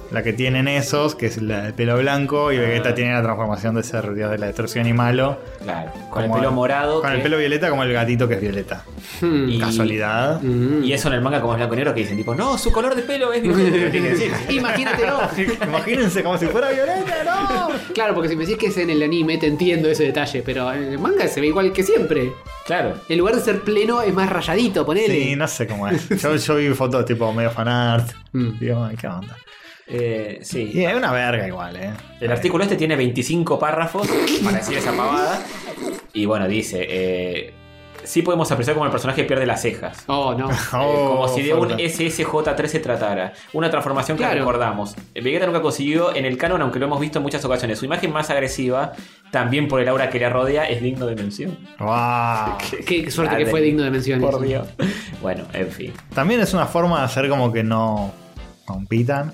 la que tienen esos, que es la de pelo blanco, Ah. y Vegeta tiene la transformación de ser dios de la destrucción y malo. Claro, con el Como- pelo morado. Con que- el pelo violeta, como el gatito que es violeta. Mm. y- Casualidad. Y eso en el manga como es blanco y negro que dicen tipo, no, su color de pelo es diferente", ¿qué tiene que decir? Imagínatelo. Imagínense como si fuera violeta, ¿no? Claro, porque si me decís que es en el anime, te entiendo ese detalle, pero en el manga se ve igual que siempre. Claro. En lugar de ser pleno, es más rayadito, ponele. Sí, no sé cómo es. Yo, yo vi fotos tipo medio fanart. Mm. Digo, ay, ¿qué onda? Eh, sí. Y es una verga igual, ¿eh? El artículo este tiene 25 párrafos para decir esa pavada. Y bueno, dice, eh, sí podemos apreciar cómo el personaje pierde las cejas. Oh, no. Eh, como Oh, si de un fuerte. SSJ3 se tratara. Una transformación que Claro. recordamos. Eh, Vegeta nunca consiguió en el canon, aunque lo hemos visto en muchas ocasiones. Su imagen más agresiva, también por el aura que le rodea, es digno de mención. Guau. Qué suerte Dale. que fue digno de menciones. Por Dios. Bueno, en fin. También es una forma de hacer como que no compitan.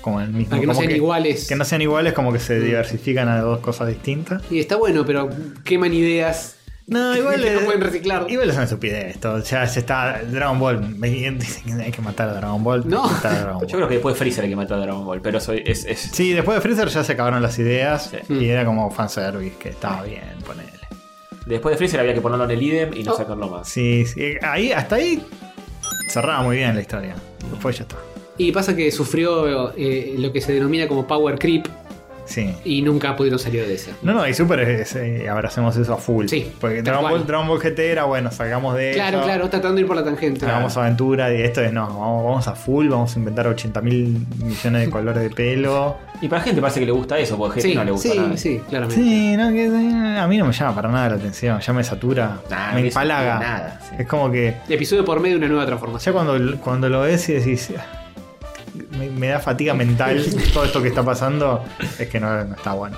Como el mismo. Para Ah, que no como sean iguales. Mm. Que no sean iguales, como que se diversifican a dos cosas distintas. Y está bueno, pero queman ideas. No, igual. Que no es- pueden reciclar. Igual es una estupidez esto. Ya se está. Dragon Ball. me- Dicen que hay que matar a Dragon Ball. No. hay que matar a Dragon Ball. Yo creo que después Freezer el que mató a Dragon Ball, pero soy, es, es- Sí, después de Freezer ya se acabaron las ideas. Sí. Mm. Y era como fanservice, que estaba bien, ponele. después de Freezer había que ponerlo en el idem y no Oh. sacarlo más. Sí, sí. Ahí, hasta ahí cerraba muy bien la historia. Después ya está. Y pasa que sufrió eh, lo que se denomina como power creep Sí. y nunca pudieron salir de esa. No, no, y Super es, eh, abracemos eso a full. Sí, Porque tal Dragon cual. Ball, Dragon Ball GT era bueno, salgamos de Claro, eso, claro, tratando de ir por la tangente. Hagamos aventura y esto es no, vamos, vamos a full, vamos a inventar 80 mil millones de colores de pelo. Y para gente parece que le gusta eso, porque a gente Sí, no le gusta sí, nada. sí, claramente. Sí, no, que, eh, a mí no me llama para nada la atención, ya me satura, Nah, me no empalaga. es nada, sí. Es como que Episodio por medio de una nueva transformación. ya cuando, cuando lo ves y decís, "Ah, me, me da fatiga mental todo esto que está pasando, es que no, no está bueno.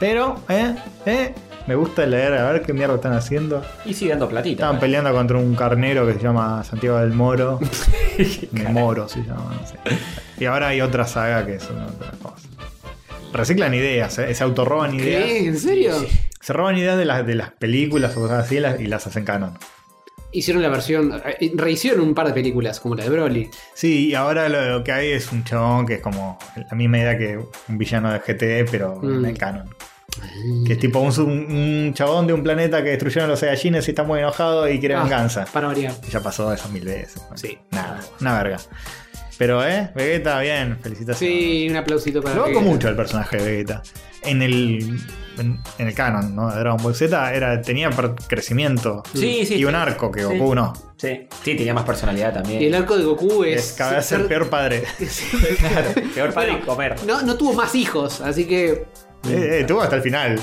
Pero, eh, eh, me gusta leer, a ver qué mierda están haciendo. Y sigue dando platita. Estaban peleando contra un carnero que se llama Santiago del Moro. De Moro se llama, no sé. Y ahora hay otra saga que son otras cosas. Reciclan ideas, ¿eh? se autorroban ideas. ¿Qué? ¿En serio? Se roban ideas de las, de las películas o cosas así y las, y las hacen canon. Hicieron la versión. eh, Rehicieron un par de películas, como la de Broly. Sí, y ahora lo, lo que hay es un chabón que es como la misma idea que un villano de GT, pero Mm. en el canon. Que es tipo un, un- un chabón de un planeta que destruyeron los Saiyajines y está muy enojado y quiere Ah, venganza. Para variar. Ya pasó eso mil veces. Sí. Nada, una verga. Pero, ¿eh? Vegeta, bien, felicitaciones. Sí, un aplausito para. Lo banco Vegeta. mucho el personaje de Vegeta. En el, en, en el canon, ¿no? De Dragon Ball Z era, tenía per- crecimiento Sí, sí. y un arco que Goku no. Sí. Sí, tenía más personalidad también. Y el arco de Goku es. Es cada vez ser ser- peor padre. Claro, peor para Bueno, comer. No, no tuvo más hijos, así que. Eh, eh, tuvo hasta el final.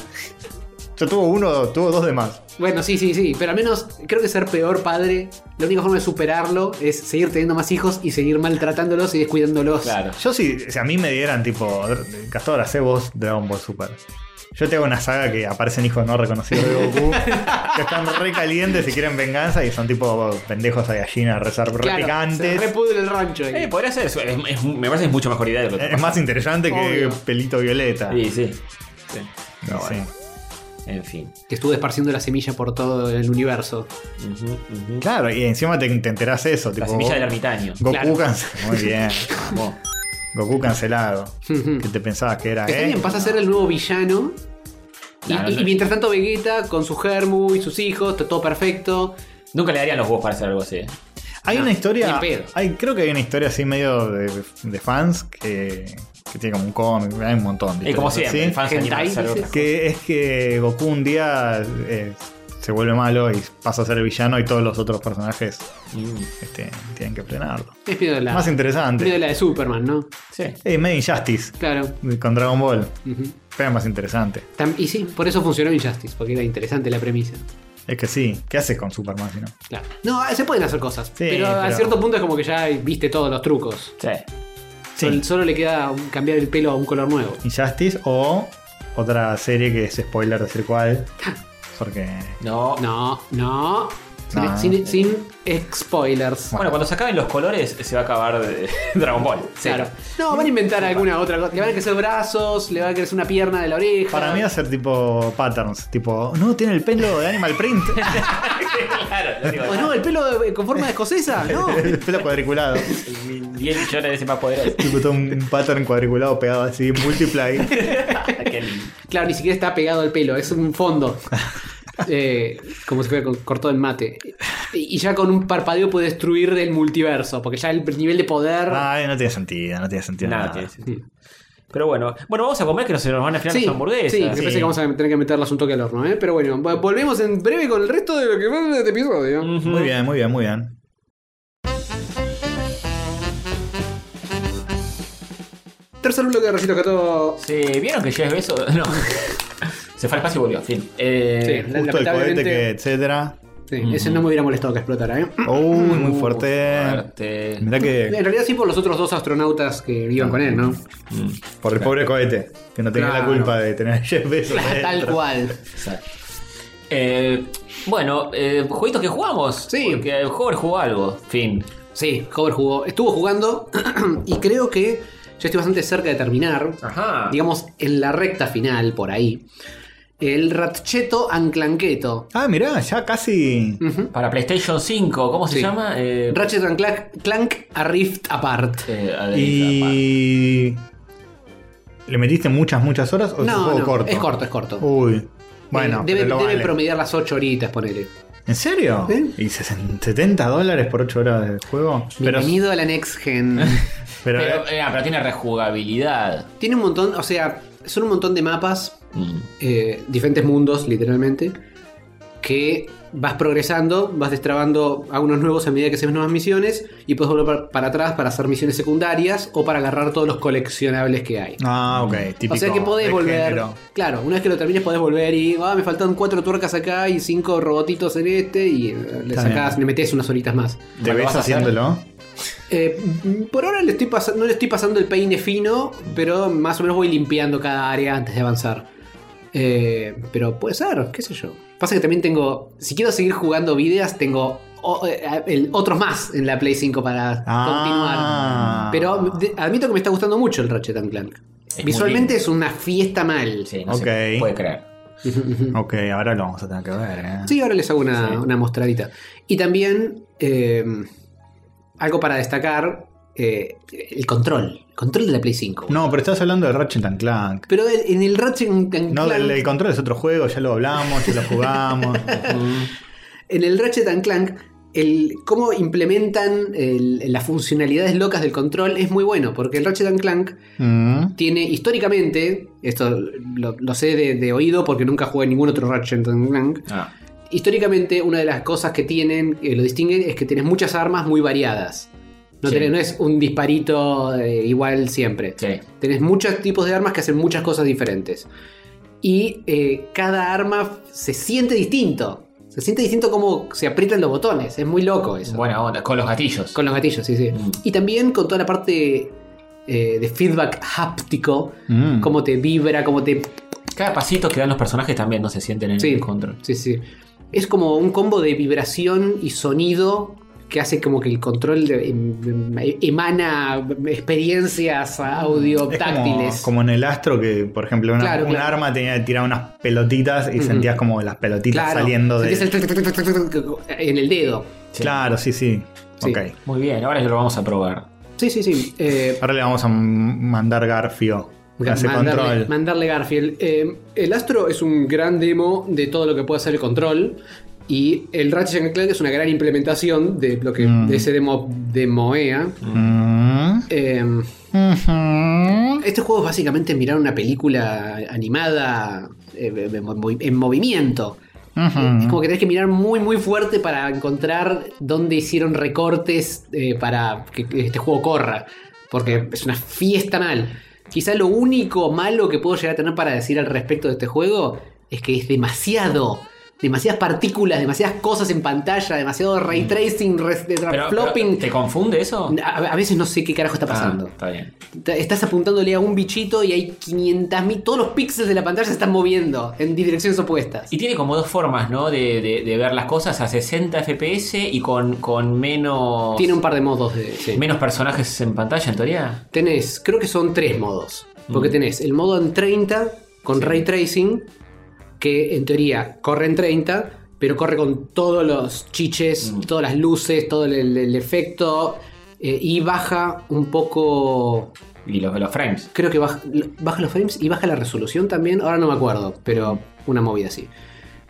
Yo tuvo uno, tuvo dos de más. Bueno, sí, sí, sí. Pero al menos creo que ser peor padre, la única forma de superarlo es seguir teniendo más hijos y seguir maltratándolos y descuidándolos. Claro. Yo sí, si, a mí me dieran tipo, Castor, hacé vos Dragon Ball Super. Yo te hago una saga que aparecen hijos no reconocidos de Goku, que están re calientes y quieren venganza y son tipo pendejos a gallina, rezar Claro, repicantes. se repudre el rancho. ahí. Eh, podría ser. es- es- es- me parece que es mucho mejor idea de lo que es más interesante que Obvio. Pelito Violeta. Sí, sí. Sí. No, Sí. bueno. En fin. Que estuvo esparciendo la semilla por todo el universo. Ujú, ujú. Claro, y encima te, te enterás eso. La Tipo, semilla del Go- ermitaño. Goku Claro. cancelado. Muy bien. Vamos. Goku cancelado. Ujú. que te pensabas que era, Está ¿eh? bien, pasa a ser el nuevo villano. Y, Claro, y- no- y mientras tanto Vegeta con su Germu y sus hijos, está todo perfecto. Nunca le darían los huevos para hacer algo así. eh. Hay No, una historia. ni en pedo. Hay, creo que hay una historia así medio de, de fans que, que tiene como un cómic. Hay un montón de Y como historias siempre, el así, fan se anima a Hentai, hacer dices. otras Que es que Goku un día eh, se vuelve malo y pasa a ser villano y todos los otros personajes cosas. Mm, este, tienen que frenarlo. Es miedo de la, Más miedo de interesante. la de Superman, ¿no? Sí. Eh, Made in Justice Claro. con Dragon Ball. Ujú. Pero es más interesante. Tam- Y sí, por eso funcionó Injustice, porque era interesante la premisa. Es que sí. ¿Qué haces con Superman si no? Claro. No, se pueden hacer cosas, pero, a pero- cierto punto es como que ya viste todos los trucos. Sí. Sí. Sol- Solo le queda un- cambiar el pelo a un color nuevo. Injustice o otra serie que es spoiler decir cuál. Porque No. No, no. Sin, No. sin, sin spoilers. Bueno, cuando se acaben los colores, se va a acabar de- Dragon Ball. Z. Claro. No, van a inventar alguna otra cosa. Le van a crecer brazos, le va a crecer una pierna de la oreja. Para mí va a ser tipo patterns, tipo, no, tiene el pelo de Animal Print, claro, lo digo. Oh, no, el pelo de- con forma de escocesa, no. el pelo cuadriculado. 10 millones de veces más poderoso. tipo todo un pattern cuadriculado pegado así, multiply. Qué lindo. Claro, ni siquiera está pegado al pelo, es un fondo. Eh, como si fuera co- cortado en mate. Y y ya con un parpadeo puede destruir el multiverso, porque ya el nivel de poder. Ay, no tiene sentido, no tiene sentido. Nada Nada, tiene sentido. Pero bueno, bueno, vamos a comer que no se nos van a enfriar las hamburguesas. sí, me Sí. parece que vamos a tener que meterlas un toque al horno, ¿eh? Pero bueno, vo- volvemos en breve con el resto de lo que va de este episodio. Ujú. Muy bien, muy bien, muy bien. Tercer bloque de Rayito Gato. Sí, ¿Vieron que Jeff beso? No. se fue al espacio y volvió, fin. Eh, Sí. Justo el cohete Mm. Lamentablemente- que, etcétera. Sí, ese no me hubiera molestado que explotara, ¿eh? Uy, muy fuerte. eh, fuerte. Mirá que En realidad sí por los otros dos astronautas que iban con él, ¿no? Eh, Mm, por el pobre cohete, que no tenía la Claro. culpa de tener a Jeff Bezos. Tal adentro. cual. exacto. Eh, bueno, eh, jueguitos que jugamos. Sí. Porque Hover jugó algo, fin. Sí, Hover jugó, estuvo jugando y creo que yo estoy bastante cerca de terminar, Ajá. digamos en la recta final, por ahí, el Ratcheto Anclanqueto. Ah, mirá, ya casi. Ujú. Para PlayStation 5, ¿cómo se Sí. llama? Eh, Ratchet and Clank, Clank a Rift Apart. eh, a ver, Y. ¿Le metiste muchas, muchas horas o es un No, juego no, corto? es corto, es corto. Uy. Bueno, Eh, debe, pero lo debe vale. promediar las 8 horitas, ponele. ¿En serio? ¿Eh? ¿Y sesen- 70 dólares por 8 horas de juego? Pero, Bienvenido a la Next Gen. pero, Pero, eh, ah, pero tiene rejugabilidad. Tiene un montón, o sea, son un montón de mapas, Mm. eh, diferentes mundos, literalmente, que vas progresando, vas destrabando algunos nuevos a medida que se ven nuevas misiones y puedes volver pa- para atrás para hacer misiones secundarias o para agarrar todos los coleccionables que hay. Ah, ok, típico. o sea que podés de volver. género. Claro, una vez que lo termines podés volver y ah, me faltan cuatro tuercas acá y cinco robotitos en este y eh, le Está sacás, bien. le metés unas horitas más. ¿Te ¿Lo ves vas a hacer? haciéndolo? Eh, mm, por ahora le estoy pasa- no le estoy pasando el peine fino, pero más o menos voy limpiando cada área antes de avanzar. Eh, pero puede ser, qué sé yo. Pasa que también tengo, si quiero seguir jugando videos, tengo o- eh, el- otros más en la Play 5 para Ah. continuar. Pero de- admito que me está gustando mucho el Ratchet and Clank. Ah. Es muy Visualmente lindo. es una fiesta mal. Sí, no Ok. se puede creer. Ok, ahora lo vamos a tener que ver, ¿eh? Sí, ahora les hago una, Sí. una mostradita. Y también eh, algo para destacar, eh, el control. El control de la Play 5. No, pero estás hablando de Ratchet and Clank. Pero en en el Ratchet and Clank, No, el, el control es otro juego, ya lo hablamos, ya lo jugamos. en el Ratchet and Clank, el, cómo implementan el- las funcionalidades locas del control es muy bueno, porque el Ratchet and Clank Mm. tiene históricamente, esto lo, lo sé de, de oído porque nunca jugué ningún otro Ratchet and Clank, Ah. históricamente una de las cosas que tienen, que lo distinguen, es que tenés muchas armas muy variadas. No, Sí. tenés- no es un disparito eh, igual siempre. Sí. Tenés muchos tipos de armas que hacen muchas cosas diferentes. Y eh, cada arma se siente distinto. Se siente distinto como se aprietan los botones. Es muy loco eso. Buena onda, con los gatillos. Con los gatillos, sí, sí. Mm. Y también con toda la parte eh, de feedback háptico. Mm. Cómo te vibra, cómo te... Cada pasito que dan los personajes también no se sienten en Sí. el control. Sí, sí. Es como un combo de vibración y sonido que hace como que el control de- em- em- emana experiencias audio Mm. Es como- táctiles. Como, en el astro que, por ejemplo, una- Claro, un claro. arma tenía que tirar unas pelotitas y Ujú. sentías como las pelotitas Claro. saliendo de. Sentís el tuc, tuc, tuc, tuc, tuc, tuc en el dedo. Sí. Claro, sí, sí. Sí. Ok. Muy bien, ahora ya lo vamos a probar. Sí, sí, sí. Eh, Ahora le vamos a m- mandar Garfio. con ese mandarle, control. mandarle Garfield. Eh, el Astro es un gran demo de todo lo que puede hacer el control. Y el Ratchet and Clank es una gran implementación de lo que Mm. de ese demo de Moea. Mm. Eh, Ujú. este juego es básicamente mirar una película animada eh, en movi- en movimiento. Ujú. Es como que tenés que mirar muy, muy fuerte para encontrar dónde hicieron recortes eh, para que que este juego corra. Porque es una fiesta mal. Quizá lo único malo que puedo llegar a tener para decir al respecto de este juego es que es demasiado demasiadas partículas, demasiadas cosas en pantalla, demasiado ray tracing, res- de Pero- flopping. pero, ¿Te confunde eso? A, a veces no sé qué carajo está pasando. Ah, está bien. Te- Estás apuntándole a un bichito y hay 500.000. Todos los píxeles de la pantalla se están moviendo en direcciones opuestas. Y tiene como dos formas, ¿no? De, de- de ver las cosas a 60 FPS y con, con menos. Tiene un par de modos de. sí. menos personajes en pantalla, en teoría. Tenés, creo que son tres modos. Porque Mm. tenés el modo en 30 con Sí. ray tracing, que en teoría corre en 30, pero corre con todos los chiches, Mm. todas las luces, todo el, el- el efecto. eh, y baja un poco. Y los, los frames. Creo que baja, baja los frames y baja la resolución también. Ahora no me acuerdo, pero una movida así.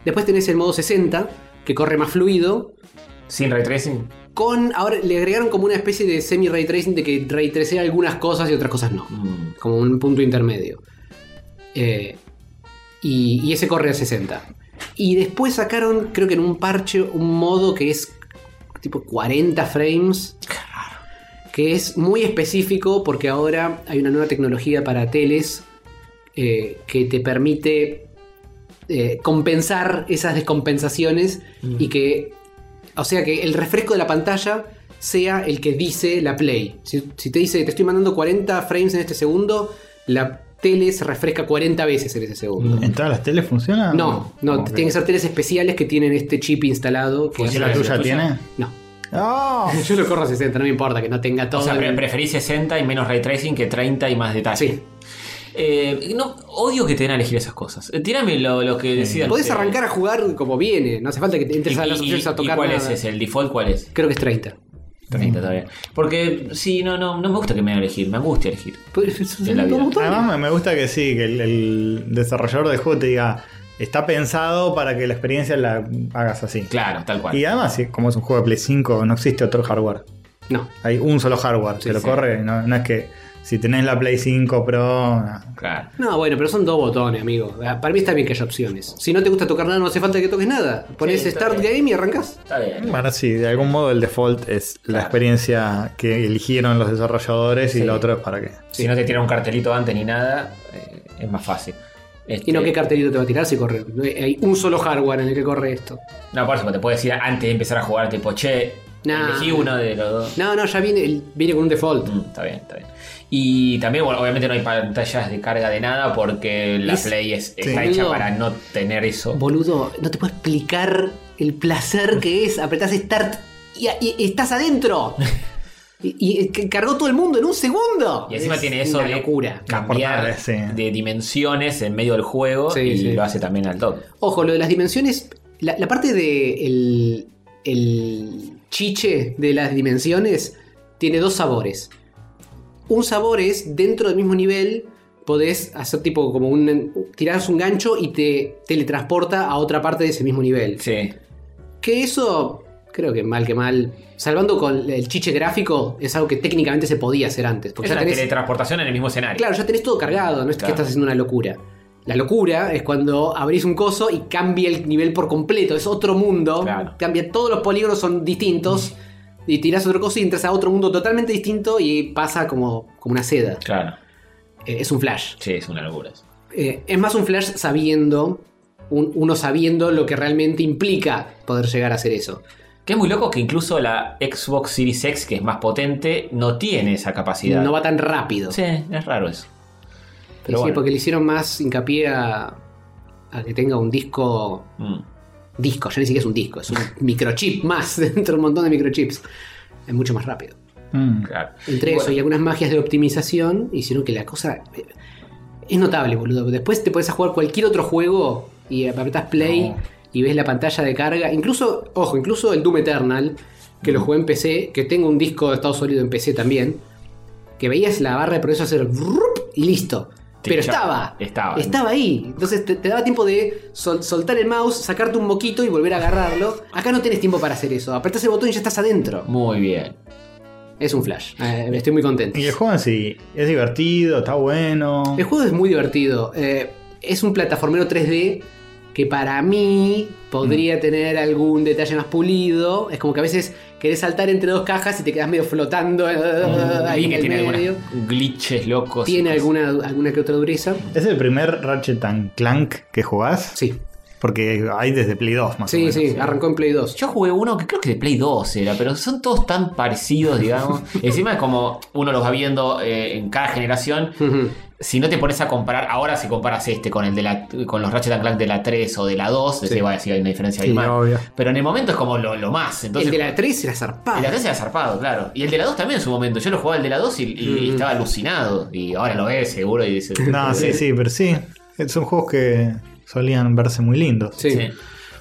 Después tenés el modo 60, que corre más fluido, Sin ray tracing. con ahora le agregaron como una especie de semi ray tracing de que ray tracea algunas cosas y otras cosas no, Mm. como un punto intermedio. Eh, y, y ese corre a 60. Y después sacaron, creo que en un parche, un modo que es tipo 40 frames. Que es muy específico porque ahora hay una nueva tecnología para teles eh, que te permite eh, compensar esas descompensaciones y que, o sea, que el refresco de la pantalla sea el que dice la play. Si, si te dice, te estoy mandando 40 frames en este segundo, la tele se refresca 40 veces en ese segundo. ¿En todas las teles funciona? No, no, Ah, Como que- tienen que ser teles especiales que tienen este chip instalado. Que Pues ¿Y la ¿La tuya tuya? tiene? No, ¡Ah! yo lo corro a 60, no me importa que no tenga todo. O sea, pre- el- preferís 60 y menos ray tracing que 30 y más detalle. Sí. Eh, no, odio que te den a elegir esas cosas. Eh, Tírame lo, lo que decidas. Podés arrancar a jugar como viene, no hace falta que te entres a las y, opciones a tocar. ¿Cuál nada. es ese? ¿El default cuál es? Creo que es 30. 30 todavía. Porque sí, no, no, no me gusta que me hagan elegir, me angustia elegir. Pues, es En la un vida. montón. Además me- me gusta que sí, que el, el desarrollador del juego te diga, está pensado para que la experiencia la hagas así. Claro, tal cual. Y además, sí, como es un juego de Play 5, no existe otro hardware. No, Hay un solo hardware, Sí, se lo sí. corre. No, no es que si tenés la Play 5 Pro, no. Claro. No, bueno, pero son dos botones, amigo. Ah, Para mí está bien que haya opciones. Si no te gusta tocar nada, no hace falta que toques nada. Pones Sí, está Start bien. Game y arrancas. Está bien. Bueno, sí, de algún modo el default es la experiencia que eligieron los desarrolladores y Sí. lo otro es para qué. Si no te tiran un cartelito antes ni nada, eh, es más fácil. Este, Y no, ¿qué cartelito te va a tirar si corre? Hay un solo hardware en el que corre esto. No, por eso que te puedes decir antes de empezar a jugar, tipo, che, Nah. elegí uno de los dos. No, no, ya viene, el- viene con un default. Mm, está bien, está bien. Y también, bueno, obviamente no hay pantallas de carga de nada porque la Es- Play es, está Sí. hecha Boludo. para no tener eso. Boludo, no te puedo explicar el placer que es. Apretás Start y, y estás adentro. Y, y que cargó todo el mundo en un segundo. Y encima Es tiene eso una de locura. cambiar Las portadas, sí. de dimensiones en medio del juego Sí, y sí. lo hace también al top. Ojo, lo de las dimensiones, la, la parte de el, el chiche de las dimensiones tiene dos sabores. Un sabor es dentro del mismo nivel, podés hacer tipo como un. tirás un gancho y te teletransporta a otra parte de ese mismo nivel. Sí. Que eso, creo que mal que mal, salvando con el chiche gráfico, es algo que técnicamente se podía hacer antes. Porque es ya una tenés- teletransportación en el mismo escenario. Claro, ya tenés todo cargado, no es Claro. que estás haciendo una locura. La locura es cuando abrís un coso y cambia el nivel por completo, es otro mundo, Claro. Mm. cambia, todos los polígonos son distintos y tirás otro coso y entras a otro mundo totalmente distinto y pasa como, como una seda. Claro. Eh, es un flash. Sí, es una locura. eso. Eh, es más un flash sabiendo, un- uno sabiendo lo que realmente implica poder llegar a hacer eso. Que es muy loco que incluso la Xbox Series X, que es más potente, no tiene esa capacidad. No va tan rápido. Sí, Eh, es raro eso. Sí, Pero bueno. porque le hicieron más hincapié a, a que tenga un disco Mm. disco, ya ni siquiera es un disco, es un microchip más, dentro de un montón de microchips. Es mucho más rápido. Mm. Claro. Entre eso y algunas magias de optimización hicieron que la cosa eh, es notable, boludo. Después te podés jugar cualquier otro juego y apretás play No. y ves la pantalla de carga. Incluso, ojo, incluso el Doom Eternal, que lo jugué en PC, que tengo un disco de estado sólido en PC también, que veías la barra de progreso hacer vrup y listo. Te Pero echa- estaba, estaba. estaba ahí. Entonces te, te daba tiempo de sol- soltar el mouse, sacarte un moquito y volver a agarrarlo. Acá no tenés tiempo para hacer eso. Apretás el botón y ya estás adentro. Muy bien. Es un flash. Eh, estoy muy contento. Y el juego en sí, es divertido, está bueno. El juego es muy divertido. Eh, es un plataformero 3D que para mí Mm. podría tener algún detalle más pulido. Es como que a veces querés saltar entre dos cajas y te quedás medio flotando eh, ahí en Mm, que el tiene medio. algunos glitches locos. Tiene alguna, alguna que otra dureza. ¿Es el primer Ratchet and Clank que jugás? Sí. Porque hay desde Play 2 más o Sí, menos. sí, arrancó en Play 2. Yo jugué uno que creo que de Play 2 era, pero son todos tan parecidos, digamos. Encima es como uno los va viendo eh, en cada generación. Ujú. Si no te pones a comparar, ahora si comparas este con el de la, con los Ratchet and Clank de la 3 o de la 2, decís, bueno, sí, hay una diferencia ahí Sí, más. obvio. Pero en el momento es como lo, lo más. Entonces, el de la 3 era zarpado. el de la 3 era zarpado, claro. Y el de la 2 también en su momento. Yo lo jugaba el de la 2 y, y- y estaba alucinado. Y ahora lo ves seguro y dices. eh, No, sí, sí, pero sí. Son juegos que solían verse muy lindos. Sí. Sí.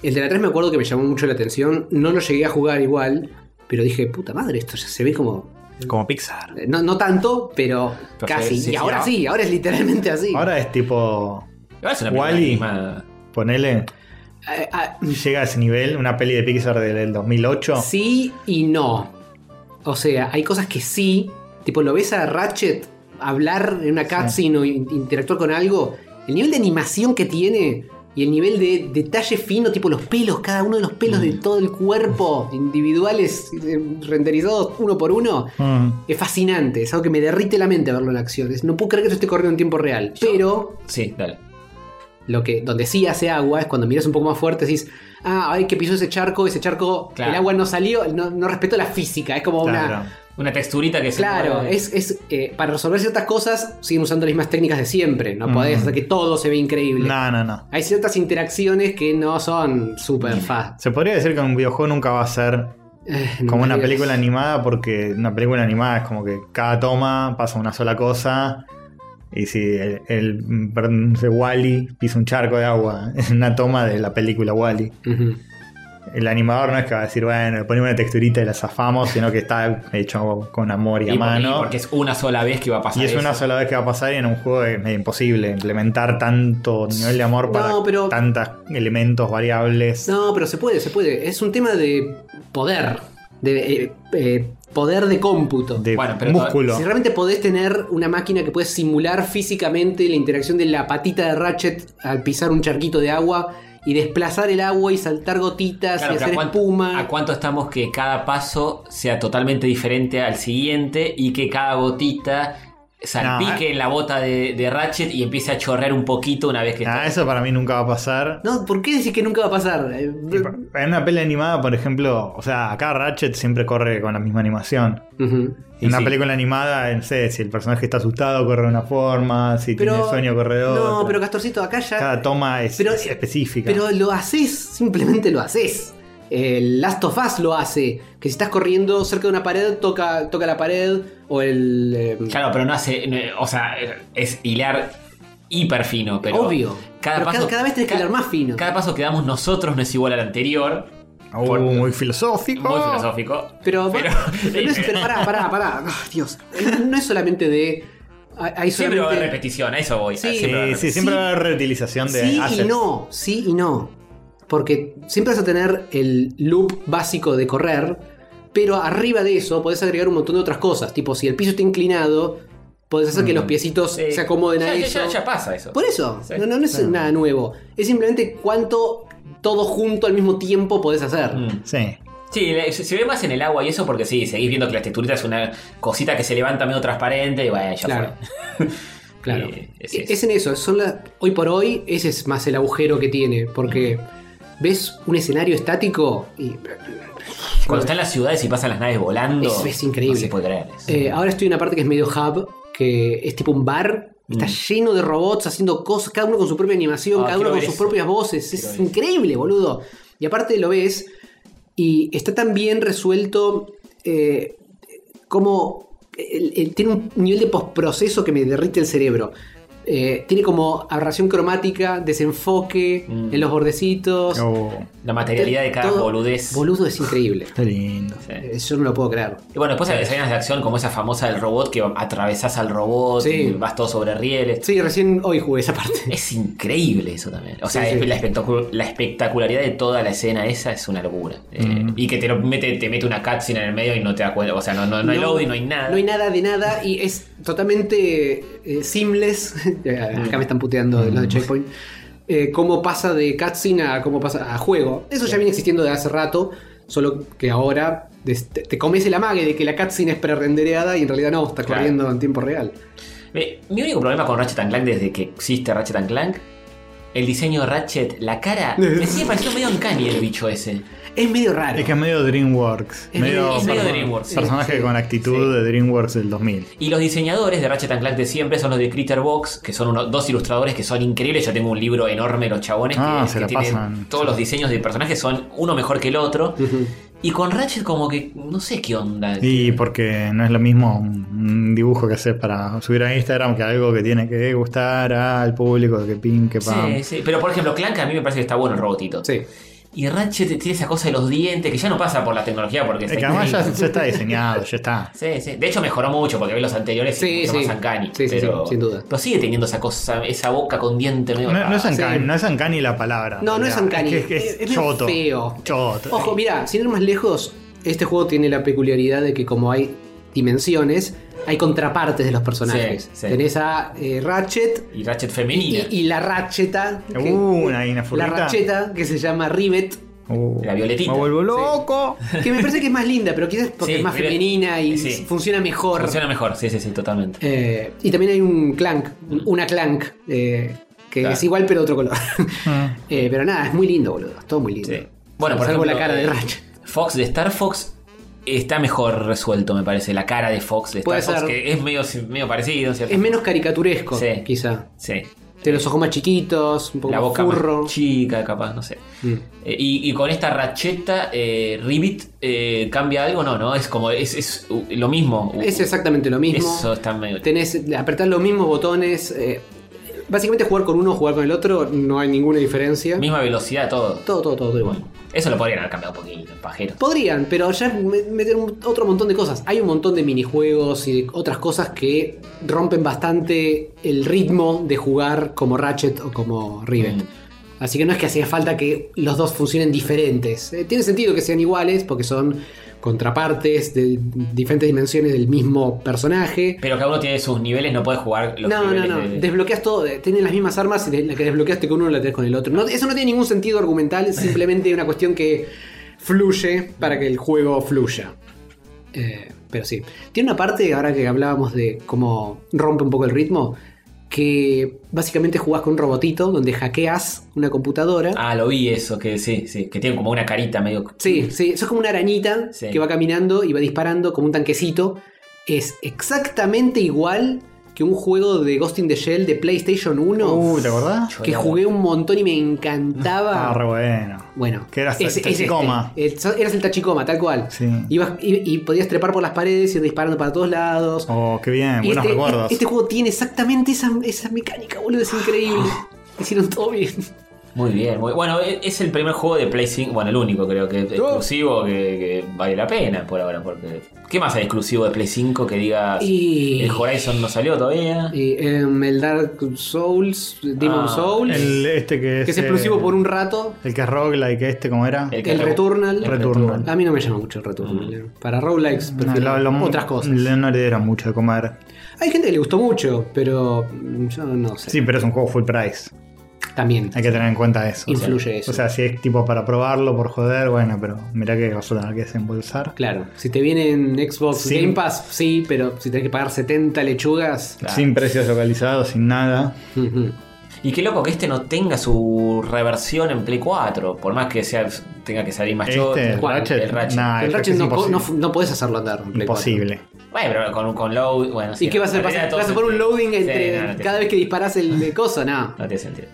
El de la 3 me acuerdo que me llamó mucho la atención. No lo llegué a jugar igual, pero dije, puta madre, esto ya se ve como. Como Pixar. No, no tanto, pero Pero casi. sí, sí, y sí, ahora ahora- sí, ahora es literalmente así. Ahora es tipo. Igual es una película Wall-E. animada. Ponele. Ah, ah, Llega a ese nivel, una peli de Pixar del 2008. Sí y no. O sea, hay cosas que sí. Tipo, lo ves a Ratchet hablar en una cutscene o in- interactuar con algo. El nivel de animación que tiene y el nivel de detalle fino, tipo los pelos, cada uno de los pelos de todo el cuerpo, individuales, eh, renderizados uno por uno. Mm. Es fascinante, es algo que me derrite la mente verlo en acciones. No puedo creer que eso esté corriendo en tiempo real. Pero Sí, dale. lo que, donde sí hace agua es cuando miras un poco más fuerte, decís, ah, ay, que pisó ese charco, ese charco, Claro. el agua no salió, no, no respetó la física, es como Claro. una... Una texturita que se Claro, mueve. es, es, eh, para resolver ciertas cosas siguen usando las mismas técnicas de siempre, no Mm. podés hacer que todo se ve increíble. No, no, no. Hay ciertas interacciones que no son súper fast. Se podría decir que un videojuego nunca va a ser como una película animada, porque una película animada es como que cada toma pasa una sola cosa. Y si el, el- perdón, no sé, Wally pisa un charco de agua en una toma de la película Wally, el animador no es que va a decir, bueno, le ponemos una texturita y la zafamos, sino que está hecho con amor y, Y a porque- mano. porque es una sola vez que va a pasar. Y es eso. una sola vez que va a pasar y en un juego es medio imposible implementar tanto nivel de amor para No, pero- tantos elementos variables. No, pero se puede, se puede. Es un tema de poder, de eh, eh, poder de cómputo. de Bueno, pero músculo. Si realmente podés tener una máquina que puede simular físicamente la interacción de la patita de Ratchet al pisar un charquito de agua y desplazar el agua y saltar gotitas Claro, y pero hacer ¿a cuánto, espuma. ¿A cuánto estamos que cada paso sea totalmente diferente al siguiente y que cada gotita salpique No, eh. en la bota de, de Ratchet y empiece a chorrear un poquito una vez que Ah, está? eso para mí nunca va a pasar. No, ¿por qué decís que nunca va a pasar? Eh, En una peli animada, por ejemplo, o sea, acá Ratchet siempre corre con la misma animación. Ujú. en una sí. película animada, no sé, si el personaje está asustado, corre de una forma, si Pero- tiene sueño, corre de No, otra. pero Castorcito, acá ya. Cada toma es, Pero- es específica. Pero lo haces, simplemente lo haces. El Last of Us lo hace. Que si estás corriendo cerca de una pared, toca, toca la pared. O el. eh, Claro, pero no hace. no, o sea, es hilar hiper fino, pero. obvio. Cada, Pero paso, cada, vez tenés que ca- hablar más fino. Cada paso que damos nosotros no es igual al anterior. Oh, por- muy filosófico. Oh. Muy filosófico. Pero, Pero- pero no es- pero pará, pará, pará. Ah, Dios. No es solamente de. hay- Hay Siempre va a haber solamente. repetición, a eso voy. Sí. siempre va a Sí, haber sí, siempre Sí. va a haber reutilización de Sí y assets. no, sí y no. Porque siempre vas a tener el loop básico de correr, pero arriba de eso podés agregar un montón de otras cosas. Tipo, si el piso está inclinado, podés hacer que Mm. los piecitos Sí. se acomoden Ya- a ya- eso. Pues- ya- ya pasa eso. Por eso, Sí, no, no, no es nada nuevo. Es simplemente cuánto todo junto al mismo tiempo podés hacer. Mm. Sí. Sí, le- se se ve más en el agua y eso porque sí, seguís viendo que la texturita es una cosita que se levanta medio transparente y vaya, ya Claro. fue. Claro. E-, Eh, es es, eso. en eso. Son la- hoy por hoy, ese es más el agujero que tiene. Porque ves un escenario estático y. Cuando está en las ciudades y pasan las naves volando. Es- es increíble. No se puede creer. eso. Eh, ahora estoy en una parte que es medio hub, que es tipo un bar. Está lleno de robots haciendo cosas, cada uno con su propia animación, Mm. Ah, cada quiero uno con ver sus eso. propias voces. Quiero Es ver eso. increíble, boludo. Y aparte lo ves y está tan bien resuelto eh, como... eh, el- el- tiene un nivel de postproceso que me derrite el cerebro. Eh, tiene como aberración cromática, desenfoque Mm. en los bordecitos. Oh, la materialidad de cada Todo- boludez. Boludo es increíble. qué lindo. Sí. Eh, Yo no lo puedo creer. Y bueno, después hay escenas de acción como esa famosa del robot que atravesás al robot Sí. y vas todo sobre rieles. Sí, recién hoy jugué esa parte. Es increíble eso también. O sea, Sí, sí. es- La, espectacu- la espectacularidad de toda la escena esa es una locura. Eh, Mm. Y que te, lo mete, te mete una cutscene en el medio y no te das cuenta. O sea, no, no, no hay loading, no hay nada. No hay nada de nada y es totalmente eh, seamless. Eh, Mm. Acá me están puteando los de Checkpoint. Eh, cómo pasa de cutscene a cómo pasa a juego. Eso ya viene existiendo de hace rato, solo que ahora des- te, te comes el amague de que la cutscene es prerendereada y en realidad no, está Claro. corriendo en tiempo real. Eh, Mi único problema con Ratchet and Clank desde que existe Ratchet and Clank el diseño de Ratchet, la cara. Me sigue pareciendo medio uncanny el bicho ese. Es medio raro. Es que es medio DreamWorks. Es medio, medio- es medio perso- DreamWorks, sí, Personaje sí. con actitud de DreamWorks del 2000. Y los diseñadores de Ratchet and Clank de siempre son los de Critterbox, que son unos, dos ilustradores que son increíbles. Yo tengo un libro enorme de los chabones Ah, que, se que la tienen pasan. todos los diseños de personajes, son uno mejor que el otro. Y con Ratchet como que no sé qué onda. Y Este, porque no es lo mismo un un dibujo que hacer para subir a Instagram que algo que tiene que gustar al público, que pin, que pam. Sí, sí. Pero por ejemplo, Clank a mí me parece que está bueno el robotito. Sí. Y Ratchet tiene esa cosa de los dientes que ya no pasa por la tecnología porque Es está que además ya, increíble. ya está diseñado, ya está. Sí, sí. De hecho mejoró mucho porque ve los anteriores Sí, y mucho sí. más uncanny, Sí, sí, sí, pero, sin duda. Pero sigue teniendo esa cosa, esa boca con diente medio No, no es rara. uncanny, Sí. no es uncanny la palabra. No, no es uncanny. Es, que- es Es- es choto. feo. Choto. Ojo, mira, sin ir más lejos, este juego tiene la peculiaridad de que como hay dimensiones, hay contrapartes de los personajes. Sí, sí. Tenés a eh, Ratchet Y Ratchet y, femenina. y la Ratcheta. que- Uh, una- una la furrita. Ratcheta que se llama Rivet. Uh, La violetita. Me vuelvo loco. Que me parece que es más linda, pero quizás porque Sí, es más Rivet. femenina y Sí. funciona mejor. Funciona mejor, sí, sí, sí, totalmente. Eh, y también hay un clank, un- una clank, eh, que Claro. es igual pero otro color. Ah. Eh, pero nada, es muy lindo, boludo. es Todo muy lindo. Sí. Bueno, por Salvo ejemplo, la cara de eh, Ratchet. Fox de Star Fox está mejor resuelto, me parece. La cara de Fox de Star Puede Fox, ser. que es medio, medio parecido, ¿cierto? Es menos caricaturesco, Sí. quizá. Sí. Tiene los ojos más chiquitos, un poco La más boca furro. más chica, capaz, no sé. Mm. Eh, Y, y con esta racheta, eh, Ribbit, eh, ¿cambia algo? No, no, es como, es, es, uh, lo mismo. Uh, Es exactamente lo mismo. Eso está medio... Tenés, apretar los mismos botones. eh, básicamente jugar con uno, jugar con el otro, no hay ninguna diferencia. Misma velocidad, todo. Todo, todo, todo igual. Eso lo podrían haber cambiado un poquito, pajero. Podrían, pero ya me- meter un- otro montón de cosas. Hay un montón de minijuegos y de otras cosas que rompen bastante el ritmo de jugar como Ratchet o como Rivet. Mm. Así que no es que hacía falta que los dos funcionen diferentes. Eh, tiene sentido que sean iguales porque son contrapartes de diferentes dimensiones del mismo personaje. Pero cada uno tiene sus niveles, no puede jugar los No, no, niveles no. de- Desbloqueas todo. eh, Tienen las mismas armas y de- la que desbloqueaste con uno la tenés con el otro. No- eso no tiene ningún sentido argumental. Es simplemente una cuestión que fluye para que el juego fluya. Eh, pero sí. Tiene una parte, ahora que hablábamos de cómo rompe un poco el ritmo, que básicamente jugás con un robotito donde hackeas una computadora. Ah, lo vi eso, que sí, sí, que tiene como una carita medio... Sí, sí, eso es como una arañita Sí. que va caminando y va disparando como un tanquecito. Es exactamente igual que un juego de Ghost in the Shell de PlayStation 1 Uh, ¿te acordás? que jugué un montón y me encantaba. Ah, re bueno. bueno, Que eras el ese- ese- tachicoma. este, el- eras el tachicoma, tal cual. Sí. Ibas- y, y podías trepar por las paredes, ir disparando para todos lados. Oh, qué bien, Y buenos este, recuerdos. Ah. este juego tiene exactamente esa, esa mecánica, boludo, es increíble. Hicieron todo bien. Muy bien, muy bueno, e- es el primer juego de Play 5, bueno, el único creo que exclusivo que, que vale la pena por ahora, porque ¿qué más hay exclusivo de Play 5 que digas Y, el Horizon no salió todavía? y, em, el Dark Souls, Demon Ah, Souls, El, este que es. que es eh, exclusivo por un rato. El que es roguelike, este, ¿cómo era? El que El re- Returnal. el Returnal. A mí no me llama mucho el Returnal. eh. Para roguelikes No, prefiero lo- lo- otras cosas. le- No le dieron mucho de comer. Hay gente que le gustó mucho, pero mm, yo no sé. Sí, pero es un juego full price. También. Hay que tener en cuenta eso. Influye o sea, eso. O sea, si es tipo para probarlo, por joder, bueno, pero mirá que vas a tener que desembolsar. Claro, si te viene en Xbox Sí. Game Pass, sí, pero si tenés que pagar 70 lechugas. Claro. Sin precios localizados, sin nada. ujú. Y qué loco que este no tenga su reversión en Play 4, por más que sea tenga que salir más choto. Este, el ¿cuál? Ratchet. El Ratchet. Nah, el creo que Ratchet es no, co- imposible. no, fu- no podés hacerlo andar en Play Imposible. Bueno, pero con, con load, bueno, cuatro. ¿Y qué vas a hacer? pasar? ¿Vas a poner un loading entre cada vez que disparas el de cosa? No. No tiene sentido.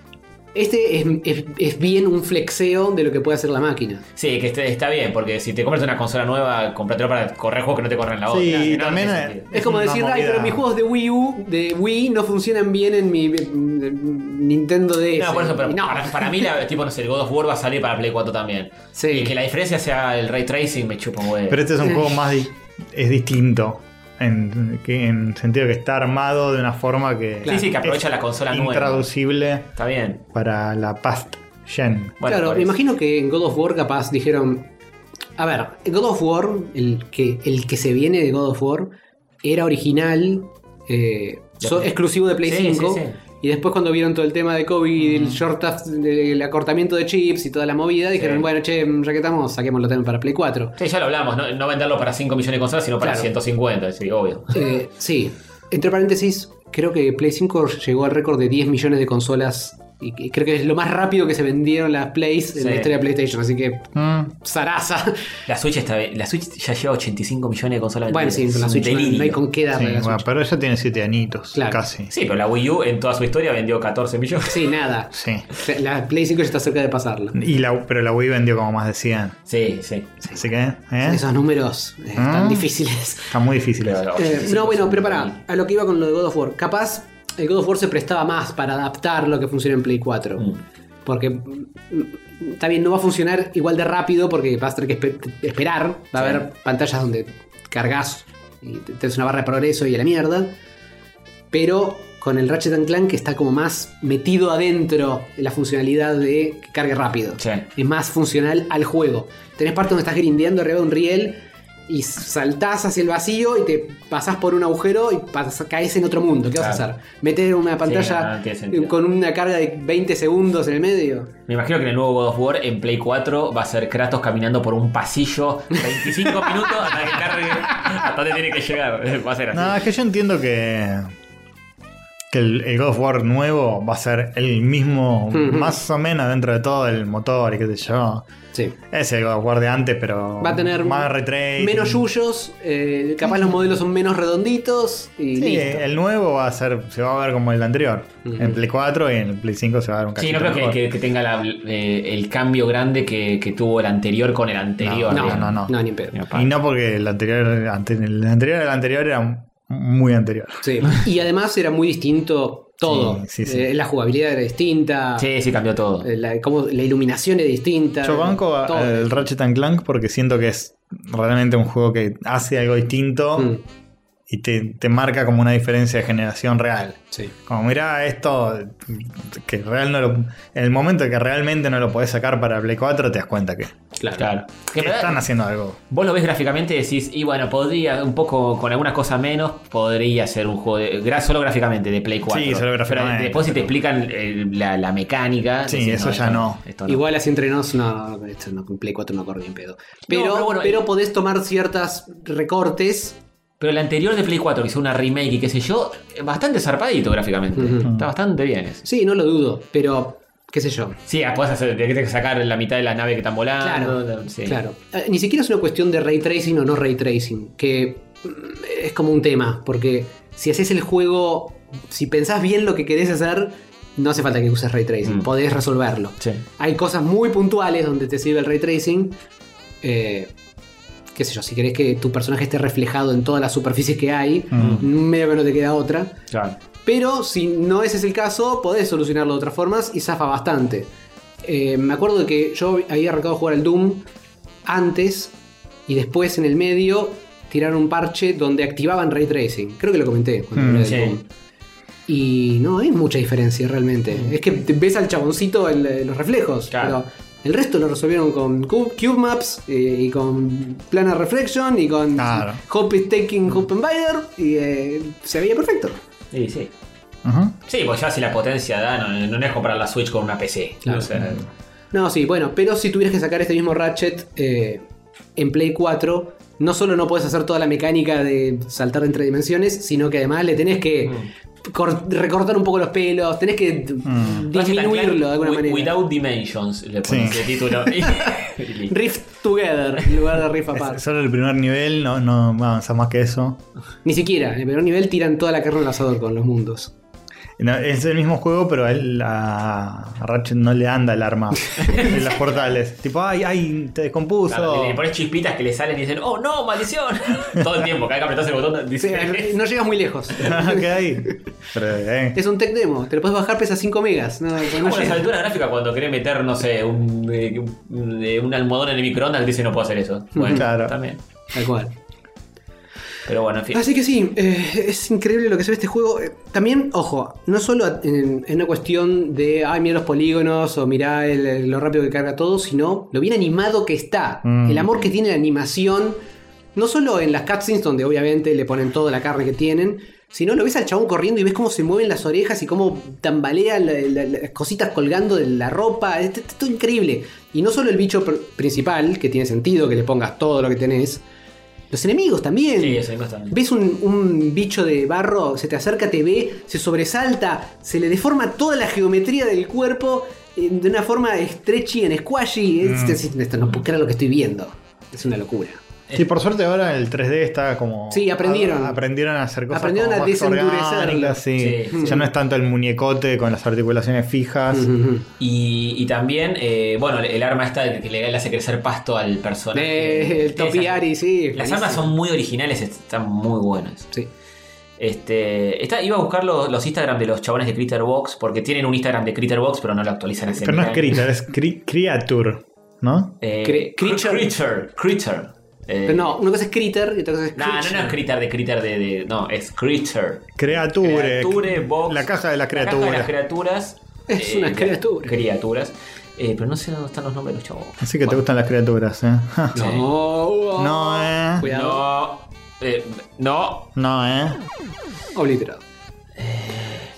Este es, es- es bien un flexeo de lo que puede hacer la máquina. Sí, que este- está bien, porque si te compras una consola nueva, comprátelo para correr juegos que no te corren la otra. Sí, No, y no también tiene es- sentido. Es como una decir, ay, movida". pero mis juegos de Wii U, de Wii, no funcionan bien en mi mm, Nintendo DS. No, por eso, pero Y no. Para, para mí, la, tipo, no sé, el God of War va a salir para Play 4 también. Sí. Y que la diferencia sea el ray tracing me chupa un huevo. Pero este es un juego más. di- es distinto. En, que, en sentido que está armado de una forma que. Sí, sí, que aprovecha es la consola nueva. Intraducible Está bien. para la past gen. Bueno, claro, por me eso. imagino que en God of War capaz dijeron. A ver, God of War, el que, el que se viene de God of War, era original, eh, De so- Play. exclusivo de Play Sí, sí, 5. sí. Y después cuando vieron todo el tema de COVID, y el short of- el acortamiento de chips y toda la movida, dijeron, bueno, che, ya que estamos, saquémoslo también para Play 4. Sí, ya lo hablamos, no, no venderlo para 5 millones de consolas, sino para Claro. 150, sí, obvio. Eh, sí, entre paréntesis, creo que Play 5 llegó al récord de 10 millones de consolas Y, y creo que es lo más rápido que se vendieron las Plays en Sí. la historia de PlayStation. Así que, Mm. zaraza. La Switch, está, la Switch ya lleva 85 millones de consolas Bueno, sí, vendidas. con la Es Switch un no, delirio. no hay con qué darle Sí, a la bueno, Switch. pero ella tiene siete anitos, Claro. casi. Sí, pero la Wii U en toda su historia vendió 14 millones. Sí, nada. Sí. La Play 5 ya está cerca de pasarla. Y la, pero la Wii vendió como más de 100. Sí, sí. Así que, ¿eh? Esos números eh, Ah. tan difíciles. Está muy difícil eso. Pero- Eh, no, bueno, pero pará, a lo que iba con lo de God of War. Capaz el God of War se prestaba más para adaptar lo que funciona en Play 4. Mm. Porque mm, está bien, no va a funcionar igual de rápido porque vas a tener que espe- esperar. Va a Sí. haber pantallas donde cargas y te- tenés una barra de progreso y a la mierda. Pero con el Ratchet and Clank que está como más metido adentro en la funcionalidad de que cargue rápido Sí. es más funcional al juego. Tenés parte donde estás grindeando arriba de un riel y saltás hacia el vacío y te pasás por un agujero y pasás- caes en otro mundo. ¿Qué vas a Claro. hacer? ¿Meter una no, pantalla no tiene sentido. con una carga de 20 segundos en el medio? Me imagino que en el nuevo God of War en Play 4 va a ser Kratos caminando por un pasillo 25 minutos hasta que cargue. Hasta donde tiene que llegar. Va a ser así. No, es que yo entiendo que. Que el, el God of War nuevo va a ser el mismo, Ujú. más o menos dentro de todo el motor y qué sé yo. Sí. Es el God of War de antes, pero. Va a tener más retrace. menos yuyos, eh, capaz los modelos son menos redonditos y Sí, eh, listo. el nuevo va a ser, se va a ver como el anterior. Ujú. En Play 4 y en el Play 5 se va a ver un Sí, cachito no creo que, mejor. que- que tenga la- eh, el cambio grande que, que tuvo el anterior con el anterior. no, digamos. no, no, no, no. ni en pedo. Mira, pa. Y no porque el anterior, ante- el anterior al anterior era muy anterior. Sí. Y además era muy distinto todo. Sí, sí, sí. Eh, la jugabilidad era distinta. Sí, sí, cambió todo. eh, La, cómo- la iluminación es distinta. Yo banco a- todo. al Ratchet and Clank porque siento que es realmente un juego que hace algo distinto Mm, y te, te marca como una diferencia de generación real. sí. Como mirá esto, que real no lo- en el momento que realmente no lo podés sacar para Play 4 te das cuenta que, Claro. Que que en verdad, están haciendo algo. Vos lo ves gráficamente y decís, y bueno, podría, un poco con alguna cosa menos, podría ser un juego de, gra- solo gráficamente de Play 4. Sí, solo gráficamente, Pero después si te explican el- la, la mecánica. Sí, decís, eso ya esto- no. esto Igual así entre nos, no, no, esto no, con Play 4 no corre bien pedo. Pero, pero pero, bueno, eh. podés tomar ciertas recortes. Pero el anterior de Play 4, que hizo una remake y qué sé yo, bastante zarpadito gráficamente. Ujú. Está bastante bien eso. Sí, no lo dudo, pero qué sé yo. Sí, ah, podés hacer, tenés que sacar la mitad de la nave que están volando. Claro, sí. claro. Eh, Ni siquiera es una cuestión de ray tracing o no ray tracing, que mm, es como un tema, porque si haces el juego, si pensás bien lo que querés hacer, no hace falta que uses ray tracing, Mm. podés resolverlo. Sí. Hay cosas muy puntuales donde te sirve el ray tracing. eh, qué sé yo, si querés que tu personaje esté reflejado en todas las superficies que hay, medio que no te queda otra. Claro. Pero si no ese es el caso, podés solucionarlo de otras formas y zafa bastante. Eh, me acuerdo de que yo había arrancado a jugar al Doom antes y después en el medio tiraron un parche donde activaban ray tracing. Creo que lo comenté cuando Mm, hablé del sí. Doom. Y no hay mucha diferencia realmente. Es que te ves al chaboncito en, eh, los reflejos. Claro. Pero el resto lo resolvieron con Cube, Cube Maps eh, y con Planar Reflection y con Claro. Hope is Taking Hope and Bider y eh, se veía perfecto. Sí, sí. Ujú. Sí, pues ya si la potencia da, no, no es comprar la Switch con una PC. Claro. O sea, No, sí, bueno, pero si tuvieras que sacar este mismo Ratchet eh, en Play 4, no solo no puedes hacer toda la mecánica de saltar entre dimensiones, sino que además le tenés que Mm. cor- recortar un poco los pelos, tenés que Mm. disminuirlo de alguna Wi- manera. Without Dimensions le pones Sí. el título. Y listo. Rift Together en lugar de Rift Es- Apart. Solo el primer nivel, no, no avanzas más que eso. Ni siquiera, en el primer nivel tiran toda la carne al asador con los mundos. No, es el mismo juego, pero a él a, a Ratchet no le anda el arma en los portales. Tipo, ay, ay, te descompuso. Claro, le, le pones chispitas que le salen y dicen, oh no, maldición. Todo el tiempo, cada vez que apretás el botón, O sea, dice. no llegas muy lejos. Queda ahí. Pero, eh, Es un tech demo, te lo puedes bajar, pesa 5 megas. No, no Como las llega. alturas gráficas cuando querés meter, no sé, un, eh, un, eh, un almohadón en el microondas que dice no puedo hacer eso. Bueno, Claro. también. Tal cual. Pero bueno, en fin. Así que sí, eh, es increíble lo que se ve este juego. Eh, También, ojo, no solo a- en, en una cuestión de, ay, mira los polígonos o mirá el- el- lo rápido que carga todo, sino lo bien animado que está. Mm. El amor que tiene la animación, no solo en las cutscenes, donde obviamente le ponen toda la carne que tienen, sino lo ves al chabón corriendo y ves cómo se mueven las orejas y cómo tambalean la- la- las cositas colgando de la ropa. Es, es todo increíble. Y no solo el bicho pr- principal, que tiene sentido que le pongas todo lo que tenés Los enemigos también. Sí, eso, ahí no está bien. Ves un, un bicho de barro, se te acerca, te ve, se sobresalta, se le deforma toda la geometría del cuerpo eh, de una forma stretchy en squashy. Mm. Es- es- esto no puedo creer lo que estoy viendo. Es una locura. Sí, por suerte ahora el 3D está como. Sí, aprendieron. a- aprendieron a hacer cosas. Aprendieron como a más desendurecerlo. orgánicas, sí. Sí, Ya no es tanto el muñecote con las articulaciones fijas. Y, y también, eh, bueno, el arma esta que le, le hace crecer pasto al personaje. Eh, el Topiari, sí. Esas- Las buenísimo. armas son muy originales, están muy buenas. Sí. Este, está, iba a buscar los, los Instagram de los chabones de Critterbox, porque tienen un Instagram de Critterbox, pero no lo actualizan hace Pero no es mil años. Critter, es cri- Creature, ¿no? Eh, Cre- Creature. Creature. Creature. Eh, Pero no, una cosa es Critter y otra cosa es No, no, no es Critter de Critter de, de- No, es Creature. Creature. eh, Creature, box. La caja de las La caja de las criaturas. criaturas. Es una de- criatura. Criaturas. Eh, pero no sé dónde están los nombres de los chavos. Así que te gustan las criaturas, ¿eh? Ja. Sí. No, No, eh. Cuidado. No. eh, no. No, ¿eh? Obliterado.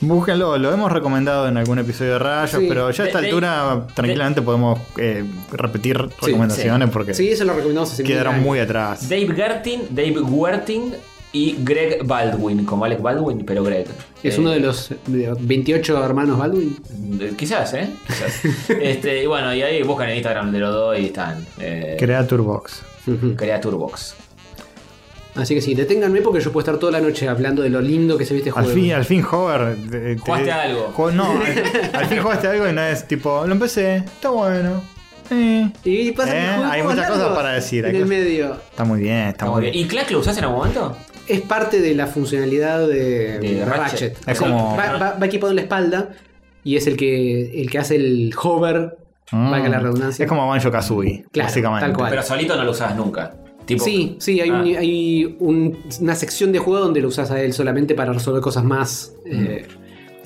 Búsquenlo, lo hemos recomendado en algún episodio de Rayos, Sí. pero ya a esta De- de- altura tranquilamente podemos eh, repetir recomendaciones porque Sí, eso lo recomendamos hace mil quedaron años. muy atrás. Dave Gertin, Dave Werting y Greg Baldwin. Como Alec Baldwin, pero Greg. Es Eh, uno de los de los 28 hermanos Baldwin. de- Quizás, ¿eh? Quizás. este, y bueno, y ahí buscan en Instagram de los dos y están. Eh, Creature Box. Mm. Creaturebox. Así que sí, deténganme porque yo puedo estar toda la noche hablando de lo lindo que se ve este Al juego. fin, al fin, Hover. te- te- Jugaste algo. Jue- no, al, al fin jugaste algo y no es tipo, lo empecé, está bueno. eh, Y pasan Eh, juegos hay muchas largos cosas para decir, hay En el cosas- medio. Está muy bien, está muy bien. ¿Y Clash lo usás en algún momento? Es parte de la funcionalidad de, De Ratchet. Ratchet. Es como- Va, va- va equipado en la espalda y es el que, el que hace el hover. Mm. Valga la redundancia. Es como Banjo Kazooie, Claro, básicamente. tal cual. Pero solito no lo usás nunca. Tipo, Sí, sí, hay, Ah. un- hay un- una sección de juego donde lo usas a él solamente para resolver cosas más. Mm. eh,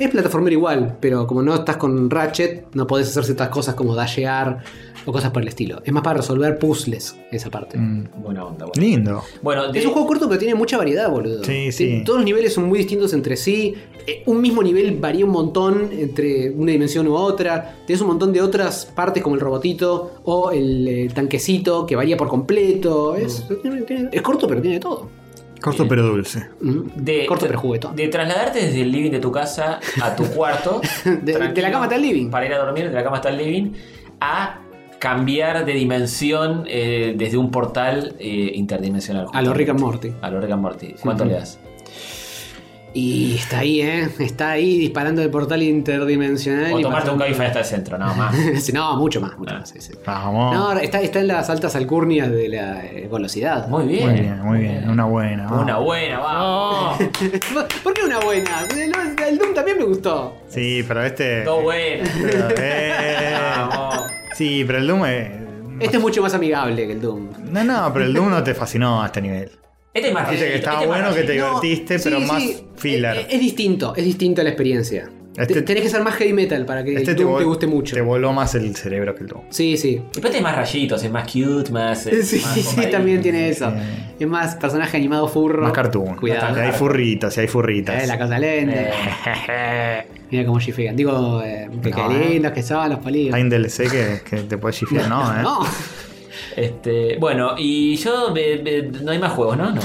es plataformero igual, pero como no estás con Ratchet, no podés hacer ciertas cosas como dashear o cosas por el estilo. Es más para resolver puzzles, esa parte. Mm. Buena onda, bueno. Lindo. Bueno, de- Es un juego corto, pero tiene mucha variedad, boludo. Sí, Tien- sí. Todos los niveles son muy distintos entre sí. Eh, Un mismo nivel varía un montón entre una dimensión u otra. Tienes un montón de otras partes, como el robotito o el, eh, tanquecito, que varía por completo. Es, Mm. tiene- tiene- es corto, pero tiene de todo. Corto pero dulce. Mm. de- corto, pero juguetón. Eh, De trasladarte desde el living de tu casa a tu cuarto. de la tranquilo, cama hasta el living. Para ir a dormir, de la cama hasta el living. A cambiar de dimensión eh, desde un portal eh, interdimensional. A lo justamente. Rick and Morty. A lo Rick and Morty. ¿Cuánto Ujú. le das? Y está ahí, ¿eh? Está ahí disparando el portal interdimensional. O y tomarte un matando- cabify hasta el centro, nada más. Sí, no, mucho más. mucho Ah. más, sí, sí. Vamos. No, está, está en las altas alcurnias de la eh, velocidad. Muy bien. muy bien, muy bien. Una buena. vamos. Una buena, vamos. ¿Por qué una buena? No, El Doom también me gustó. Sí, pero este. Dos buenas. pero, eh, Vamos. sí, pero el Doom. eh, Este es mucho más amigable que el Doom. no, no, pero el Doom no te fascinó a este nivel. Este es Ah, más Dice que rayito, estaba este es más bueno, que te rayito. divertiste, No, pero sí, eh, más sí. filler. Es, es distinto, es distinto a la experiencia. Este- Te- Tenés que ser más heavy metal para que este el Doom vol- te guste mucho. Te voló más el cerebro que el Doom. Sí, sí. Y Después este es más rayitos, es más cute, más. eh, Sí, más sí, compadre. también tiene eso. Sí. Es más personaje animado furro. Más cartoon. Cuidado. Y hay furritas, y hay furritas. Eh, la cosa lenta. Mira cómo chifean. Digo, eh, que Eh. No, qué eh. lindos que son los polígonos. Hay un DLC que, que te puedes chiflar, ¿no? ¿eh? No. Este, bueno, y yo. eh, eh, no hay más juegos, ¿no? No.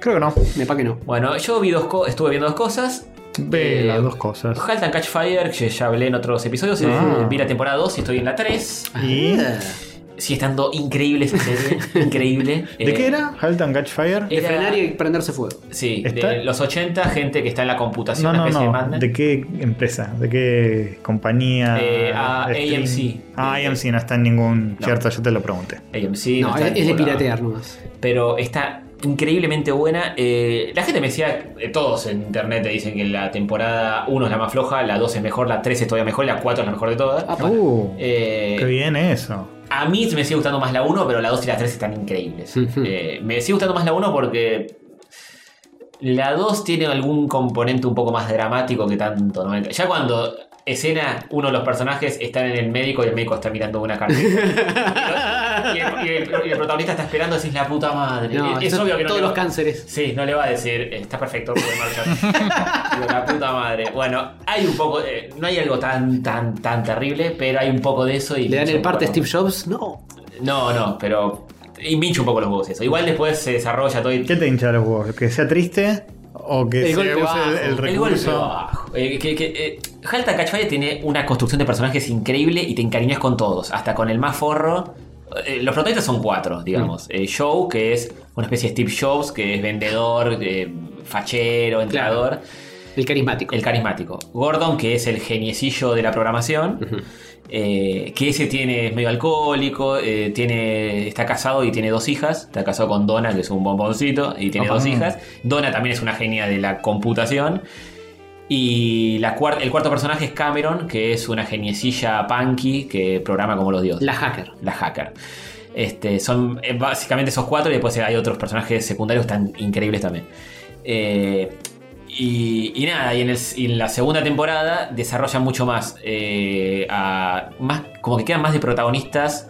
Creo que no. Me pa' que no. Bueno, yo vi dos co- estuve viendo dos cosas. Ve Eh, las dos cosas. Halt and Catch Fire, que ya hablé en otros episodios. eh, Ah. vi la temporada 2 y estoy en la 3. ¿Y? Ah, Sigue estando increíble esa serie. increíble. ¿De Eh, qué era? ¿Halt and Catch Fire? eh, De Era- frenar y prenderse fuego. Sí, ¿Está? de los 80, gente que está en la No, computación, no, una especie de no. Mad Men. ¿De qué empresa? ¿De qué compañía? Eh, a stream? AMC. Ah, AMC no está en ningún. No. Cierto, yo te lo pregunté. AMC, No, está es, es de vinculada. piratear nomás. pero está increíblemente buena. Eh, la gente me decía, eh, todos en internet te dicen que la temporada 1 es la más floja, la 2 es mejor, la 3 es todavía mejor, la 4 es la mejor de todas. Apa. Uh, Eh, qué bien eso. a mí me sigue gustando más la 1, pero la 2 y la 3 están increíbles. Ujú. Eh, me sigue gustando más la 1 porque la 2 tiene algún componente un poco más dramático que tanto. ¿no? Ya cuando escena, uno de los personajes está en el médico y el médico está mirando una carta. y, el, y el- y el protagonista está esperando, decís la puta madre. No, es, es eso- obvio que no todos le va- los cánceres. Sí, no le va a decir, está perfecto, puede marchar. Digo, la puta madre. Bueno, hay un poco, eh, no hay algo tan, tan, tan terrible, pero hay un poco de eso. Y ¿Le dan el parte a Steve Steve Jobs? No. no, no, pero y me hincha un poco los huevos eso. Igual después se desarrolla todo y. ¿Qué te hincha los huevos? ¿Que sea triste o que El se golpe use bajo. el, el El El golpe recurso? bajo. Eh, que, que, eh, Halta Cachuaya tiene una construcción de personajes increíble y te encariñas con todos, hasta con el más forro. Eh, los protagonistas son cuatro, Mm. digamos. Eh, Joe, que es una especie de Steve Jobs, que es vendedor, eh, fachero, entrenador. El carismático. El carismático. Gordon, que es el geniecillo de la programación. eh, que ese tiene, es medio alcohólico, eh, tiene, está casado y tiene dos hijas. Está casado con Donna, que es un bomboncito, y tiene Ajá. dos hijas. Donna también es una genia de la computación. Y la cuar- el cuarto personaje es Cameron, que es una geniecilla punky que programa como los dioses La hacker. la hacker. Este, son eh, básicamente esos cuatro y después hay otros personajes secundarios tan increíbles también. Eh, y, y nada, y en, el- y en la segunda temporada desarrollan mucho más, eh, a- más como que quedan más de protagonistas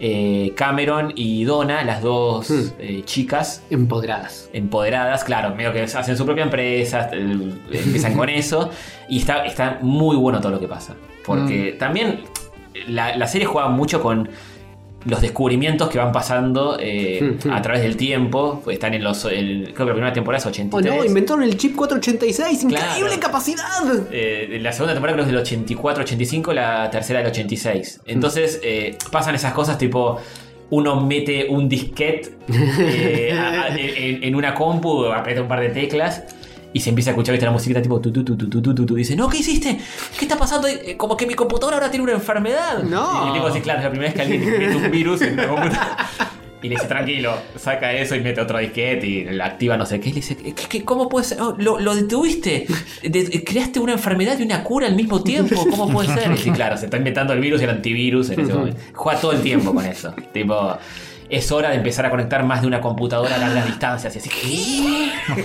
eh, Cameron y Donna, las dos Hmm. eh, chicas Empoderadas. empoderadas, claro, medio que hacen su propia empresa, eh, empiezan con eso, y está, está muy bueno todo lo que pasa. Porque Mm. también la, la serie juega mucho con los descubrimientos que van pasando eh, Mm, mm. a través del tiempo, pues están en los, el- creo que la primera temporada es Oh 83. no, inventaron el chip 486. Increíble Claro. capacidad. Eh, la segunda temporada creo que es del 84-85, la tercera del 86. Entonces eh, pasan esas cosas tipo... Uno mete un disquete eh, a- a- en, en una compu, aprieta un par de teclas y se empieza a escuchar ¿viste, la musiquita tipo tu tu tu tu tu tu tu, tu. Y dice, no, ¿qué hiciste? ¿Qué está pasando? Eh, Como que mi computadora ahora tiene una enfermedad. No. Y el tipo dice, claro, es la primera vez que alguien mete un virus en la computadora. Y le dice, tranquilo, saca eso y mete otro disquete y la activa no sé qué. Y le dice, ¿qué, qué- cómo puede ser? Oh, lo, lo detuviste. De- creaste una enfermedad y una cura al mismo tiempo. ¿Cómo puede ser? Y dice, claro, se está inventando el virus y el antivirus en ese momento. Juega todo el tiempo con eso. Tipo, es hora de empezar a conectar más de una computadora a largas distancias. Y así, ¿qué?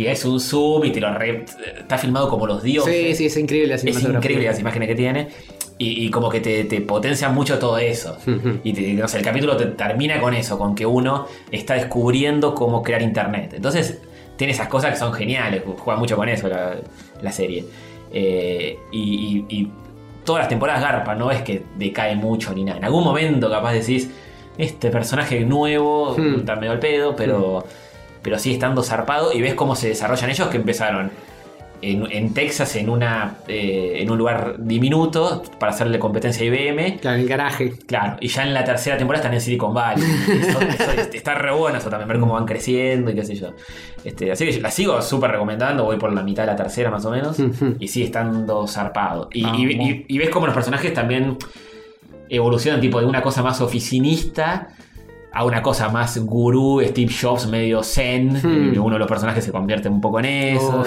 Y es un Zoom y te lo re- Está filmado como los dioses. Sí, sí, es increíble la eh. Es cinematografía. increíble las imágenes que tiene. Y, y como que te, te potencia mucho todo eso. Ujú. Y te- no sé, el capítulo te- termina con eso, con que uno está descubriendo cómo crear internet. Entonces, tiene esas cosas que son geniales. Juega mucho con eso la, la serie. Eh, y, y- y todas las temporadas garpa, no es que decae mucho ni nada. En algún momento capaz decís, este personaje nuevo, Hmm. está medio al pedo, pero, pero sigue estando zarpado. Y ves cómo se desarrollan ellos que empezaron en, en Texas, en, una, eh, en un lugar diminuto, para hacerle competencia a IBM. Claro, en el garaje. Claro, y ya en la tercera temporada están en Silicon Valley. Eso- eso- este, está re bueno eso también, ver cómo van creciendo y qué sé yo. Este, así que yo la sigo súper recomendando, voy por la mitad de la tercera más o menos, Ujú. y sigue estando zarpado. Y, y- Vamos. y- y ves cómo los personajes también evolucionan, tipo de una cosa más oficinista a una cosa más gurú, Steve Jobs medio zen, Hmm. y uno de los personajes se convierte un poco en eso.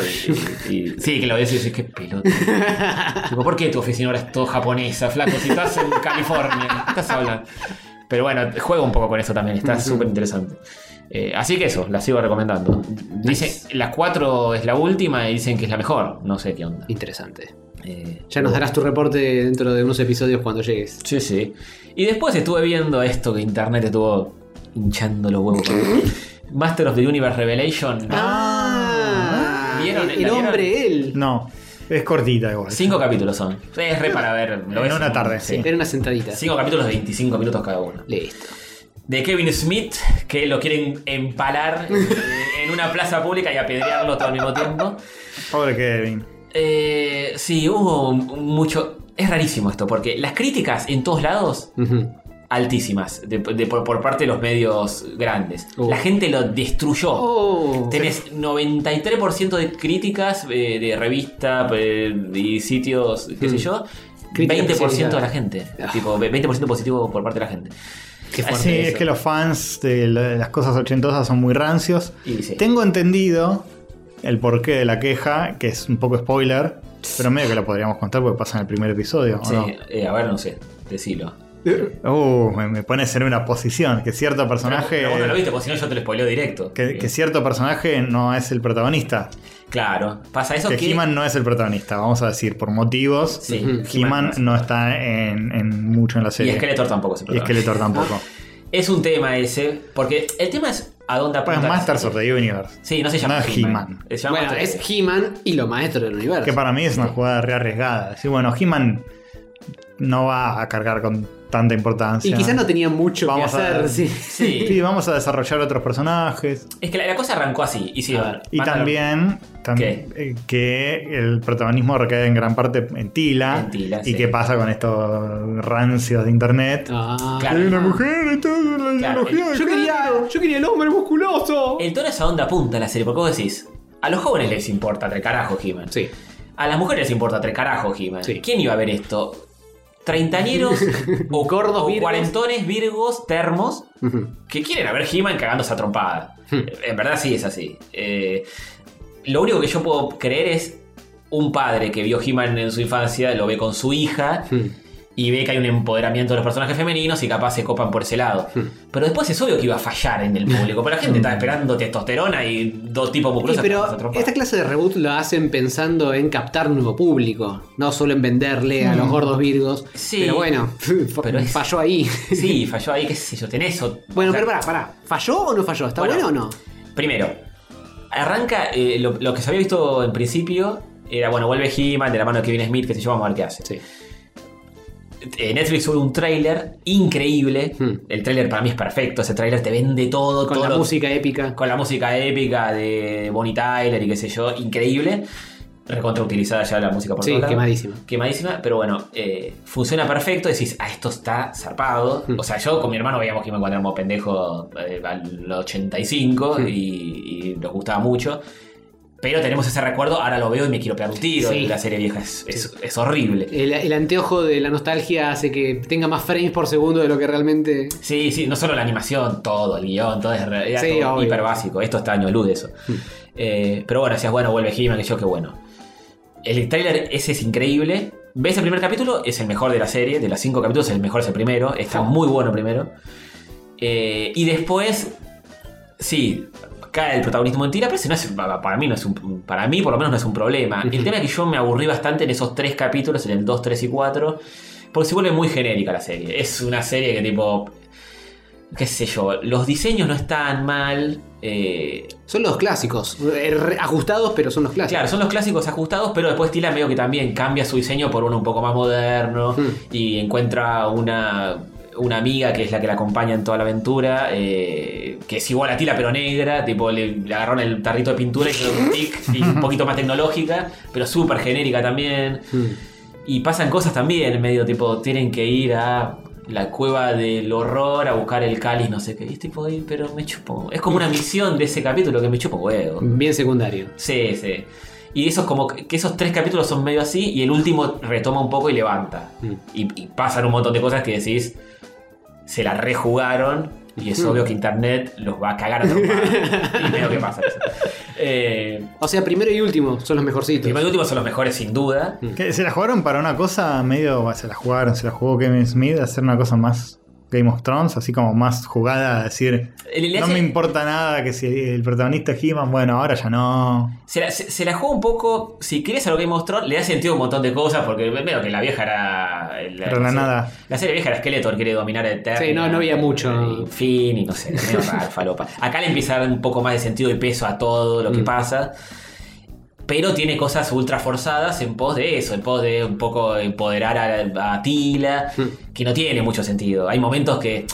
y- y- sí, que lo ves y dices, qué pelota. Tipo, ¿por qué tu oficina ahora es todo japonesa, flaco? Si estás en California, ¿qué estás hablando? Pero bueno, juego un poco con eso también, está súper interesante. Eh, así que eso, la sigo recomendando. Dicen, las cuatro es la última y dicen que es la mejor. No sé qué onda. Interesante. Eh, Ya nos darás tu reporte dentro de unos episodios cuando llegues. Sí, sí. Y después estuve viendo esto que internet estuvo hinchando los huevos. Master of the Universe Revelation. Ah, ¿Vieron? el, ¿La vieron? hombre, él. No, es cortita igual. Cinco capítulos son. Es re para ver. lo En ves una un- tarde, sí. Era una sentadita. Cinco capítulos de 25 minutos cada uno. Listo. de Kevin Smith, que lo quieren empalar eh, en una plaza pública y apedrearlo todo al mismo tiempo. Pobre Kevin. Eh, sí, hubo mucho... Es rarísimo esto, porque las críticas en todos lados, Ujú. altísimas, de- de- por, por parte de los medios grandes. Oh. La gente lo destruyó. Oh. Tenés 93% de críticas eh, de revista eh, y sitios, qué Mm. sé Hmm. yo. Crítica 20% de especializada. la gente. Ah. Tipo, 20% positivo por parte de la gente. Qué Así Sí, fuerte es eso. que los fans de la- de las cosas ochentosas son muy rancios. Y sí. Tengo entendido el porqué de la queja, que es un poco spoiler, pero medio que lo podríamos contar porque pasa en el primer episodio. ¿o Sí, eh, a ver, no sé, decilo. no? Uh, me, me pones en una posición que cierto personaje. Pero vos no lo viste, porque si no yo te lo spoileo directo. Eh, que, que cierto personaje no es el protagonista. Claro, pasa eso Que que. He-Man no es el protagonista, vamos a decir, por motivos. Sí, He-Man no está en, en mucho en la Y serie. Skeletor tampoco se Y Skeletor tampoco. Es un tema ese, porque el tema es a dónde Pues apunta. la Masters of serie. the Universe. Sí, no se llama No es He-Man. Se llama Bueno, Master es of the- He-Man y lo maestro del universo. Que para mí es una jugada re arriesgada. Decir, bueno, He-Man no va a cargar con tanta importancia. Y quizás no tenía mucho Vamos que hacer. a- sí. Sí, Sí. vamos a desarrollar otros personajes. Es que la, la cosa arrancó así. Y, sí, Y mátalo. también, tam- ¿Qué? eh, que el protagonismo recae en gran parte en Tila. En Tila, y sí. qué pasa con estos rancios de internet. Ah. Claro. Hay una mujer, entonces la Claro, ideología de Yo quería, yo quería el hombre musculoso. El tono es a onda punta en la serie, porque vos decís, a los jóvenes les importa tres carajos He-Man. Sí. A las mujeres les importa tres carajos He-Man. Sí. ¿Quién iba a ver esto? Treintañeros o Gordos, o virgos. cuarentones, virgos, termos, Ujú. que quieren a ver He-Man cagándose a trompada. Hmm. en verdad sí es así. Eh, lo único que yo puedo creer es un padre que vio He-Man en su infancia, lo ve con su hija Hmm. y ve que hay un empoderamiento de los personajes femeninos y capaz se copan por ese lado. Hmm. Pero después es obvio que iba a fallar en el público, pero la gente estaba esperando testosterona y dos tipos Sí, musculosos. cagándose a pero trompada. esta clase de reboot lo hacen pensando en captar nuevo público, no solo en venderle a los gordos virgos. Sí. Pero bueno, Pero es- falló ahí. Sí, falló ahí, qué sé yo, tenés eso. Bueno, o sea, pero pará, pará. ¿Falló o no falló? ¿Está bueno, Bueno. o no? Primero, arranca eh, lo, lo que se había visto en principio. Era, bueno, vuelve He-Man de la mano de Kevin Smith, que se llama, vamos a ver qué hace. Sí. Eh, Netflix sube un tráiler increíble. Hmm. El tráiler para mí es perfecto. Ese tráiler te vende todo. Con todo la lo- música épica. Con la música épica de Bonnie Tyler y qué sé yo. Increíble. Recontrautilizada ya la música por Sí, todos lados. quemadísima. Quemadísima, pero bueno, eh, funciona perfecto. Decís, ah, esto está zarpado. Hmm. O sea, yo con mi hermano veíamos que me encontramos pendejo eh, al 85 Hmm. y, y nos gustaba mucho. Pero tenemos ese recuerdo, ahora lo veo y me quiero pegar un tiro. Sí. Y la serie vieja es, es- es horrible. El, el anteojo de la nostalgia hace que tenga más frames por segundo de lo que realmente. Sí, sí, no solo la animación, todo, el guión, todo es re- era Sí, Mm. todo obvio. hiper básico. Esto está año luz de eso. Eh, pero bueno, decías, bueno, vuelve He-Man, que yo, qué bueno. El tráiler ese es increíble. ¿Ves el primer capítulo? Es el mejor de la serie, de los cinco capítulos, el mejor es el primero. Está muy bueno primero. Eh, y después, sí, cae el protagonismo en tira, pero ese no es, pa- para mí no es un, para mí por lo menos no es un problema. Ujú. El tema es que yo me aburrí bastante en esos tres capítulos, en el 2, 3 y 4, porque se vuelve muy genérica la serie. Es una serie que tipo, qué sé yo, los diseños no están mal. eh, Son los clásicos. eh, re- Ajustados, pero son los clásicos. Claro, son los clásicos ajustados, pero después Tila medio que también cambia su diseño por uno un poco más moderno Mm. y encuentra una, una amiga que es la que la acompaña en toda la aventura, eh, que es igual a Tila pero negra, tipo le, le agarraron el tarrito de pintura y hicieron un tic y un poquito más tecnológica, pero súper genérica también. Mm. Y pasan cosas también, medio tipo, tienen que ir a la cueva del horror a buscar el cáliz, no sé qué. Y es tipo, "Ey, pero me chupo. Es como una misión de ese capítulo que me chupo huevo. Bien secundario. Sí, sí. Y esos como que que esos tres capítulos son medio así y el último retoma un poco y levanta. Mm. Y, y pasan un montón de cosas que decís, se la rejugaron y es obvio que internet los va a cagar a trompadas. y medio que pasa eso. Eh, O sea, primero y último son los mejorcitos. primero y último son los mejores sin duda. Que se la jugaron para una cosa medio. bah, Se la jugaron, se la jugó Kevin Smith a hacer una cosa más Game of Thrones, así como más jugada, a decir. El- el- No hace- me importa nada que si el protagonista es He-Man, bueno, ahora ya no. Se la, se, se la juega un poco, si querés a lo que mostró, le da sentido un montón de cosas, porque veo que la vieja era... eh, La, Pero la serie- nada. La serie vieja era Skeletor, quiere dominar el Sí, no, no había mucho. Y fin, y no sé, medio raro, falopa. Acá le empieza a dar un poco más de sentido y peso a todo lo que Mm. pasa. Pero tiene cosas ultra forzadas en pos de eso, en pos de un poco empoderar a, a Tila, Mm. que no tiene mucho sentido. Hay momentos que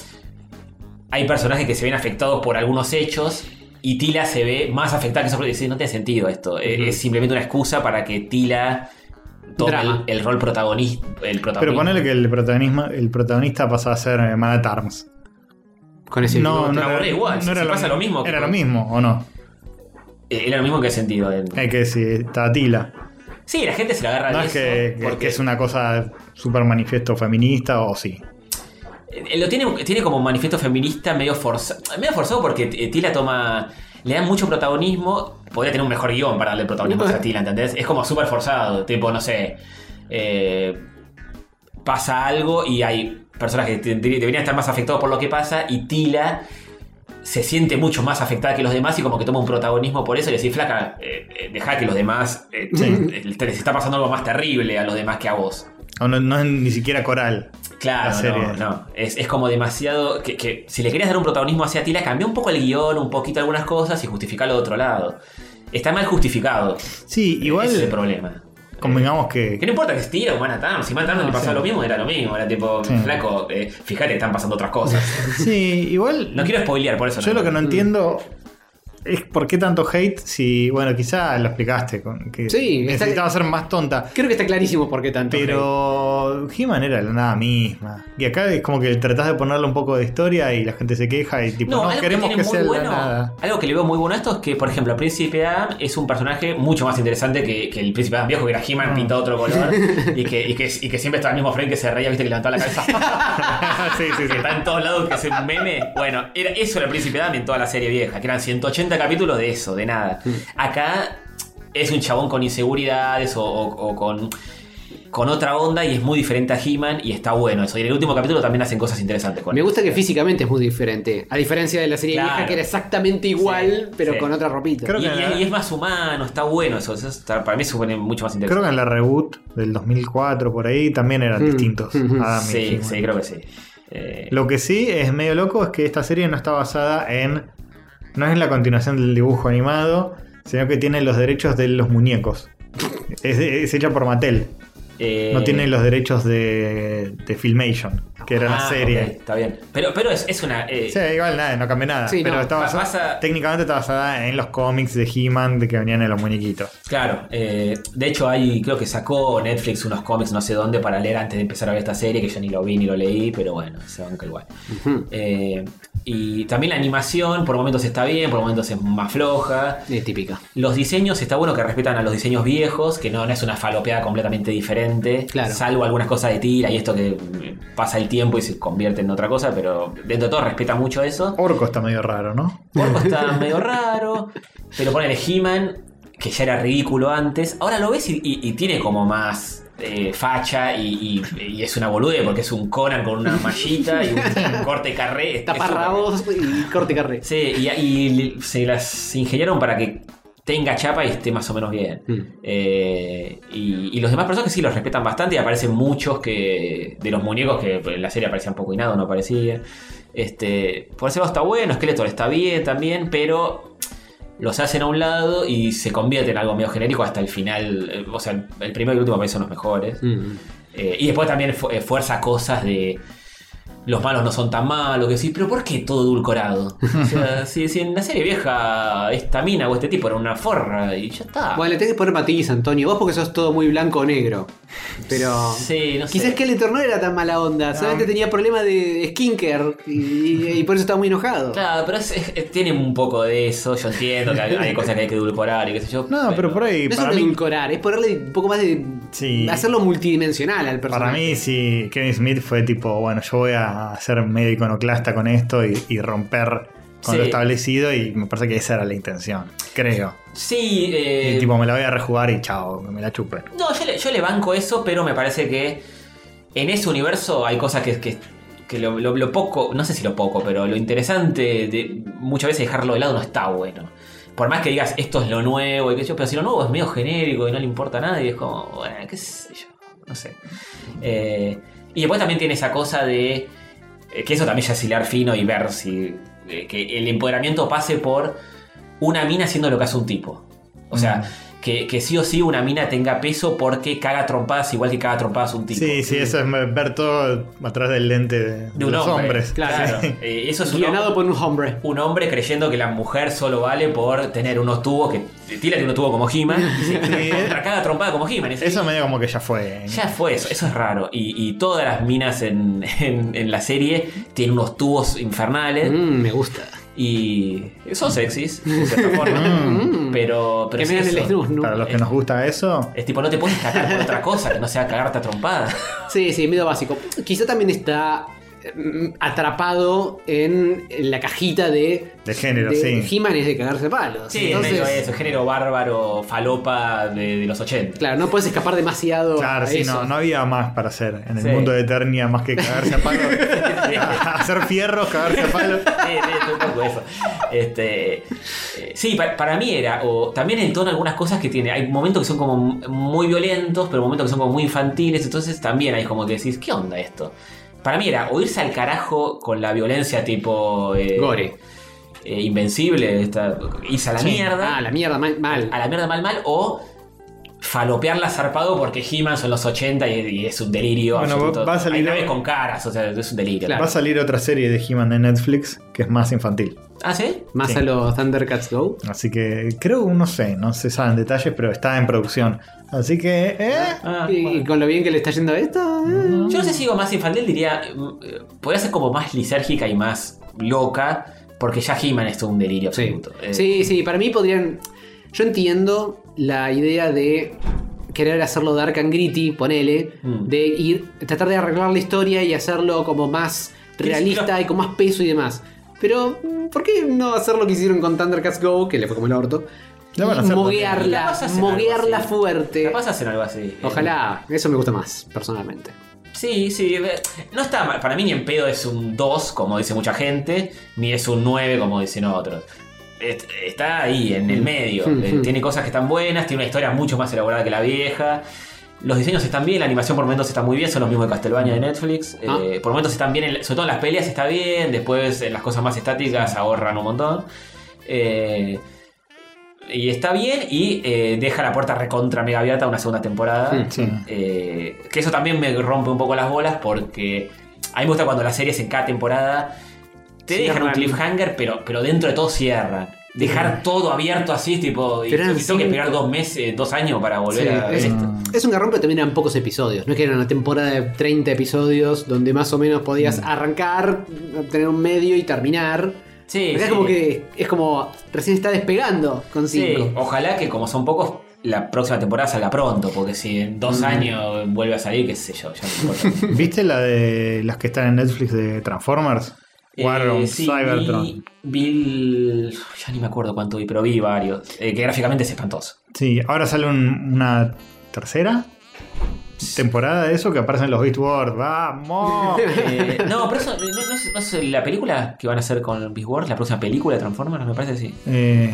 hay personajes que se ven afectados por algunos hechos y Tila se ve más afectada que eso. porque dice, no tiene sentido esto. Es, Ujú. es simplemente una excusa para que Tila tome Drama. el, el rol protagonista. El Pero protagonista. ponele que el, protagonismo, el protagonista pasaba a ser eh, Man at Arms. Con ese bigote. te la borré igual, si pasa lo mismo que Era lo con- mismo, ¿o no? Eh, Era lo mismo que el sentido. en- Es que si está Tila. Sí, la gente se la agarra Eh. No de es eso, que, que- porque que es una cosa súper manifiesto feminista o sí. eh, lo tiene, tiene como un manifiesto feminista medio forzado. Medio forzado porque eh, Tila toma. Le dan mucho protagonismo. Podría tener un mejor guión para darle protagonismo a Tila, ¿entendés? Es como súper forzado. Tipo, no sé. eh, pasa algo y hay personas que te- te- deberían estar más afectados por lo que pasa y Tila se siente mucho más afectada que los demás y como que toma un protagonismo por eso y le decís, flaca, eh, eh, dejá que los demás... eh, te- les está pasando algo más terrible a los demás que a vos. O no, no es ni siquiera coral. Claro, la serie. no, no. Es, es como demasiado. Que, que si le querías dar un protagonismo hacia Tila, cambió un poco el guión, un poquito algunas cosas y justificarlo de otro lado. Está mal justificado. Sí, igual. Ese es el problema. Convengamos que. Que no importa que estira o Manhattan, si Manhattan le pasaba lo mismo, era lo mismo. Era tipo, Sí. flaco, eh, fíjate, están pasando otras cosas. Sí, igual. No quiero spoilear por eso. Yo lo que no entiendo es por qué tanto hate si, bueno, quizá lo explicaste. Con, que Sí, está- necesitaba ser más tonta. Creo que está clarísimo por qué tanto. Pero He-Man era la nada misma. Y acá es como que tratás de ponerle un poco de historia y la gente se queja y tipo, No, no, algo queremos que, que, tiene muy sea la bueno, nada. algo que le veo muy bueno a esto es que, por ejemplo, Príncipe Adam es un personaje mucho más interesante que, que el Príncipe Adam viejo, que era Mm. He-Man pintado otro color y, que, y, que, y que siempre estaba el mismo Frank que se reía, viste, que levantaba la cabeza. sí, sí, que sí. está en todos lados, que es un meme. Bueno, era, eso era el Príncipe Adam en toda la serie vieja, que eran 180 capítulos de eso, de nada. Acá es un chabón con inseguridades o, o- o con. Con otra onda y es muy diferente a He-Man y está bueno eso. Y en el último capítulo también hacen cosas interesantes con Me él. gusta que físicamente es muy diferente. A diferencia de la serie Claro. vieja que era exactamente igual, Sí, pero sí. con otra ropita. Creo y, que- y- y es más humano, está bueno eso. eso está- para mí se pone mucho más Creo interesante. que en la reboot del 2004 por ahí también eran Mm, distintos. mm, Adam y sí, He-Man. sí, creo que sí. Eh, Lo que sí es medio loco es que esta serie no está basada en. No es la continuación del dibujo animado, sino que tiene los derechos de los muñecos. Es, es hecha por Mattel. eh, No tiene los derechos de, de Filmation, que era ah, la serie. ok, está bien. Pero, pero es, es una. eh, Sí, igual nada, no cambié nada. Sí, pero no, está va- basada- basa- técnicamente está basada en los cómics de He-Man de que venían en los muñequitos. Claro, eh, de hecho hay, creo que sacó Netflix unos cómics no sé dónde para leer antes de empezar a ver esta serie, que yo ni lo vi ni lo leí, pero bueno, se banca igual. Ujú. Eh, y también la animación, por momentos está bien, por momentos es más floja. Es típica. Los diseños, está bueno que respetan a los diseños viejos, que no, no es una falopeada completamente diferente, Claro. salvo algunas cosas de tira y esto que mm, pasa el tiempo y se convierte en otra cosa, pero dentro de todo respeta mucho eso. Orco está medio raro, ¿no? Porco está medio raro. Pero ponele He-Man, que ya era ridículo antes. Ahora lo ves y, y- y tiene como más eh, facha y, y- y es una bolude porque es un Conan con una mallita y un corte carré. Es- es Taparrabos y corte carré. súper- Sí, y, y le- se las ingeniaron para que tenga chapa y esté más o menos bien. Mm. Eh, y, y los demás personajes sí los respetan bastante y aparecen muchos que de los muñecos que en la serie aparecían poco y nada, no aparecían. Este, por ese lado está bueno, Skeletor está bien también, pero los hacen a un lado y se convierten en algo medio genérico hasta el final. eh, O sea, el primero y el último país son los mejores. Mm. Eh, y después también fu- eh, fuerza cosas de. Los malos no son tan malos, que sí, pero ¿por qué todo edulcorado? O sea, si, si en la serie vieja esta mina o este tipo era una forra y ya está. Bueno, le tenés que poner matiz, Antonio. Vos porque sos todo muy blanco o negro. Pero. Sí, no sé. Quizás que el no era tan mala onda. Solamente tenía problema de skinker y, y- y por eso estaba muy enojado. Claro, pero es- es- es- tiene un poco de eso. Yo entiendo que hay, hay cosas que hay que edulcorar y qué sé yo. No, pero por ahí, No es un para mí, edulcorar, es ponerle un poco más de. Sí. hacerlo multidimensional al personaje. Para mí, si Kevin Smith fue tipo, bueno, yo voy a ser medio iconoclasta con esto y, y romper con Sí. lo establecido, y me parece que esa era la intención, creo. Sí, y eh, tipo, me la voy a rejugar y chao, me la chupe. No, yo le, yo le banco eso, pero me parece que en ese universo hay cosas que, que, que lo, lo- lo poco, no sé si lo poco, pero lo interesante de muchas veces dejarlo de lado no está bueno. Por más que digas esto es lo nuevo y qué sé yo, pero si lo nuevo es medio genérico y no le importa a nadie, es como, bueno, qué sé yo, no sé. Eh, y después también tiene esa cosa de eh, que eso también ya es hilar fino y ver si eh, que el empoderamiento pase por una mina haciendo lo que hace un tipo. O sea, que, que sí o sí una mina tenga peso porque caga trompadas igual que caga trompadas un tipo. Sí, sí, eso es ver todo atrás del lente de, De un los hombre. hombres. Claro. Eh, eso es un, Guionado por un hombre. un hombre creyendo que la mujer solo vale por tener unos tubos que. Tírate unos tubos como He-Man. Sí, contra cada trompada como He-Man. Es- Eso medio como que ya fue. ¿eh? Ya fue eso, eso es raro. Y, y todas las minas en, en- en la serie tienen unos tubos infernales Mm, me gusta. y son sexys, de cierta forma. Mm. pero, pero que es me dan el eso. snus, ¿no? Para los que nos gusta eso, Es tipo, no te puedes cagar por otra cosa que no sea cagarte a trompada. Sí, sí, miedo básico. Quizá también está mm, atrapado en la cajita de. De género, de sí. He-Man es de cagarse a palos. Sí, Entonces, medio eso, género bárbaro, falopa de, de los 80. Claro, no puedes escapar demasiado. claro, a sí, eso. no, no había más para hacer en el Sí. mundo de Eternia más que cagarse a palo. hacer fierros, cagarse a palo. Sí, sí, un poco eso. Este, eh, sí, pa- para, mí era, o también entona algunas cosas que tiene. Hay momentos que son como muy violentos, pero momentos que son como muy infantiles, entonces también hay como que decís, ¿qué onda esto? Para mí era o irse al carajo con la violencia tipo... eh, Gore. eh, invencible, esta, irse a la mierda. Ah, la mierda, mal. mal. a la mierda mal mal o falopearla zarpado porque He-Man son los 80 y, y es un delirio. Bueno, absoluto. va a salir- Hay naves con caras, o sea, es un delirio. Va a salir otra serie de He-Man de Netflix que es más infantil. ¿Ah, sí? Más Sí. a los Thundercats Go. Así que creo, no sé, no se saben detalles, pero está en producción. Así que, ¿eh? Ah, y, bueno. y con lo bien que le está yendo a esto. eh. Yo no sé si digo más infantil, diría. mm, eh, Podría ser como más lisérgica y más loca, porque ya He-Man es un delirio Sí. absoluto. Eh, sí, sí, para mí podrían. Yo entiendo la idea de querer hacerlo dark and gritty, ponele, Mm. de ir tratar de arreglar la historia y hacerlo como más realista y con más peso y demás. Pero, mm, ¿por qué no hacer lo que hicieron con Thundercats Go, que le fue como el orto? Lo van a Y hacer moguearla, Capaz hacen algo moguearla así. fuerte. Capaz hacen algo así. Eh, Ojalá, eso me gusta más, personalmente. Sí, sí. eh, No está mal. Para mí ni en pedo es un 2, como dice mucha gente, ni es un 9, como dicen otros. Est- Está ahí, en el medio. Mm, Eh, mm. Tiene cosas que están buenas, tiene una historia mucho más elaborada que la vieja. Los diseños están bien, la animación por momentos está muy bien, son los mismos de Castlevania de Netflix. Eh, Ah. por momentos están bien, en- sobre todo en las peleas está bien, después en las cosas más estáticas ahorran un montón. Eh, y está bien y eh, deja la puerta recontra mega abierta a una segunda temporada. Mm, sí. Eh, que eso también me rompe un poco las bolas porque a mí me gusta cuando las series en cada temporada te dejan Cierran. un cliffhanger, pero, pero dentro de todo cierran. Dejar todo abierto así, tipo, y, Pero eran y tengo que cinco. esperar dos meses, dos años para volver Sí, a ver es- esto. Es un garrón, pero también eran pocos episodios. No es que era una temporada de 30 episodios donde más o menos podías Mm. arrancar, tener un medio y terminar. Sí, Acá sí. es como que es como recién está despegando con Sí, 5. ojalá que como son pocos, la próxima temporada salga pronto, porque si en dos Mm. años vuelve a salir, qué sé yo, ya no importa. ¿Viste la de las que están en Netflix de Transformers? Eh, Warroom, sí, Cybertron. Vi, vi el- Ya ni me acuerdo cuánto vi, pero vi varios. Eh, que gráficamente es espantoso. Sí, ahora sale un- una tercera temporada de eso que aparecen los Beast Wars. ¡Vamos! Eh, no, pero eso. No, no sé- no sé, la película que van a hacer con Beast Wars, la próxima película de Transformers, me parece así. Eh,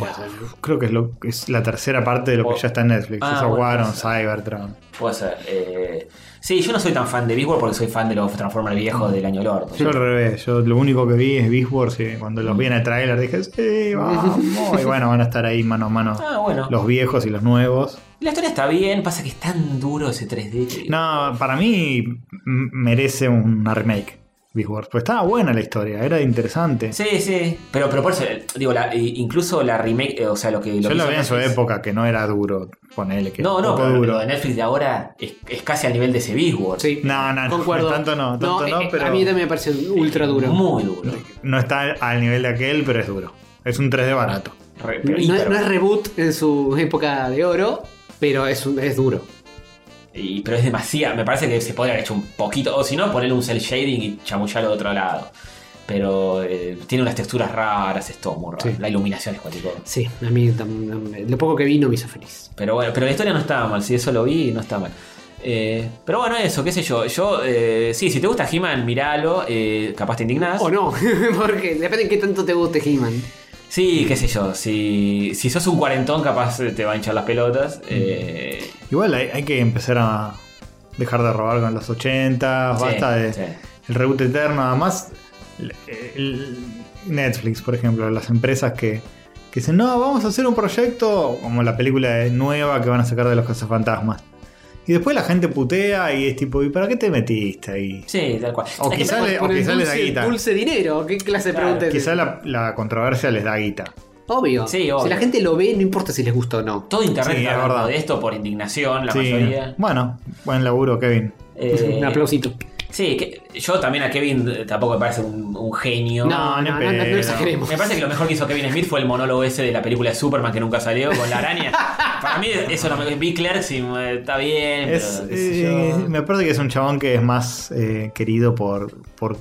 creo que es, lo, es la tercera parte de lo que ya está en Netflix. Ah, Esa bueno, Warren, pues. Cybertron. Puede ser. eh, sí, yo no soy tan fan de Beast Wars porque soy fan de los Transformers viejos del año Lord. Yo al revés, yo lo único que vi es Beast Wars y cuando Mm. los vi en el tráiler dije, sí, vamos. Y bueno, van a estar ahí mano a mano Ah, bueno. los viejos y los nuevos. La historia está bien, pasa que es tan duro ese 3D. que- No, para mí m- merece una remake. Beast Wars. Pues estaba buena la historia, era interesante. Sí, sí. Pero, pero por eso, eh, digo, la- i- incluso la remake, eh, o sea, lo que. Lo Yo que lo hizo veía en su Netflix- época, que no era duro, ponele que No, era no, un poco pero duro. lo de Netflix de ahora es, es casi al nivel de ese Beast Wars. Sí, No, no, no, concuerdo. tanto no, tanto no, eh, eh, pero- A mí también me parece ultra duro. Muy duro. No está al nivel de aquel, pero es duro. Es un 3D barato. Re- No, pero hiper- no es reboot en su época de oro, pero es, un- es duro. y- pero es demasiado. Me parece que se podría haber hecho un poquito. O si no, ponerle un cel shading y chamullarlo de otro lado. Pero eh, tiene unas texturas raras, es todo muy raro. Sí. La iluminación es cualquier cosa. Sí, a mí tam- tam- lo poco que vi no me hizo feliz. Pero bueno, pero la historia no estaba mal, si eso lo vi, no está mal. Eh, pero bueno, eso, qué sé yo. Yo, eh, sí, si te gusta He-Man, miralo, eh, capaz te indignás. O no, porque depende de qué tanto te guste He-Man. Sí, qué sé yo. Si, si sos un cuarentón, capaz eh, te va a hinchar las pelotas. Eh, Igual hay, hay que empezar a dejar de robar con los 80, sí, Ah, basta de sí. el reboot eterno. Además, el- el- Netflix, por ejemplo, las empresas que, que dicen, no, vamos a hacer un proyecto como la película de- nueva que van a sacar de los cazafantasmas. Y después la gente putea y es tipo, ¿y para qué te metiste ahí? Sí, tal cual. O Es que quizá aparte- le- Por el quizá le da dulce, guita. dulce dinero, ¿qué clase Claro, de pregunta es Quizá esa? la, la controversia les da guita. Obvio. Sí, obvio. Si la gente lo ve, no importa si les gusta o no. Todo internet Sí, está es hablando verdad. de esto por indignación, la Sí. mayoría. Bueno, buen laburo, Kevin. Eh, Un aplausito. Sí, que- yo también a Kevin eh, tampoco me parece un, un genio. no, ni pedo. exageremos. Me parece que lo mejor que hizo Kevin Smith fue el monólogo ese de la película de Superman que nunca salió con la araña. Para mí, eso no me. Vi Clerks y eh, está bien, Es, pero. qué sé eh, yo. me parece que es un chabón que es más eh, querido por, por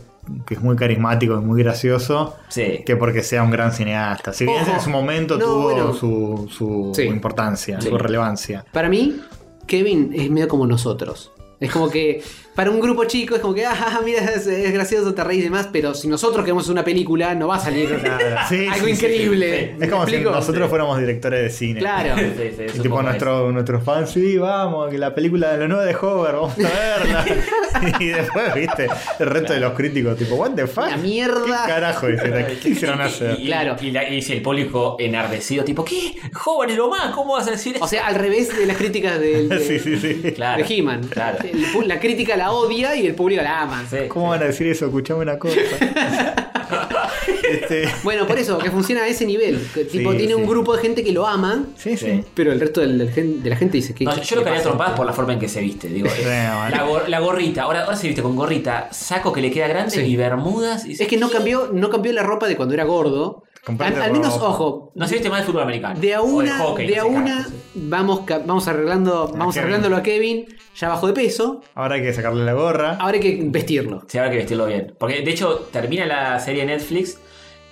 que es muy carismático y muy gracioso Sí. que porque sea un gran cineasta. Si bien Ojo. en su momento No, tuvo bueno. su, su Sí. importancia, Sí. su relevancia. Para mí, Kevin es medio como nosotros. Es como que para un grupo chico es como que, ah, mira, es, es gracioso, te reís y demás, pero si nosotros queremos una película no va a salir Claro, sí, algo sí, sí. increíble. ¿Me Es como si explico? nosotros fuéramos directores de cine. Claro. Sí, sí, es Y un tipo poco nuestro, nuestros fans, sí, vamos, que la película de la nueva de Hover, vamos a verla. y después, viste, el resto de los críticos, tipo, what the fuck? La mierda. ¿Qué carajo hicieron? ¿Qué quisieron hacer? Y, y- Claro. Y, la- y si el público enardecido, tipo, ¿qué? Joven, lo más, ¿cómo vas a decir eso? O sea, al revés de las críticas del, de, sí, sí, sí. Claro. de He-Man. Claro. El pu- la crítica la odia y el público la ama. Sí. ¿Cómo van a decir eso? Escuchame una cosa. Este, Bueno, por eso, que funciona a ese nivel. Que, tipo, Sí, tiene sí. un grupo de gente que lo ama, sí, sí. Sí. pero el resto del- del gen- de la gente dice que. No, yo- yo lo que quería trompadas por la forma en que se viste. Digo, Sí, eh, bueno. la, gor- la gorrita, ahora, ahora se viste con gorrita, saco que le queda grande Sí. y bermudas. Y Es que no cambió, no cambió la ropa de cuando era gordo. Comprate Al, al ropa. menos, ojo, No se viste más de fútbol americano. de a o una, hockey, de no a sé, una carajo, sí. vamos, ca- vamos arreglando, vamos Kevin. arreglándolo a Kevin, ya bajó de peso, Ahora hay que sacarle la gorra. ahora hay que vestirlo. Sí, habrá que vestirlo bien. Porque de hecho termina la serie de Netflix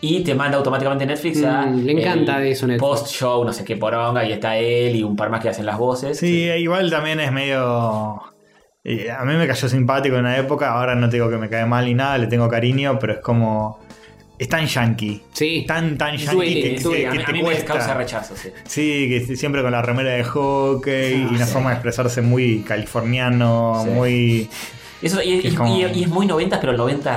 y te manda automáticamente Netflix a. Mm, le encanta el eso, Netflix. Post-show, no sé qué poronga, y está él y un par más que hacen las voces. Sí, igual también es medio. y A mí me cayó simpático en una época, ahora no te digo que me cae mal ni nada, le tengo cariño, pero es como. Es tan yankee. Sí. Tan, tan yankee Duele, que, que- Sí, que a, mí- a te mí me cuesta. causa rechazo, sí. Sí, que siempre con la remera de hockey y una Ah, sí. forma de expresarse muy californiano, Sí. muy. Eso, y, Que es y- como- y- y es muy 90, pero 90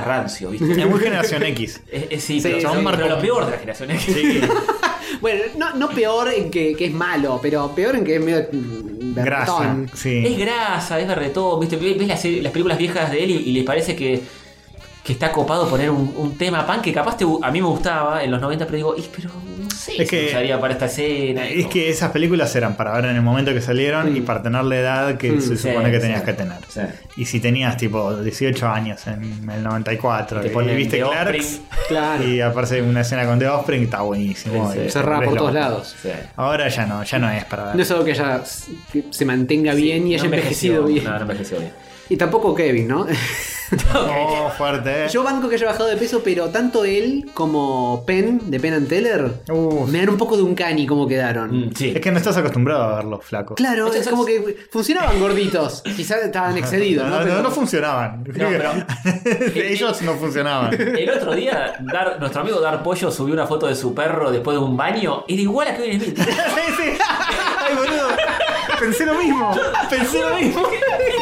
rancio, ¿viste? Es muy generación X. Es- es- sí, Sí, pero, son pero marcos. lo peor de la generación es que- Sí, Bueno, no, no peor en que, que es malo, pero peor en que es medio mm, grasa. berretón. Es Sí. grasa, es berretón, ¿viste? Ves ves las, las películas viejas de él y, y les parece que, que está copado poner un, un tema pan que capaz te gu- a mí me gustaba en los 90, pero digo, "Y, pero no sé Es si que- usaría para esta escena. Es que esas películas eran para ver en el momento que salieron y para tener la edad que Mm, se sí, supone que tenías sí. que tener. O sea, Y si tenías tipo 18 años en el 94 Te y ponen viste The Clarks Offspring. Claro. y aparece una escena con The Offspring, está buenísimo. Sí, sí. Y Cerrada ves por la- todos lados. o sea, Ahora ya no, ya no es para ver. No es algo que ella s- que se mantenga bien y no haya envejecido envejeció, bien. No, no envejeció bien. Y tampoco Kevin, ¿no? Oh, fuerte. eh. Yo banco que haya bajado de peso, pero tanto él como Penn, de Penn and Teller, Uf. me dan un poco de un cani como quedaron. Mm, sí. Es que no estás acostumbrado a verlos flacos. Claro, Esto es es- como que funcionaban gorditos. Quizás estaban excedidos, No, ¿no? no, Pero- Eh, no funcionaban. pero- Ellos no funcionaban. El otro día, Dar- nuestro amigo Dar Pollo subió una foto de su perro después de un baño. Era igual a Kevin Smith. Sí, sí. Ay, boludo. Pensé lo mismo. Pensé lo mismo.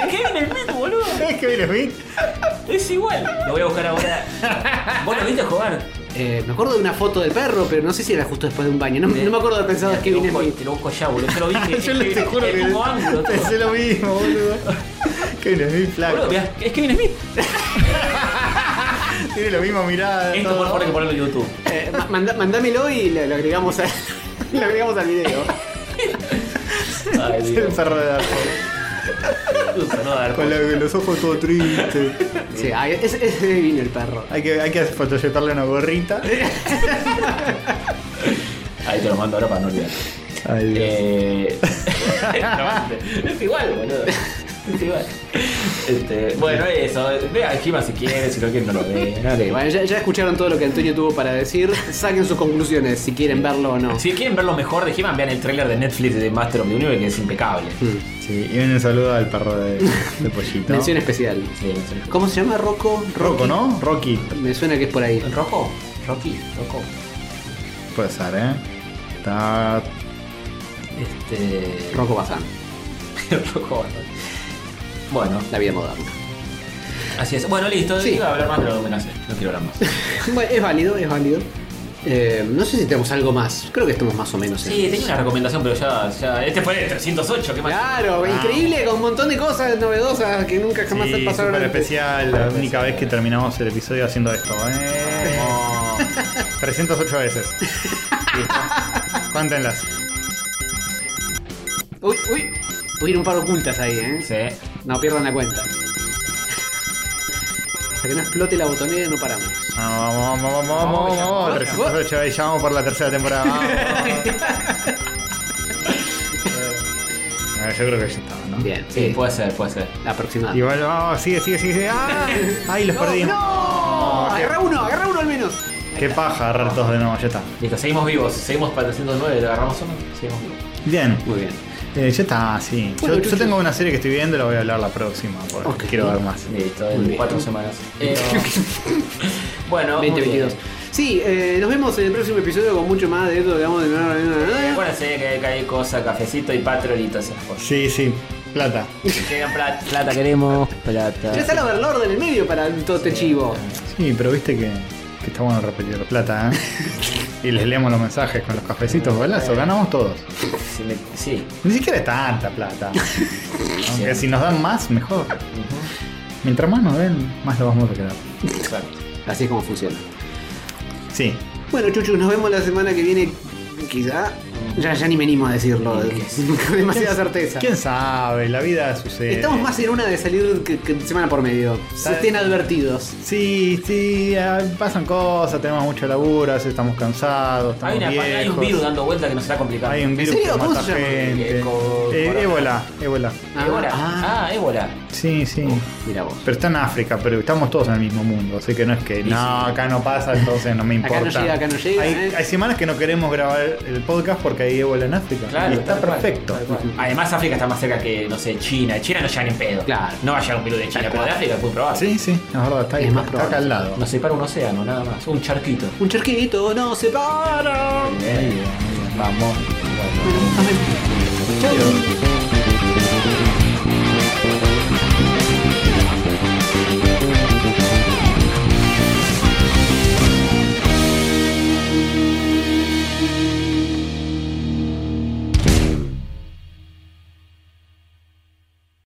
Kevin Smith, boludo. Es que Will Smith. Es igual. Lo voy a buscar ahora. ¿Vos lo viste jugar? Eh, me acuerdo de una foto del perro, pero no sé si era justo después de un baño. No, no me acuerdo de pensado que Te lo Kevin busco- Smith. Te lo busco ya, boludo. Yo lo vi. que- Yo le te que- juro el que mismo ángulo, todo. pensé lo mismo, boludo. Kevin Smith Boludo, flaco. mirá, es Kevin Smith. Tiene la misma mirada. Esto todo. por favor hay que ponerlo en YouTube. Eh, ma- manda- mandámelo y lo, lo agregamos a- lo agregamos al video. Ay, Es el Dios. perro de Darko. Usa, no, Dar Con Pollo. la- los ojos todo triste. Sí, ay, ese, ese vino el perro. Hay que, hay que photoshopearle una gorrita. pues, Ahí te lo mando ahora para no olvidar. Ay, Dios. Eh... no, es igual, boludo. Es igual. Este, bueno, eso. Vea a Kima si quiere, si no quiere no lo ve. no Eh, le- bueno, ya, ya escucharon todo lo que Antonio tuvo para decir. Saquen sus conclusiones si quieren verlo o no. Si quieren ver lo mejor de He-Man, vean el tráiler de Netflix de Master of the Universe, que es impecable. Sí, y un saludo al perro de, de Pollito. Mm. Mención especial. Sí, sí. ¿Cómo se llama Rocco? Rocco, ¿no? Rocky. Me suena que es por ahí. ¿Rojo? ¿Rocky? ¿Roco? Puede ser, ¿eh? Está. Este... Rocco Bazán, Rojo. Bueno, la vida moderna. así es. Bueno, listo. Sí. Iba a hablar más, pero me cansé. No quiero hablar más. Bueno, es válido, es válido. Eh, no sé si tenemos algo más. Creo que estamos más o menos en- Sí, tenía una recomendación, pero ya... ya... Este fue el 308, ¿qué más? Claro, increíble, con un montón de cosas novedosas que nunca jamás Ah. Sí, han pasado. súper antes. especial. La única vez que terminamos el episodio haciendo esto, ¿eh? Oh, 308 veces. listo. Cuéntenlas. Uy, uy. Hubieron un par ocultas ahí, ¿eh? Sí. No pierdan la cuenta. Hasta que no explote la botonera no paramos. Vamos, vamos, vamos, vamos, vamos. 308 veces. Ya vamos por la tercera temporada. Vamos, vamos. Ah, Yo creo que ya estaba, ¿no? Bien, Sí, puede ser, puede ser. aproximadamente. Igual, vamos, sigue, sigue, sigue. sigue. ¡Ah! Ahí los perdimos. ¡No! Oh, qué- Agarra uno, agarra uno al menos. Qué paja agarrar todos de nuevo, ya está. Listo, seguimos vivos. Seguimos para el 309, le agarramos uno, seguimos vivos. Bien. Muy bien. Eh, ya está, sí. Yo- Bueno, yo, Chuchu. tengo una serie que estoy viendo, la voy a hablar la próxima, porque Ok. quiero ver más. Listo, en cuatro semanas. Eh, bueno, muy 2022. bien. Sí, eh, nos vemos en el próximo episodio con mucho más de esto que vamos de Acuérdense que hay- que hay cosas, cafecito y patrolito, esas cosas. Sí, sí, plata. Si quieren plata, plata queremos, Ya está plata. el overlord en el medio para el tote chivo. Sí, pero viste que, que está bueno repetir plata, ¿eh? y les leemos los mensajes con los cafecitos, golazo, ganamos todos. Si me- sí. Ni siquiera es tanta plata. Aunque si nos dan más, mejor. Mientras más nos den, más lo vamos a quedar. Así es como funciona. Sí, Bueno, Chuchu, nos vemos la semana que viene, quizá. Ya, ya ni venimos a decirlo eh, con demasiada certeza. quién sabe, la vida sucede. Estamos más en una de salir que, que semana por medio. Se ¿Sabes? estén advertidos. Sí, sí, ah, pasan cosas, tenemos mucho laburo, a veces estamos cansados, estamos Hay, una, viejos. hay un virus dando vuelta que nos está complicando. Hay un virus serio? que ¿Cómo mata se llama? gente. Eco- Eh, corona. ébola, ébola. Ébola. Ah, Ah, ébola. Sí, sí. Mira vos. Pero está en África, pero estamos todos en el mismo mundo, así que no es que no, acá no pasa, entonces no me Acá no importa. llega, acá no llega, Hay, ¿eh? hay semanas que no queremos grabar el podcast porque hay ébola en África. Claro, y está tal cual, perfecto. tal cual. Además, África está más cerca que, no sé, China. China no llega ni en pedo. Claro. No va a llegar un virus de China, pero de África es muy probable. Sí, sí, es verdad, está ahí, Es más está acá al lado. Nos separa un océano, nada más. Un charquito. Un charquito no se para. Vamos. Bueno, amén. Chau. Adiós.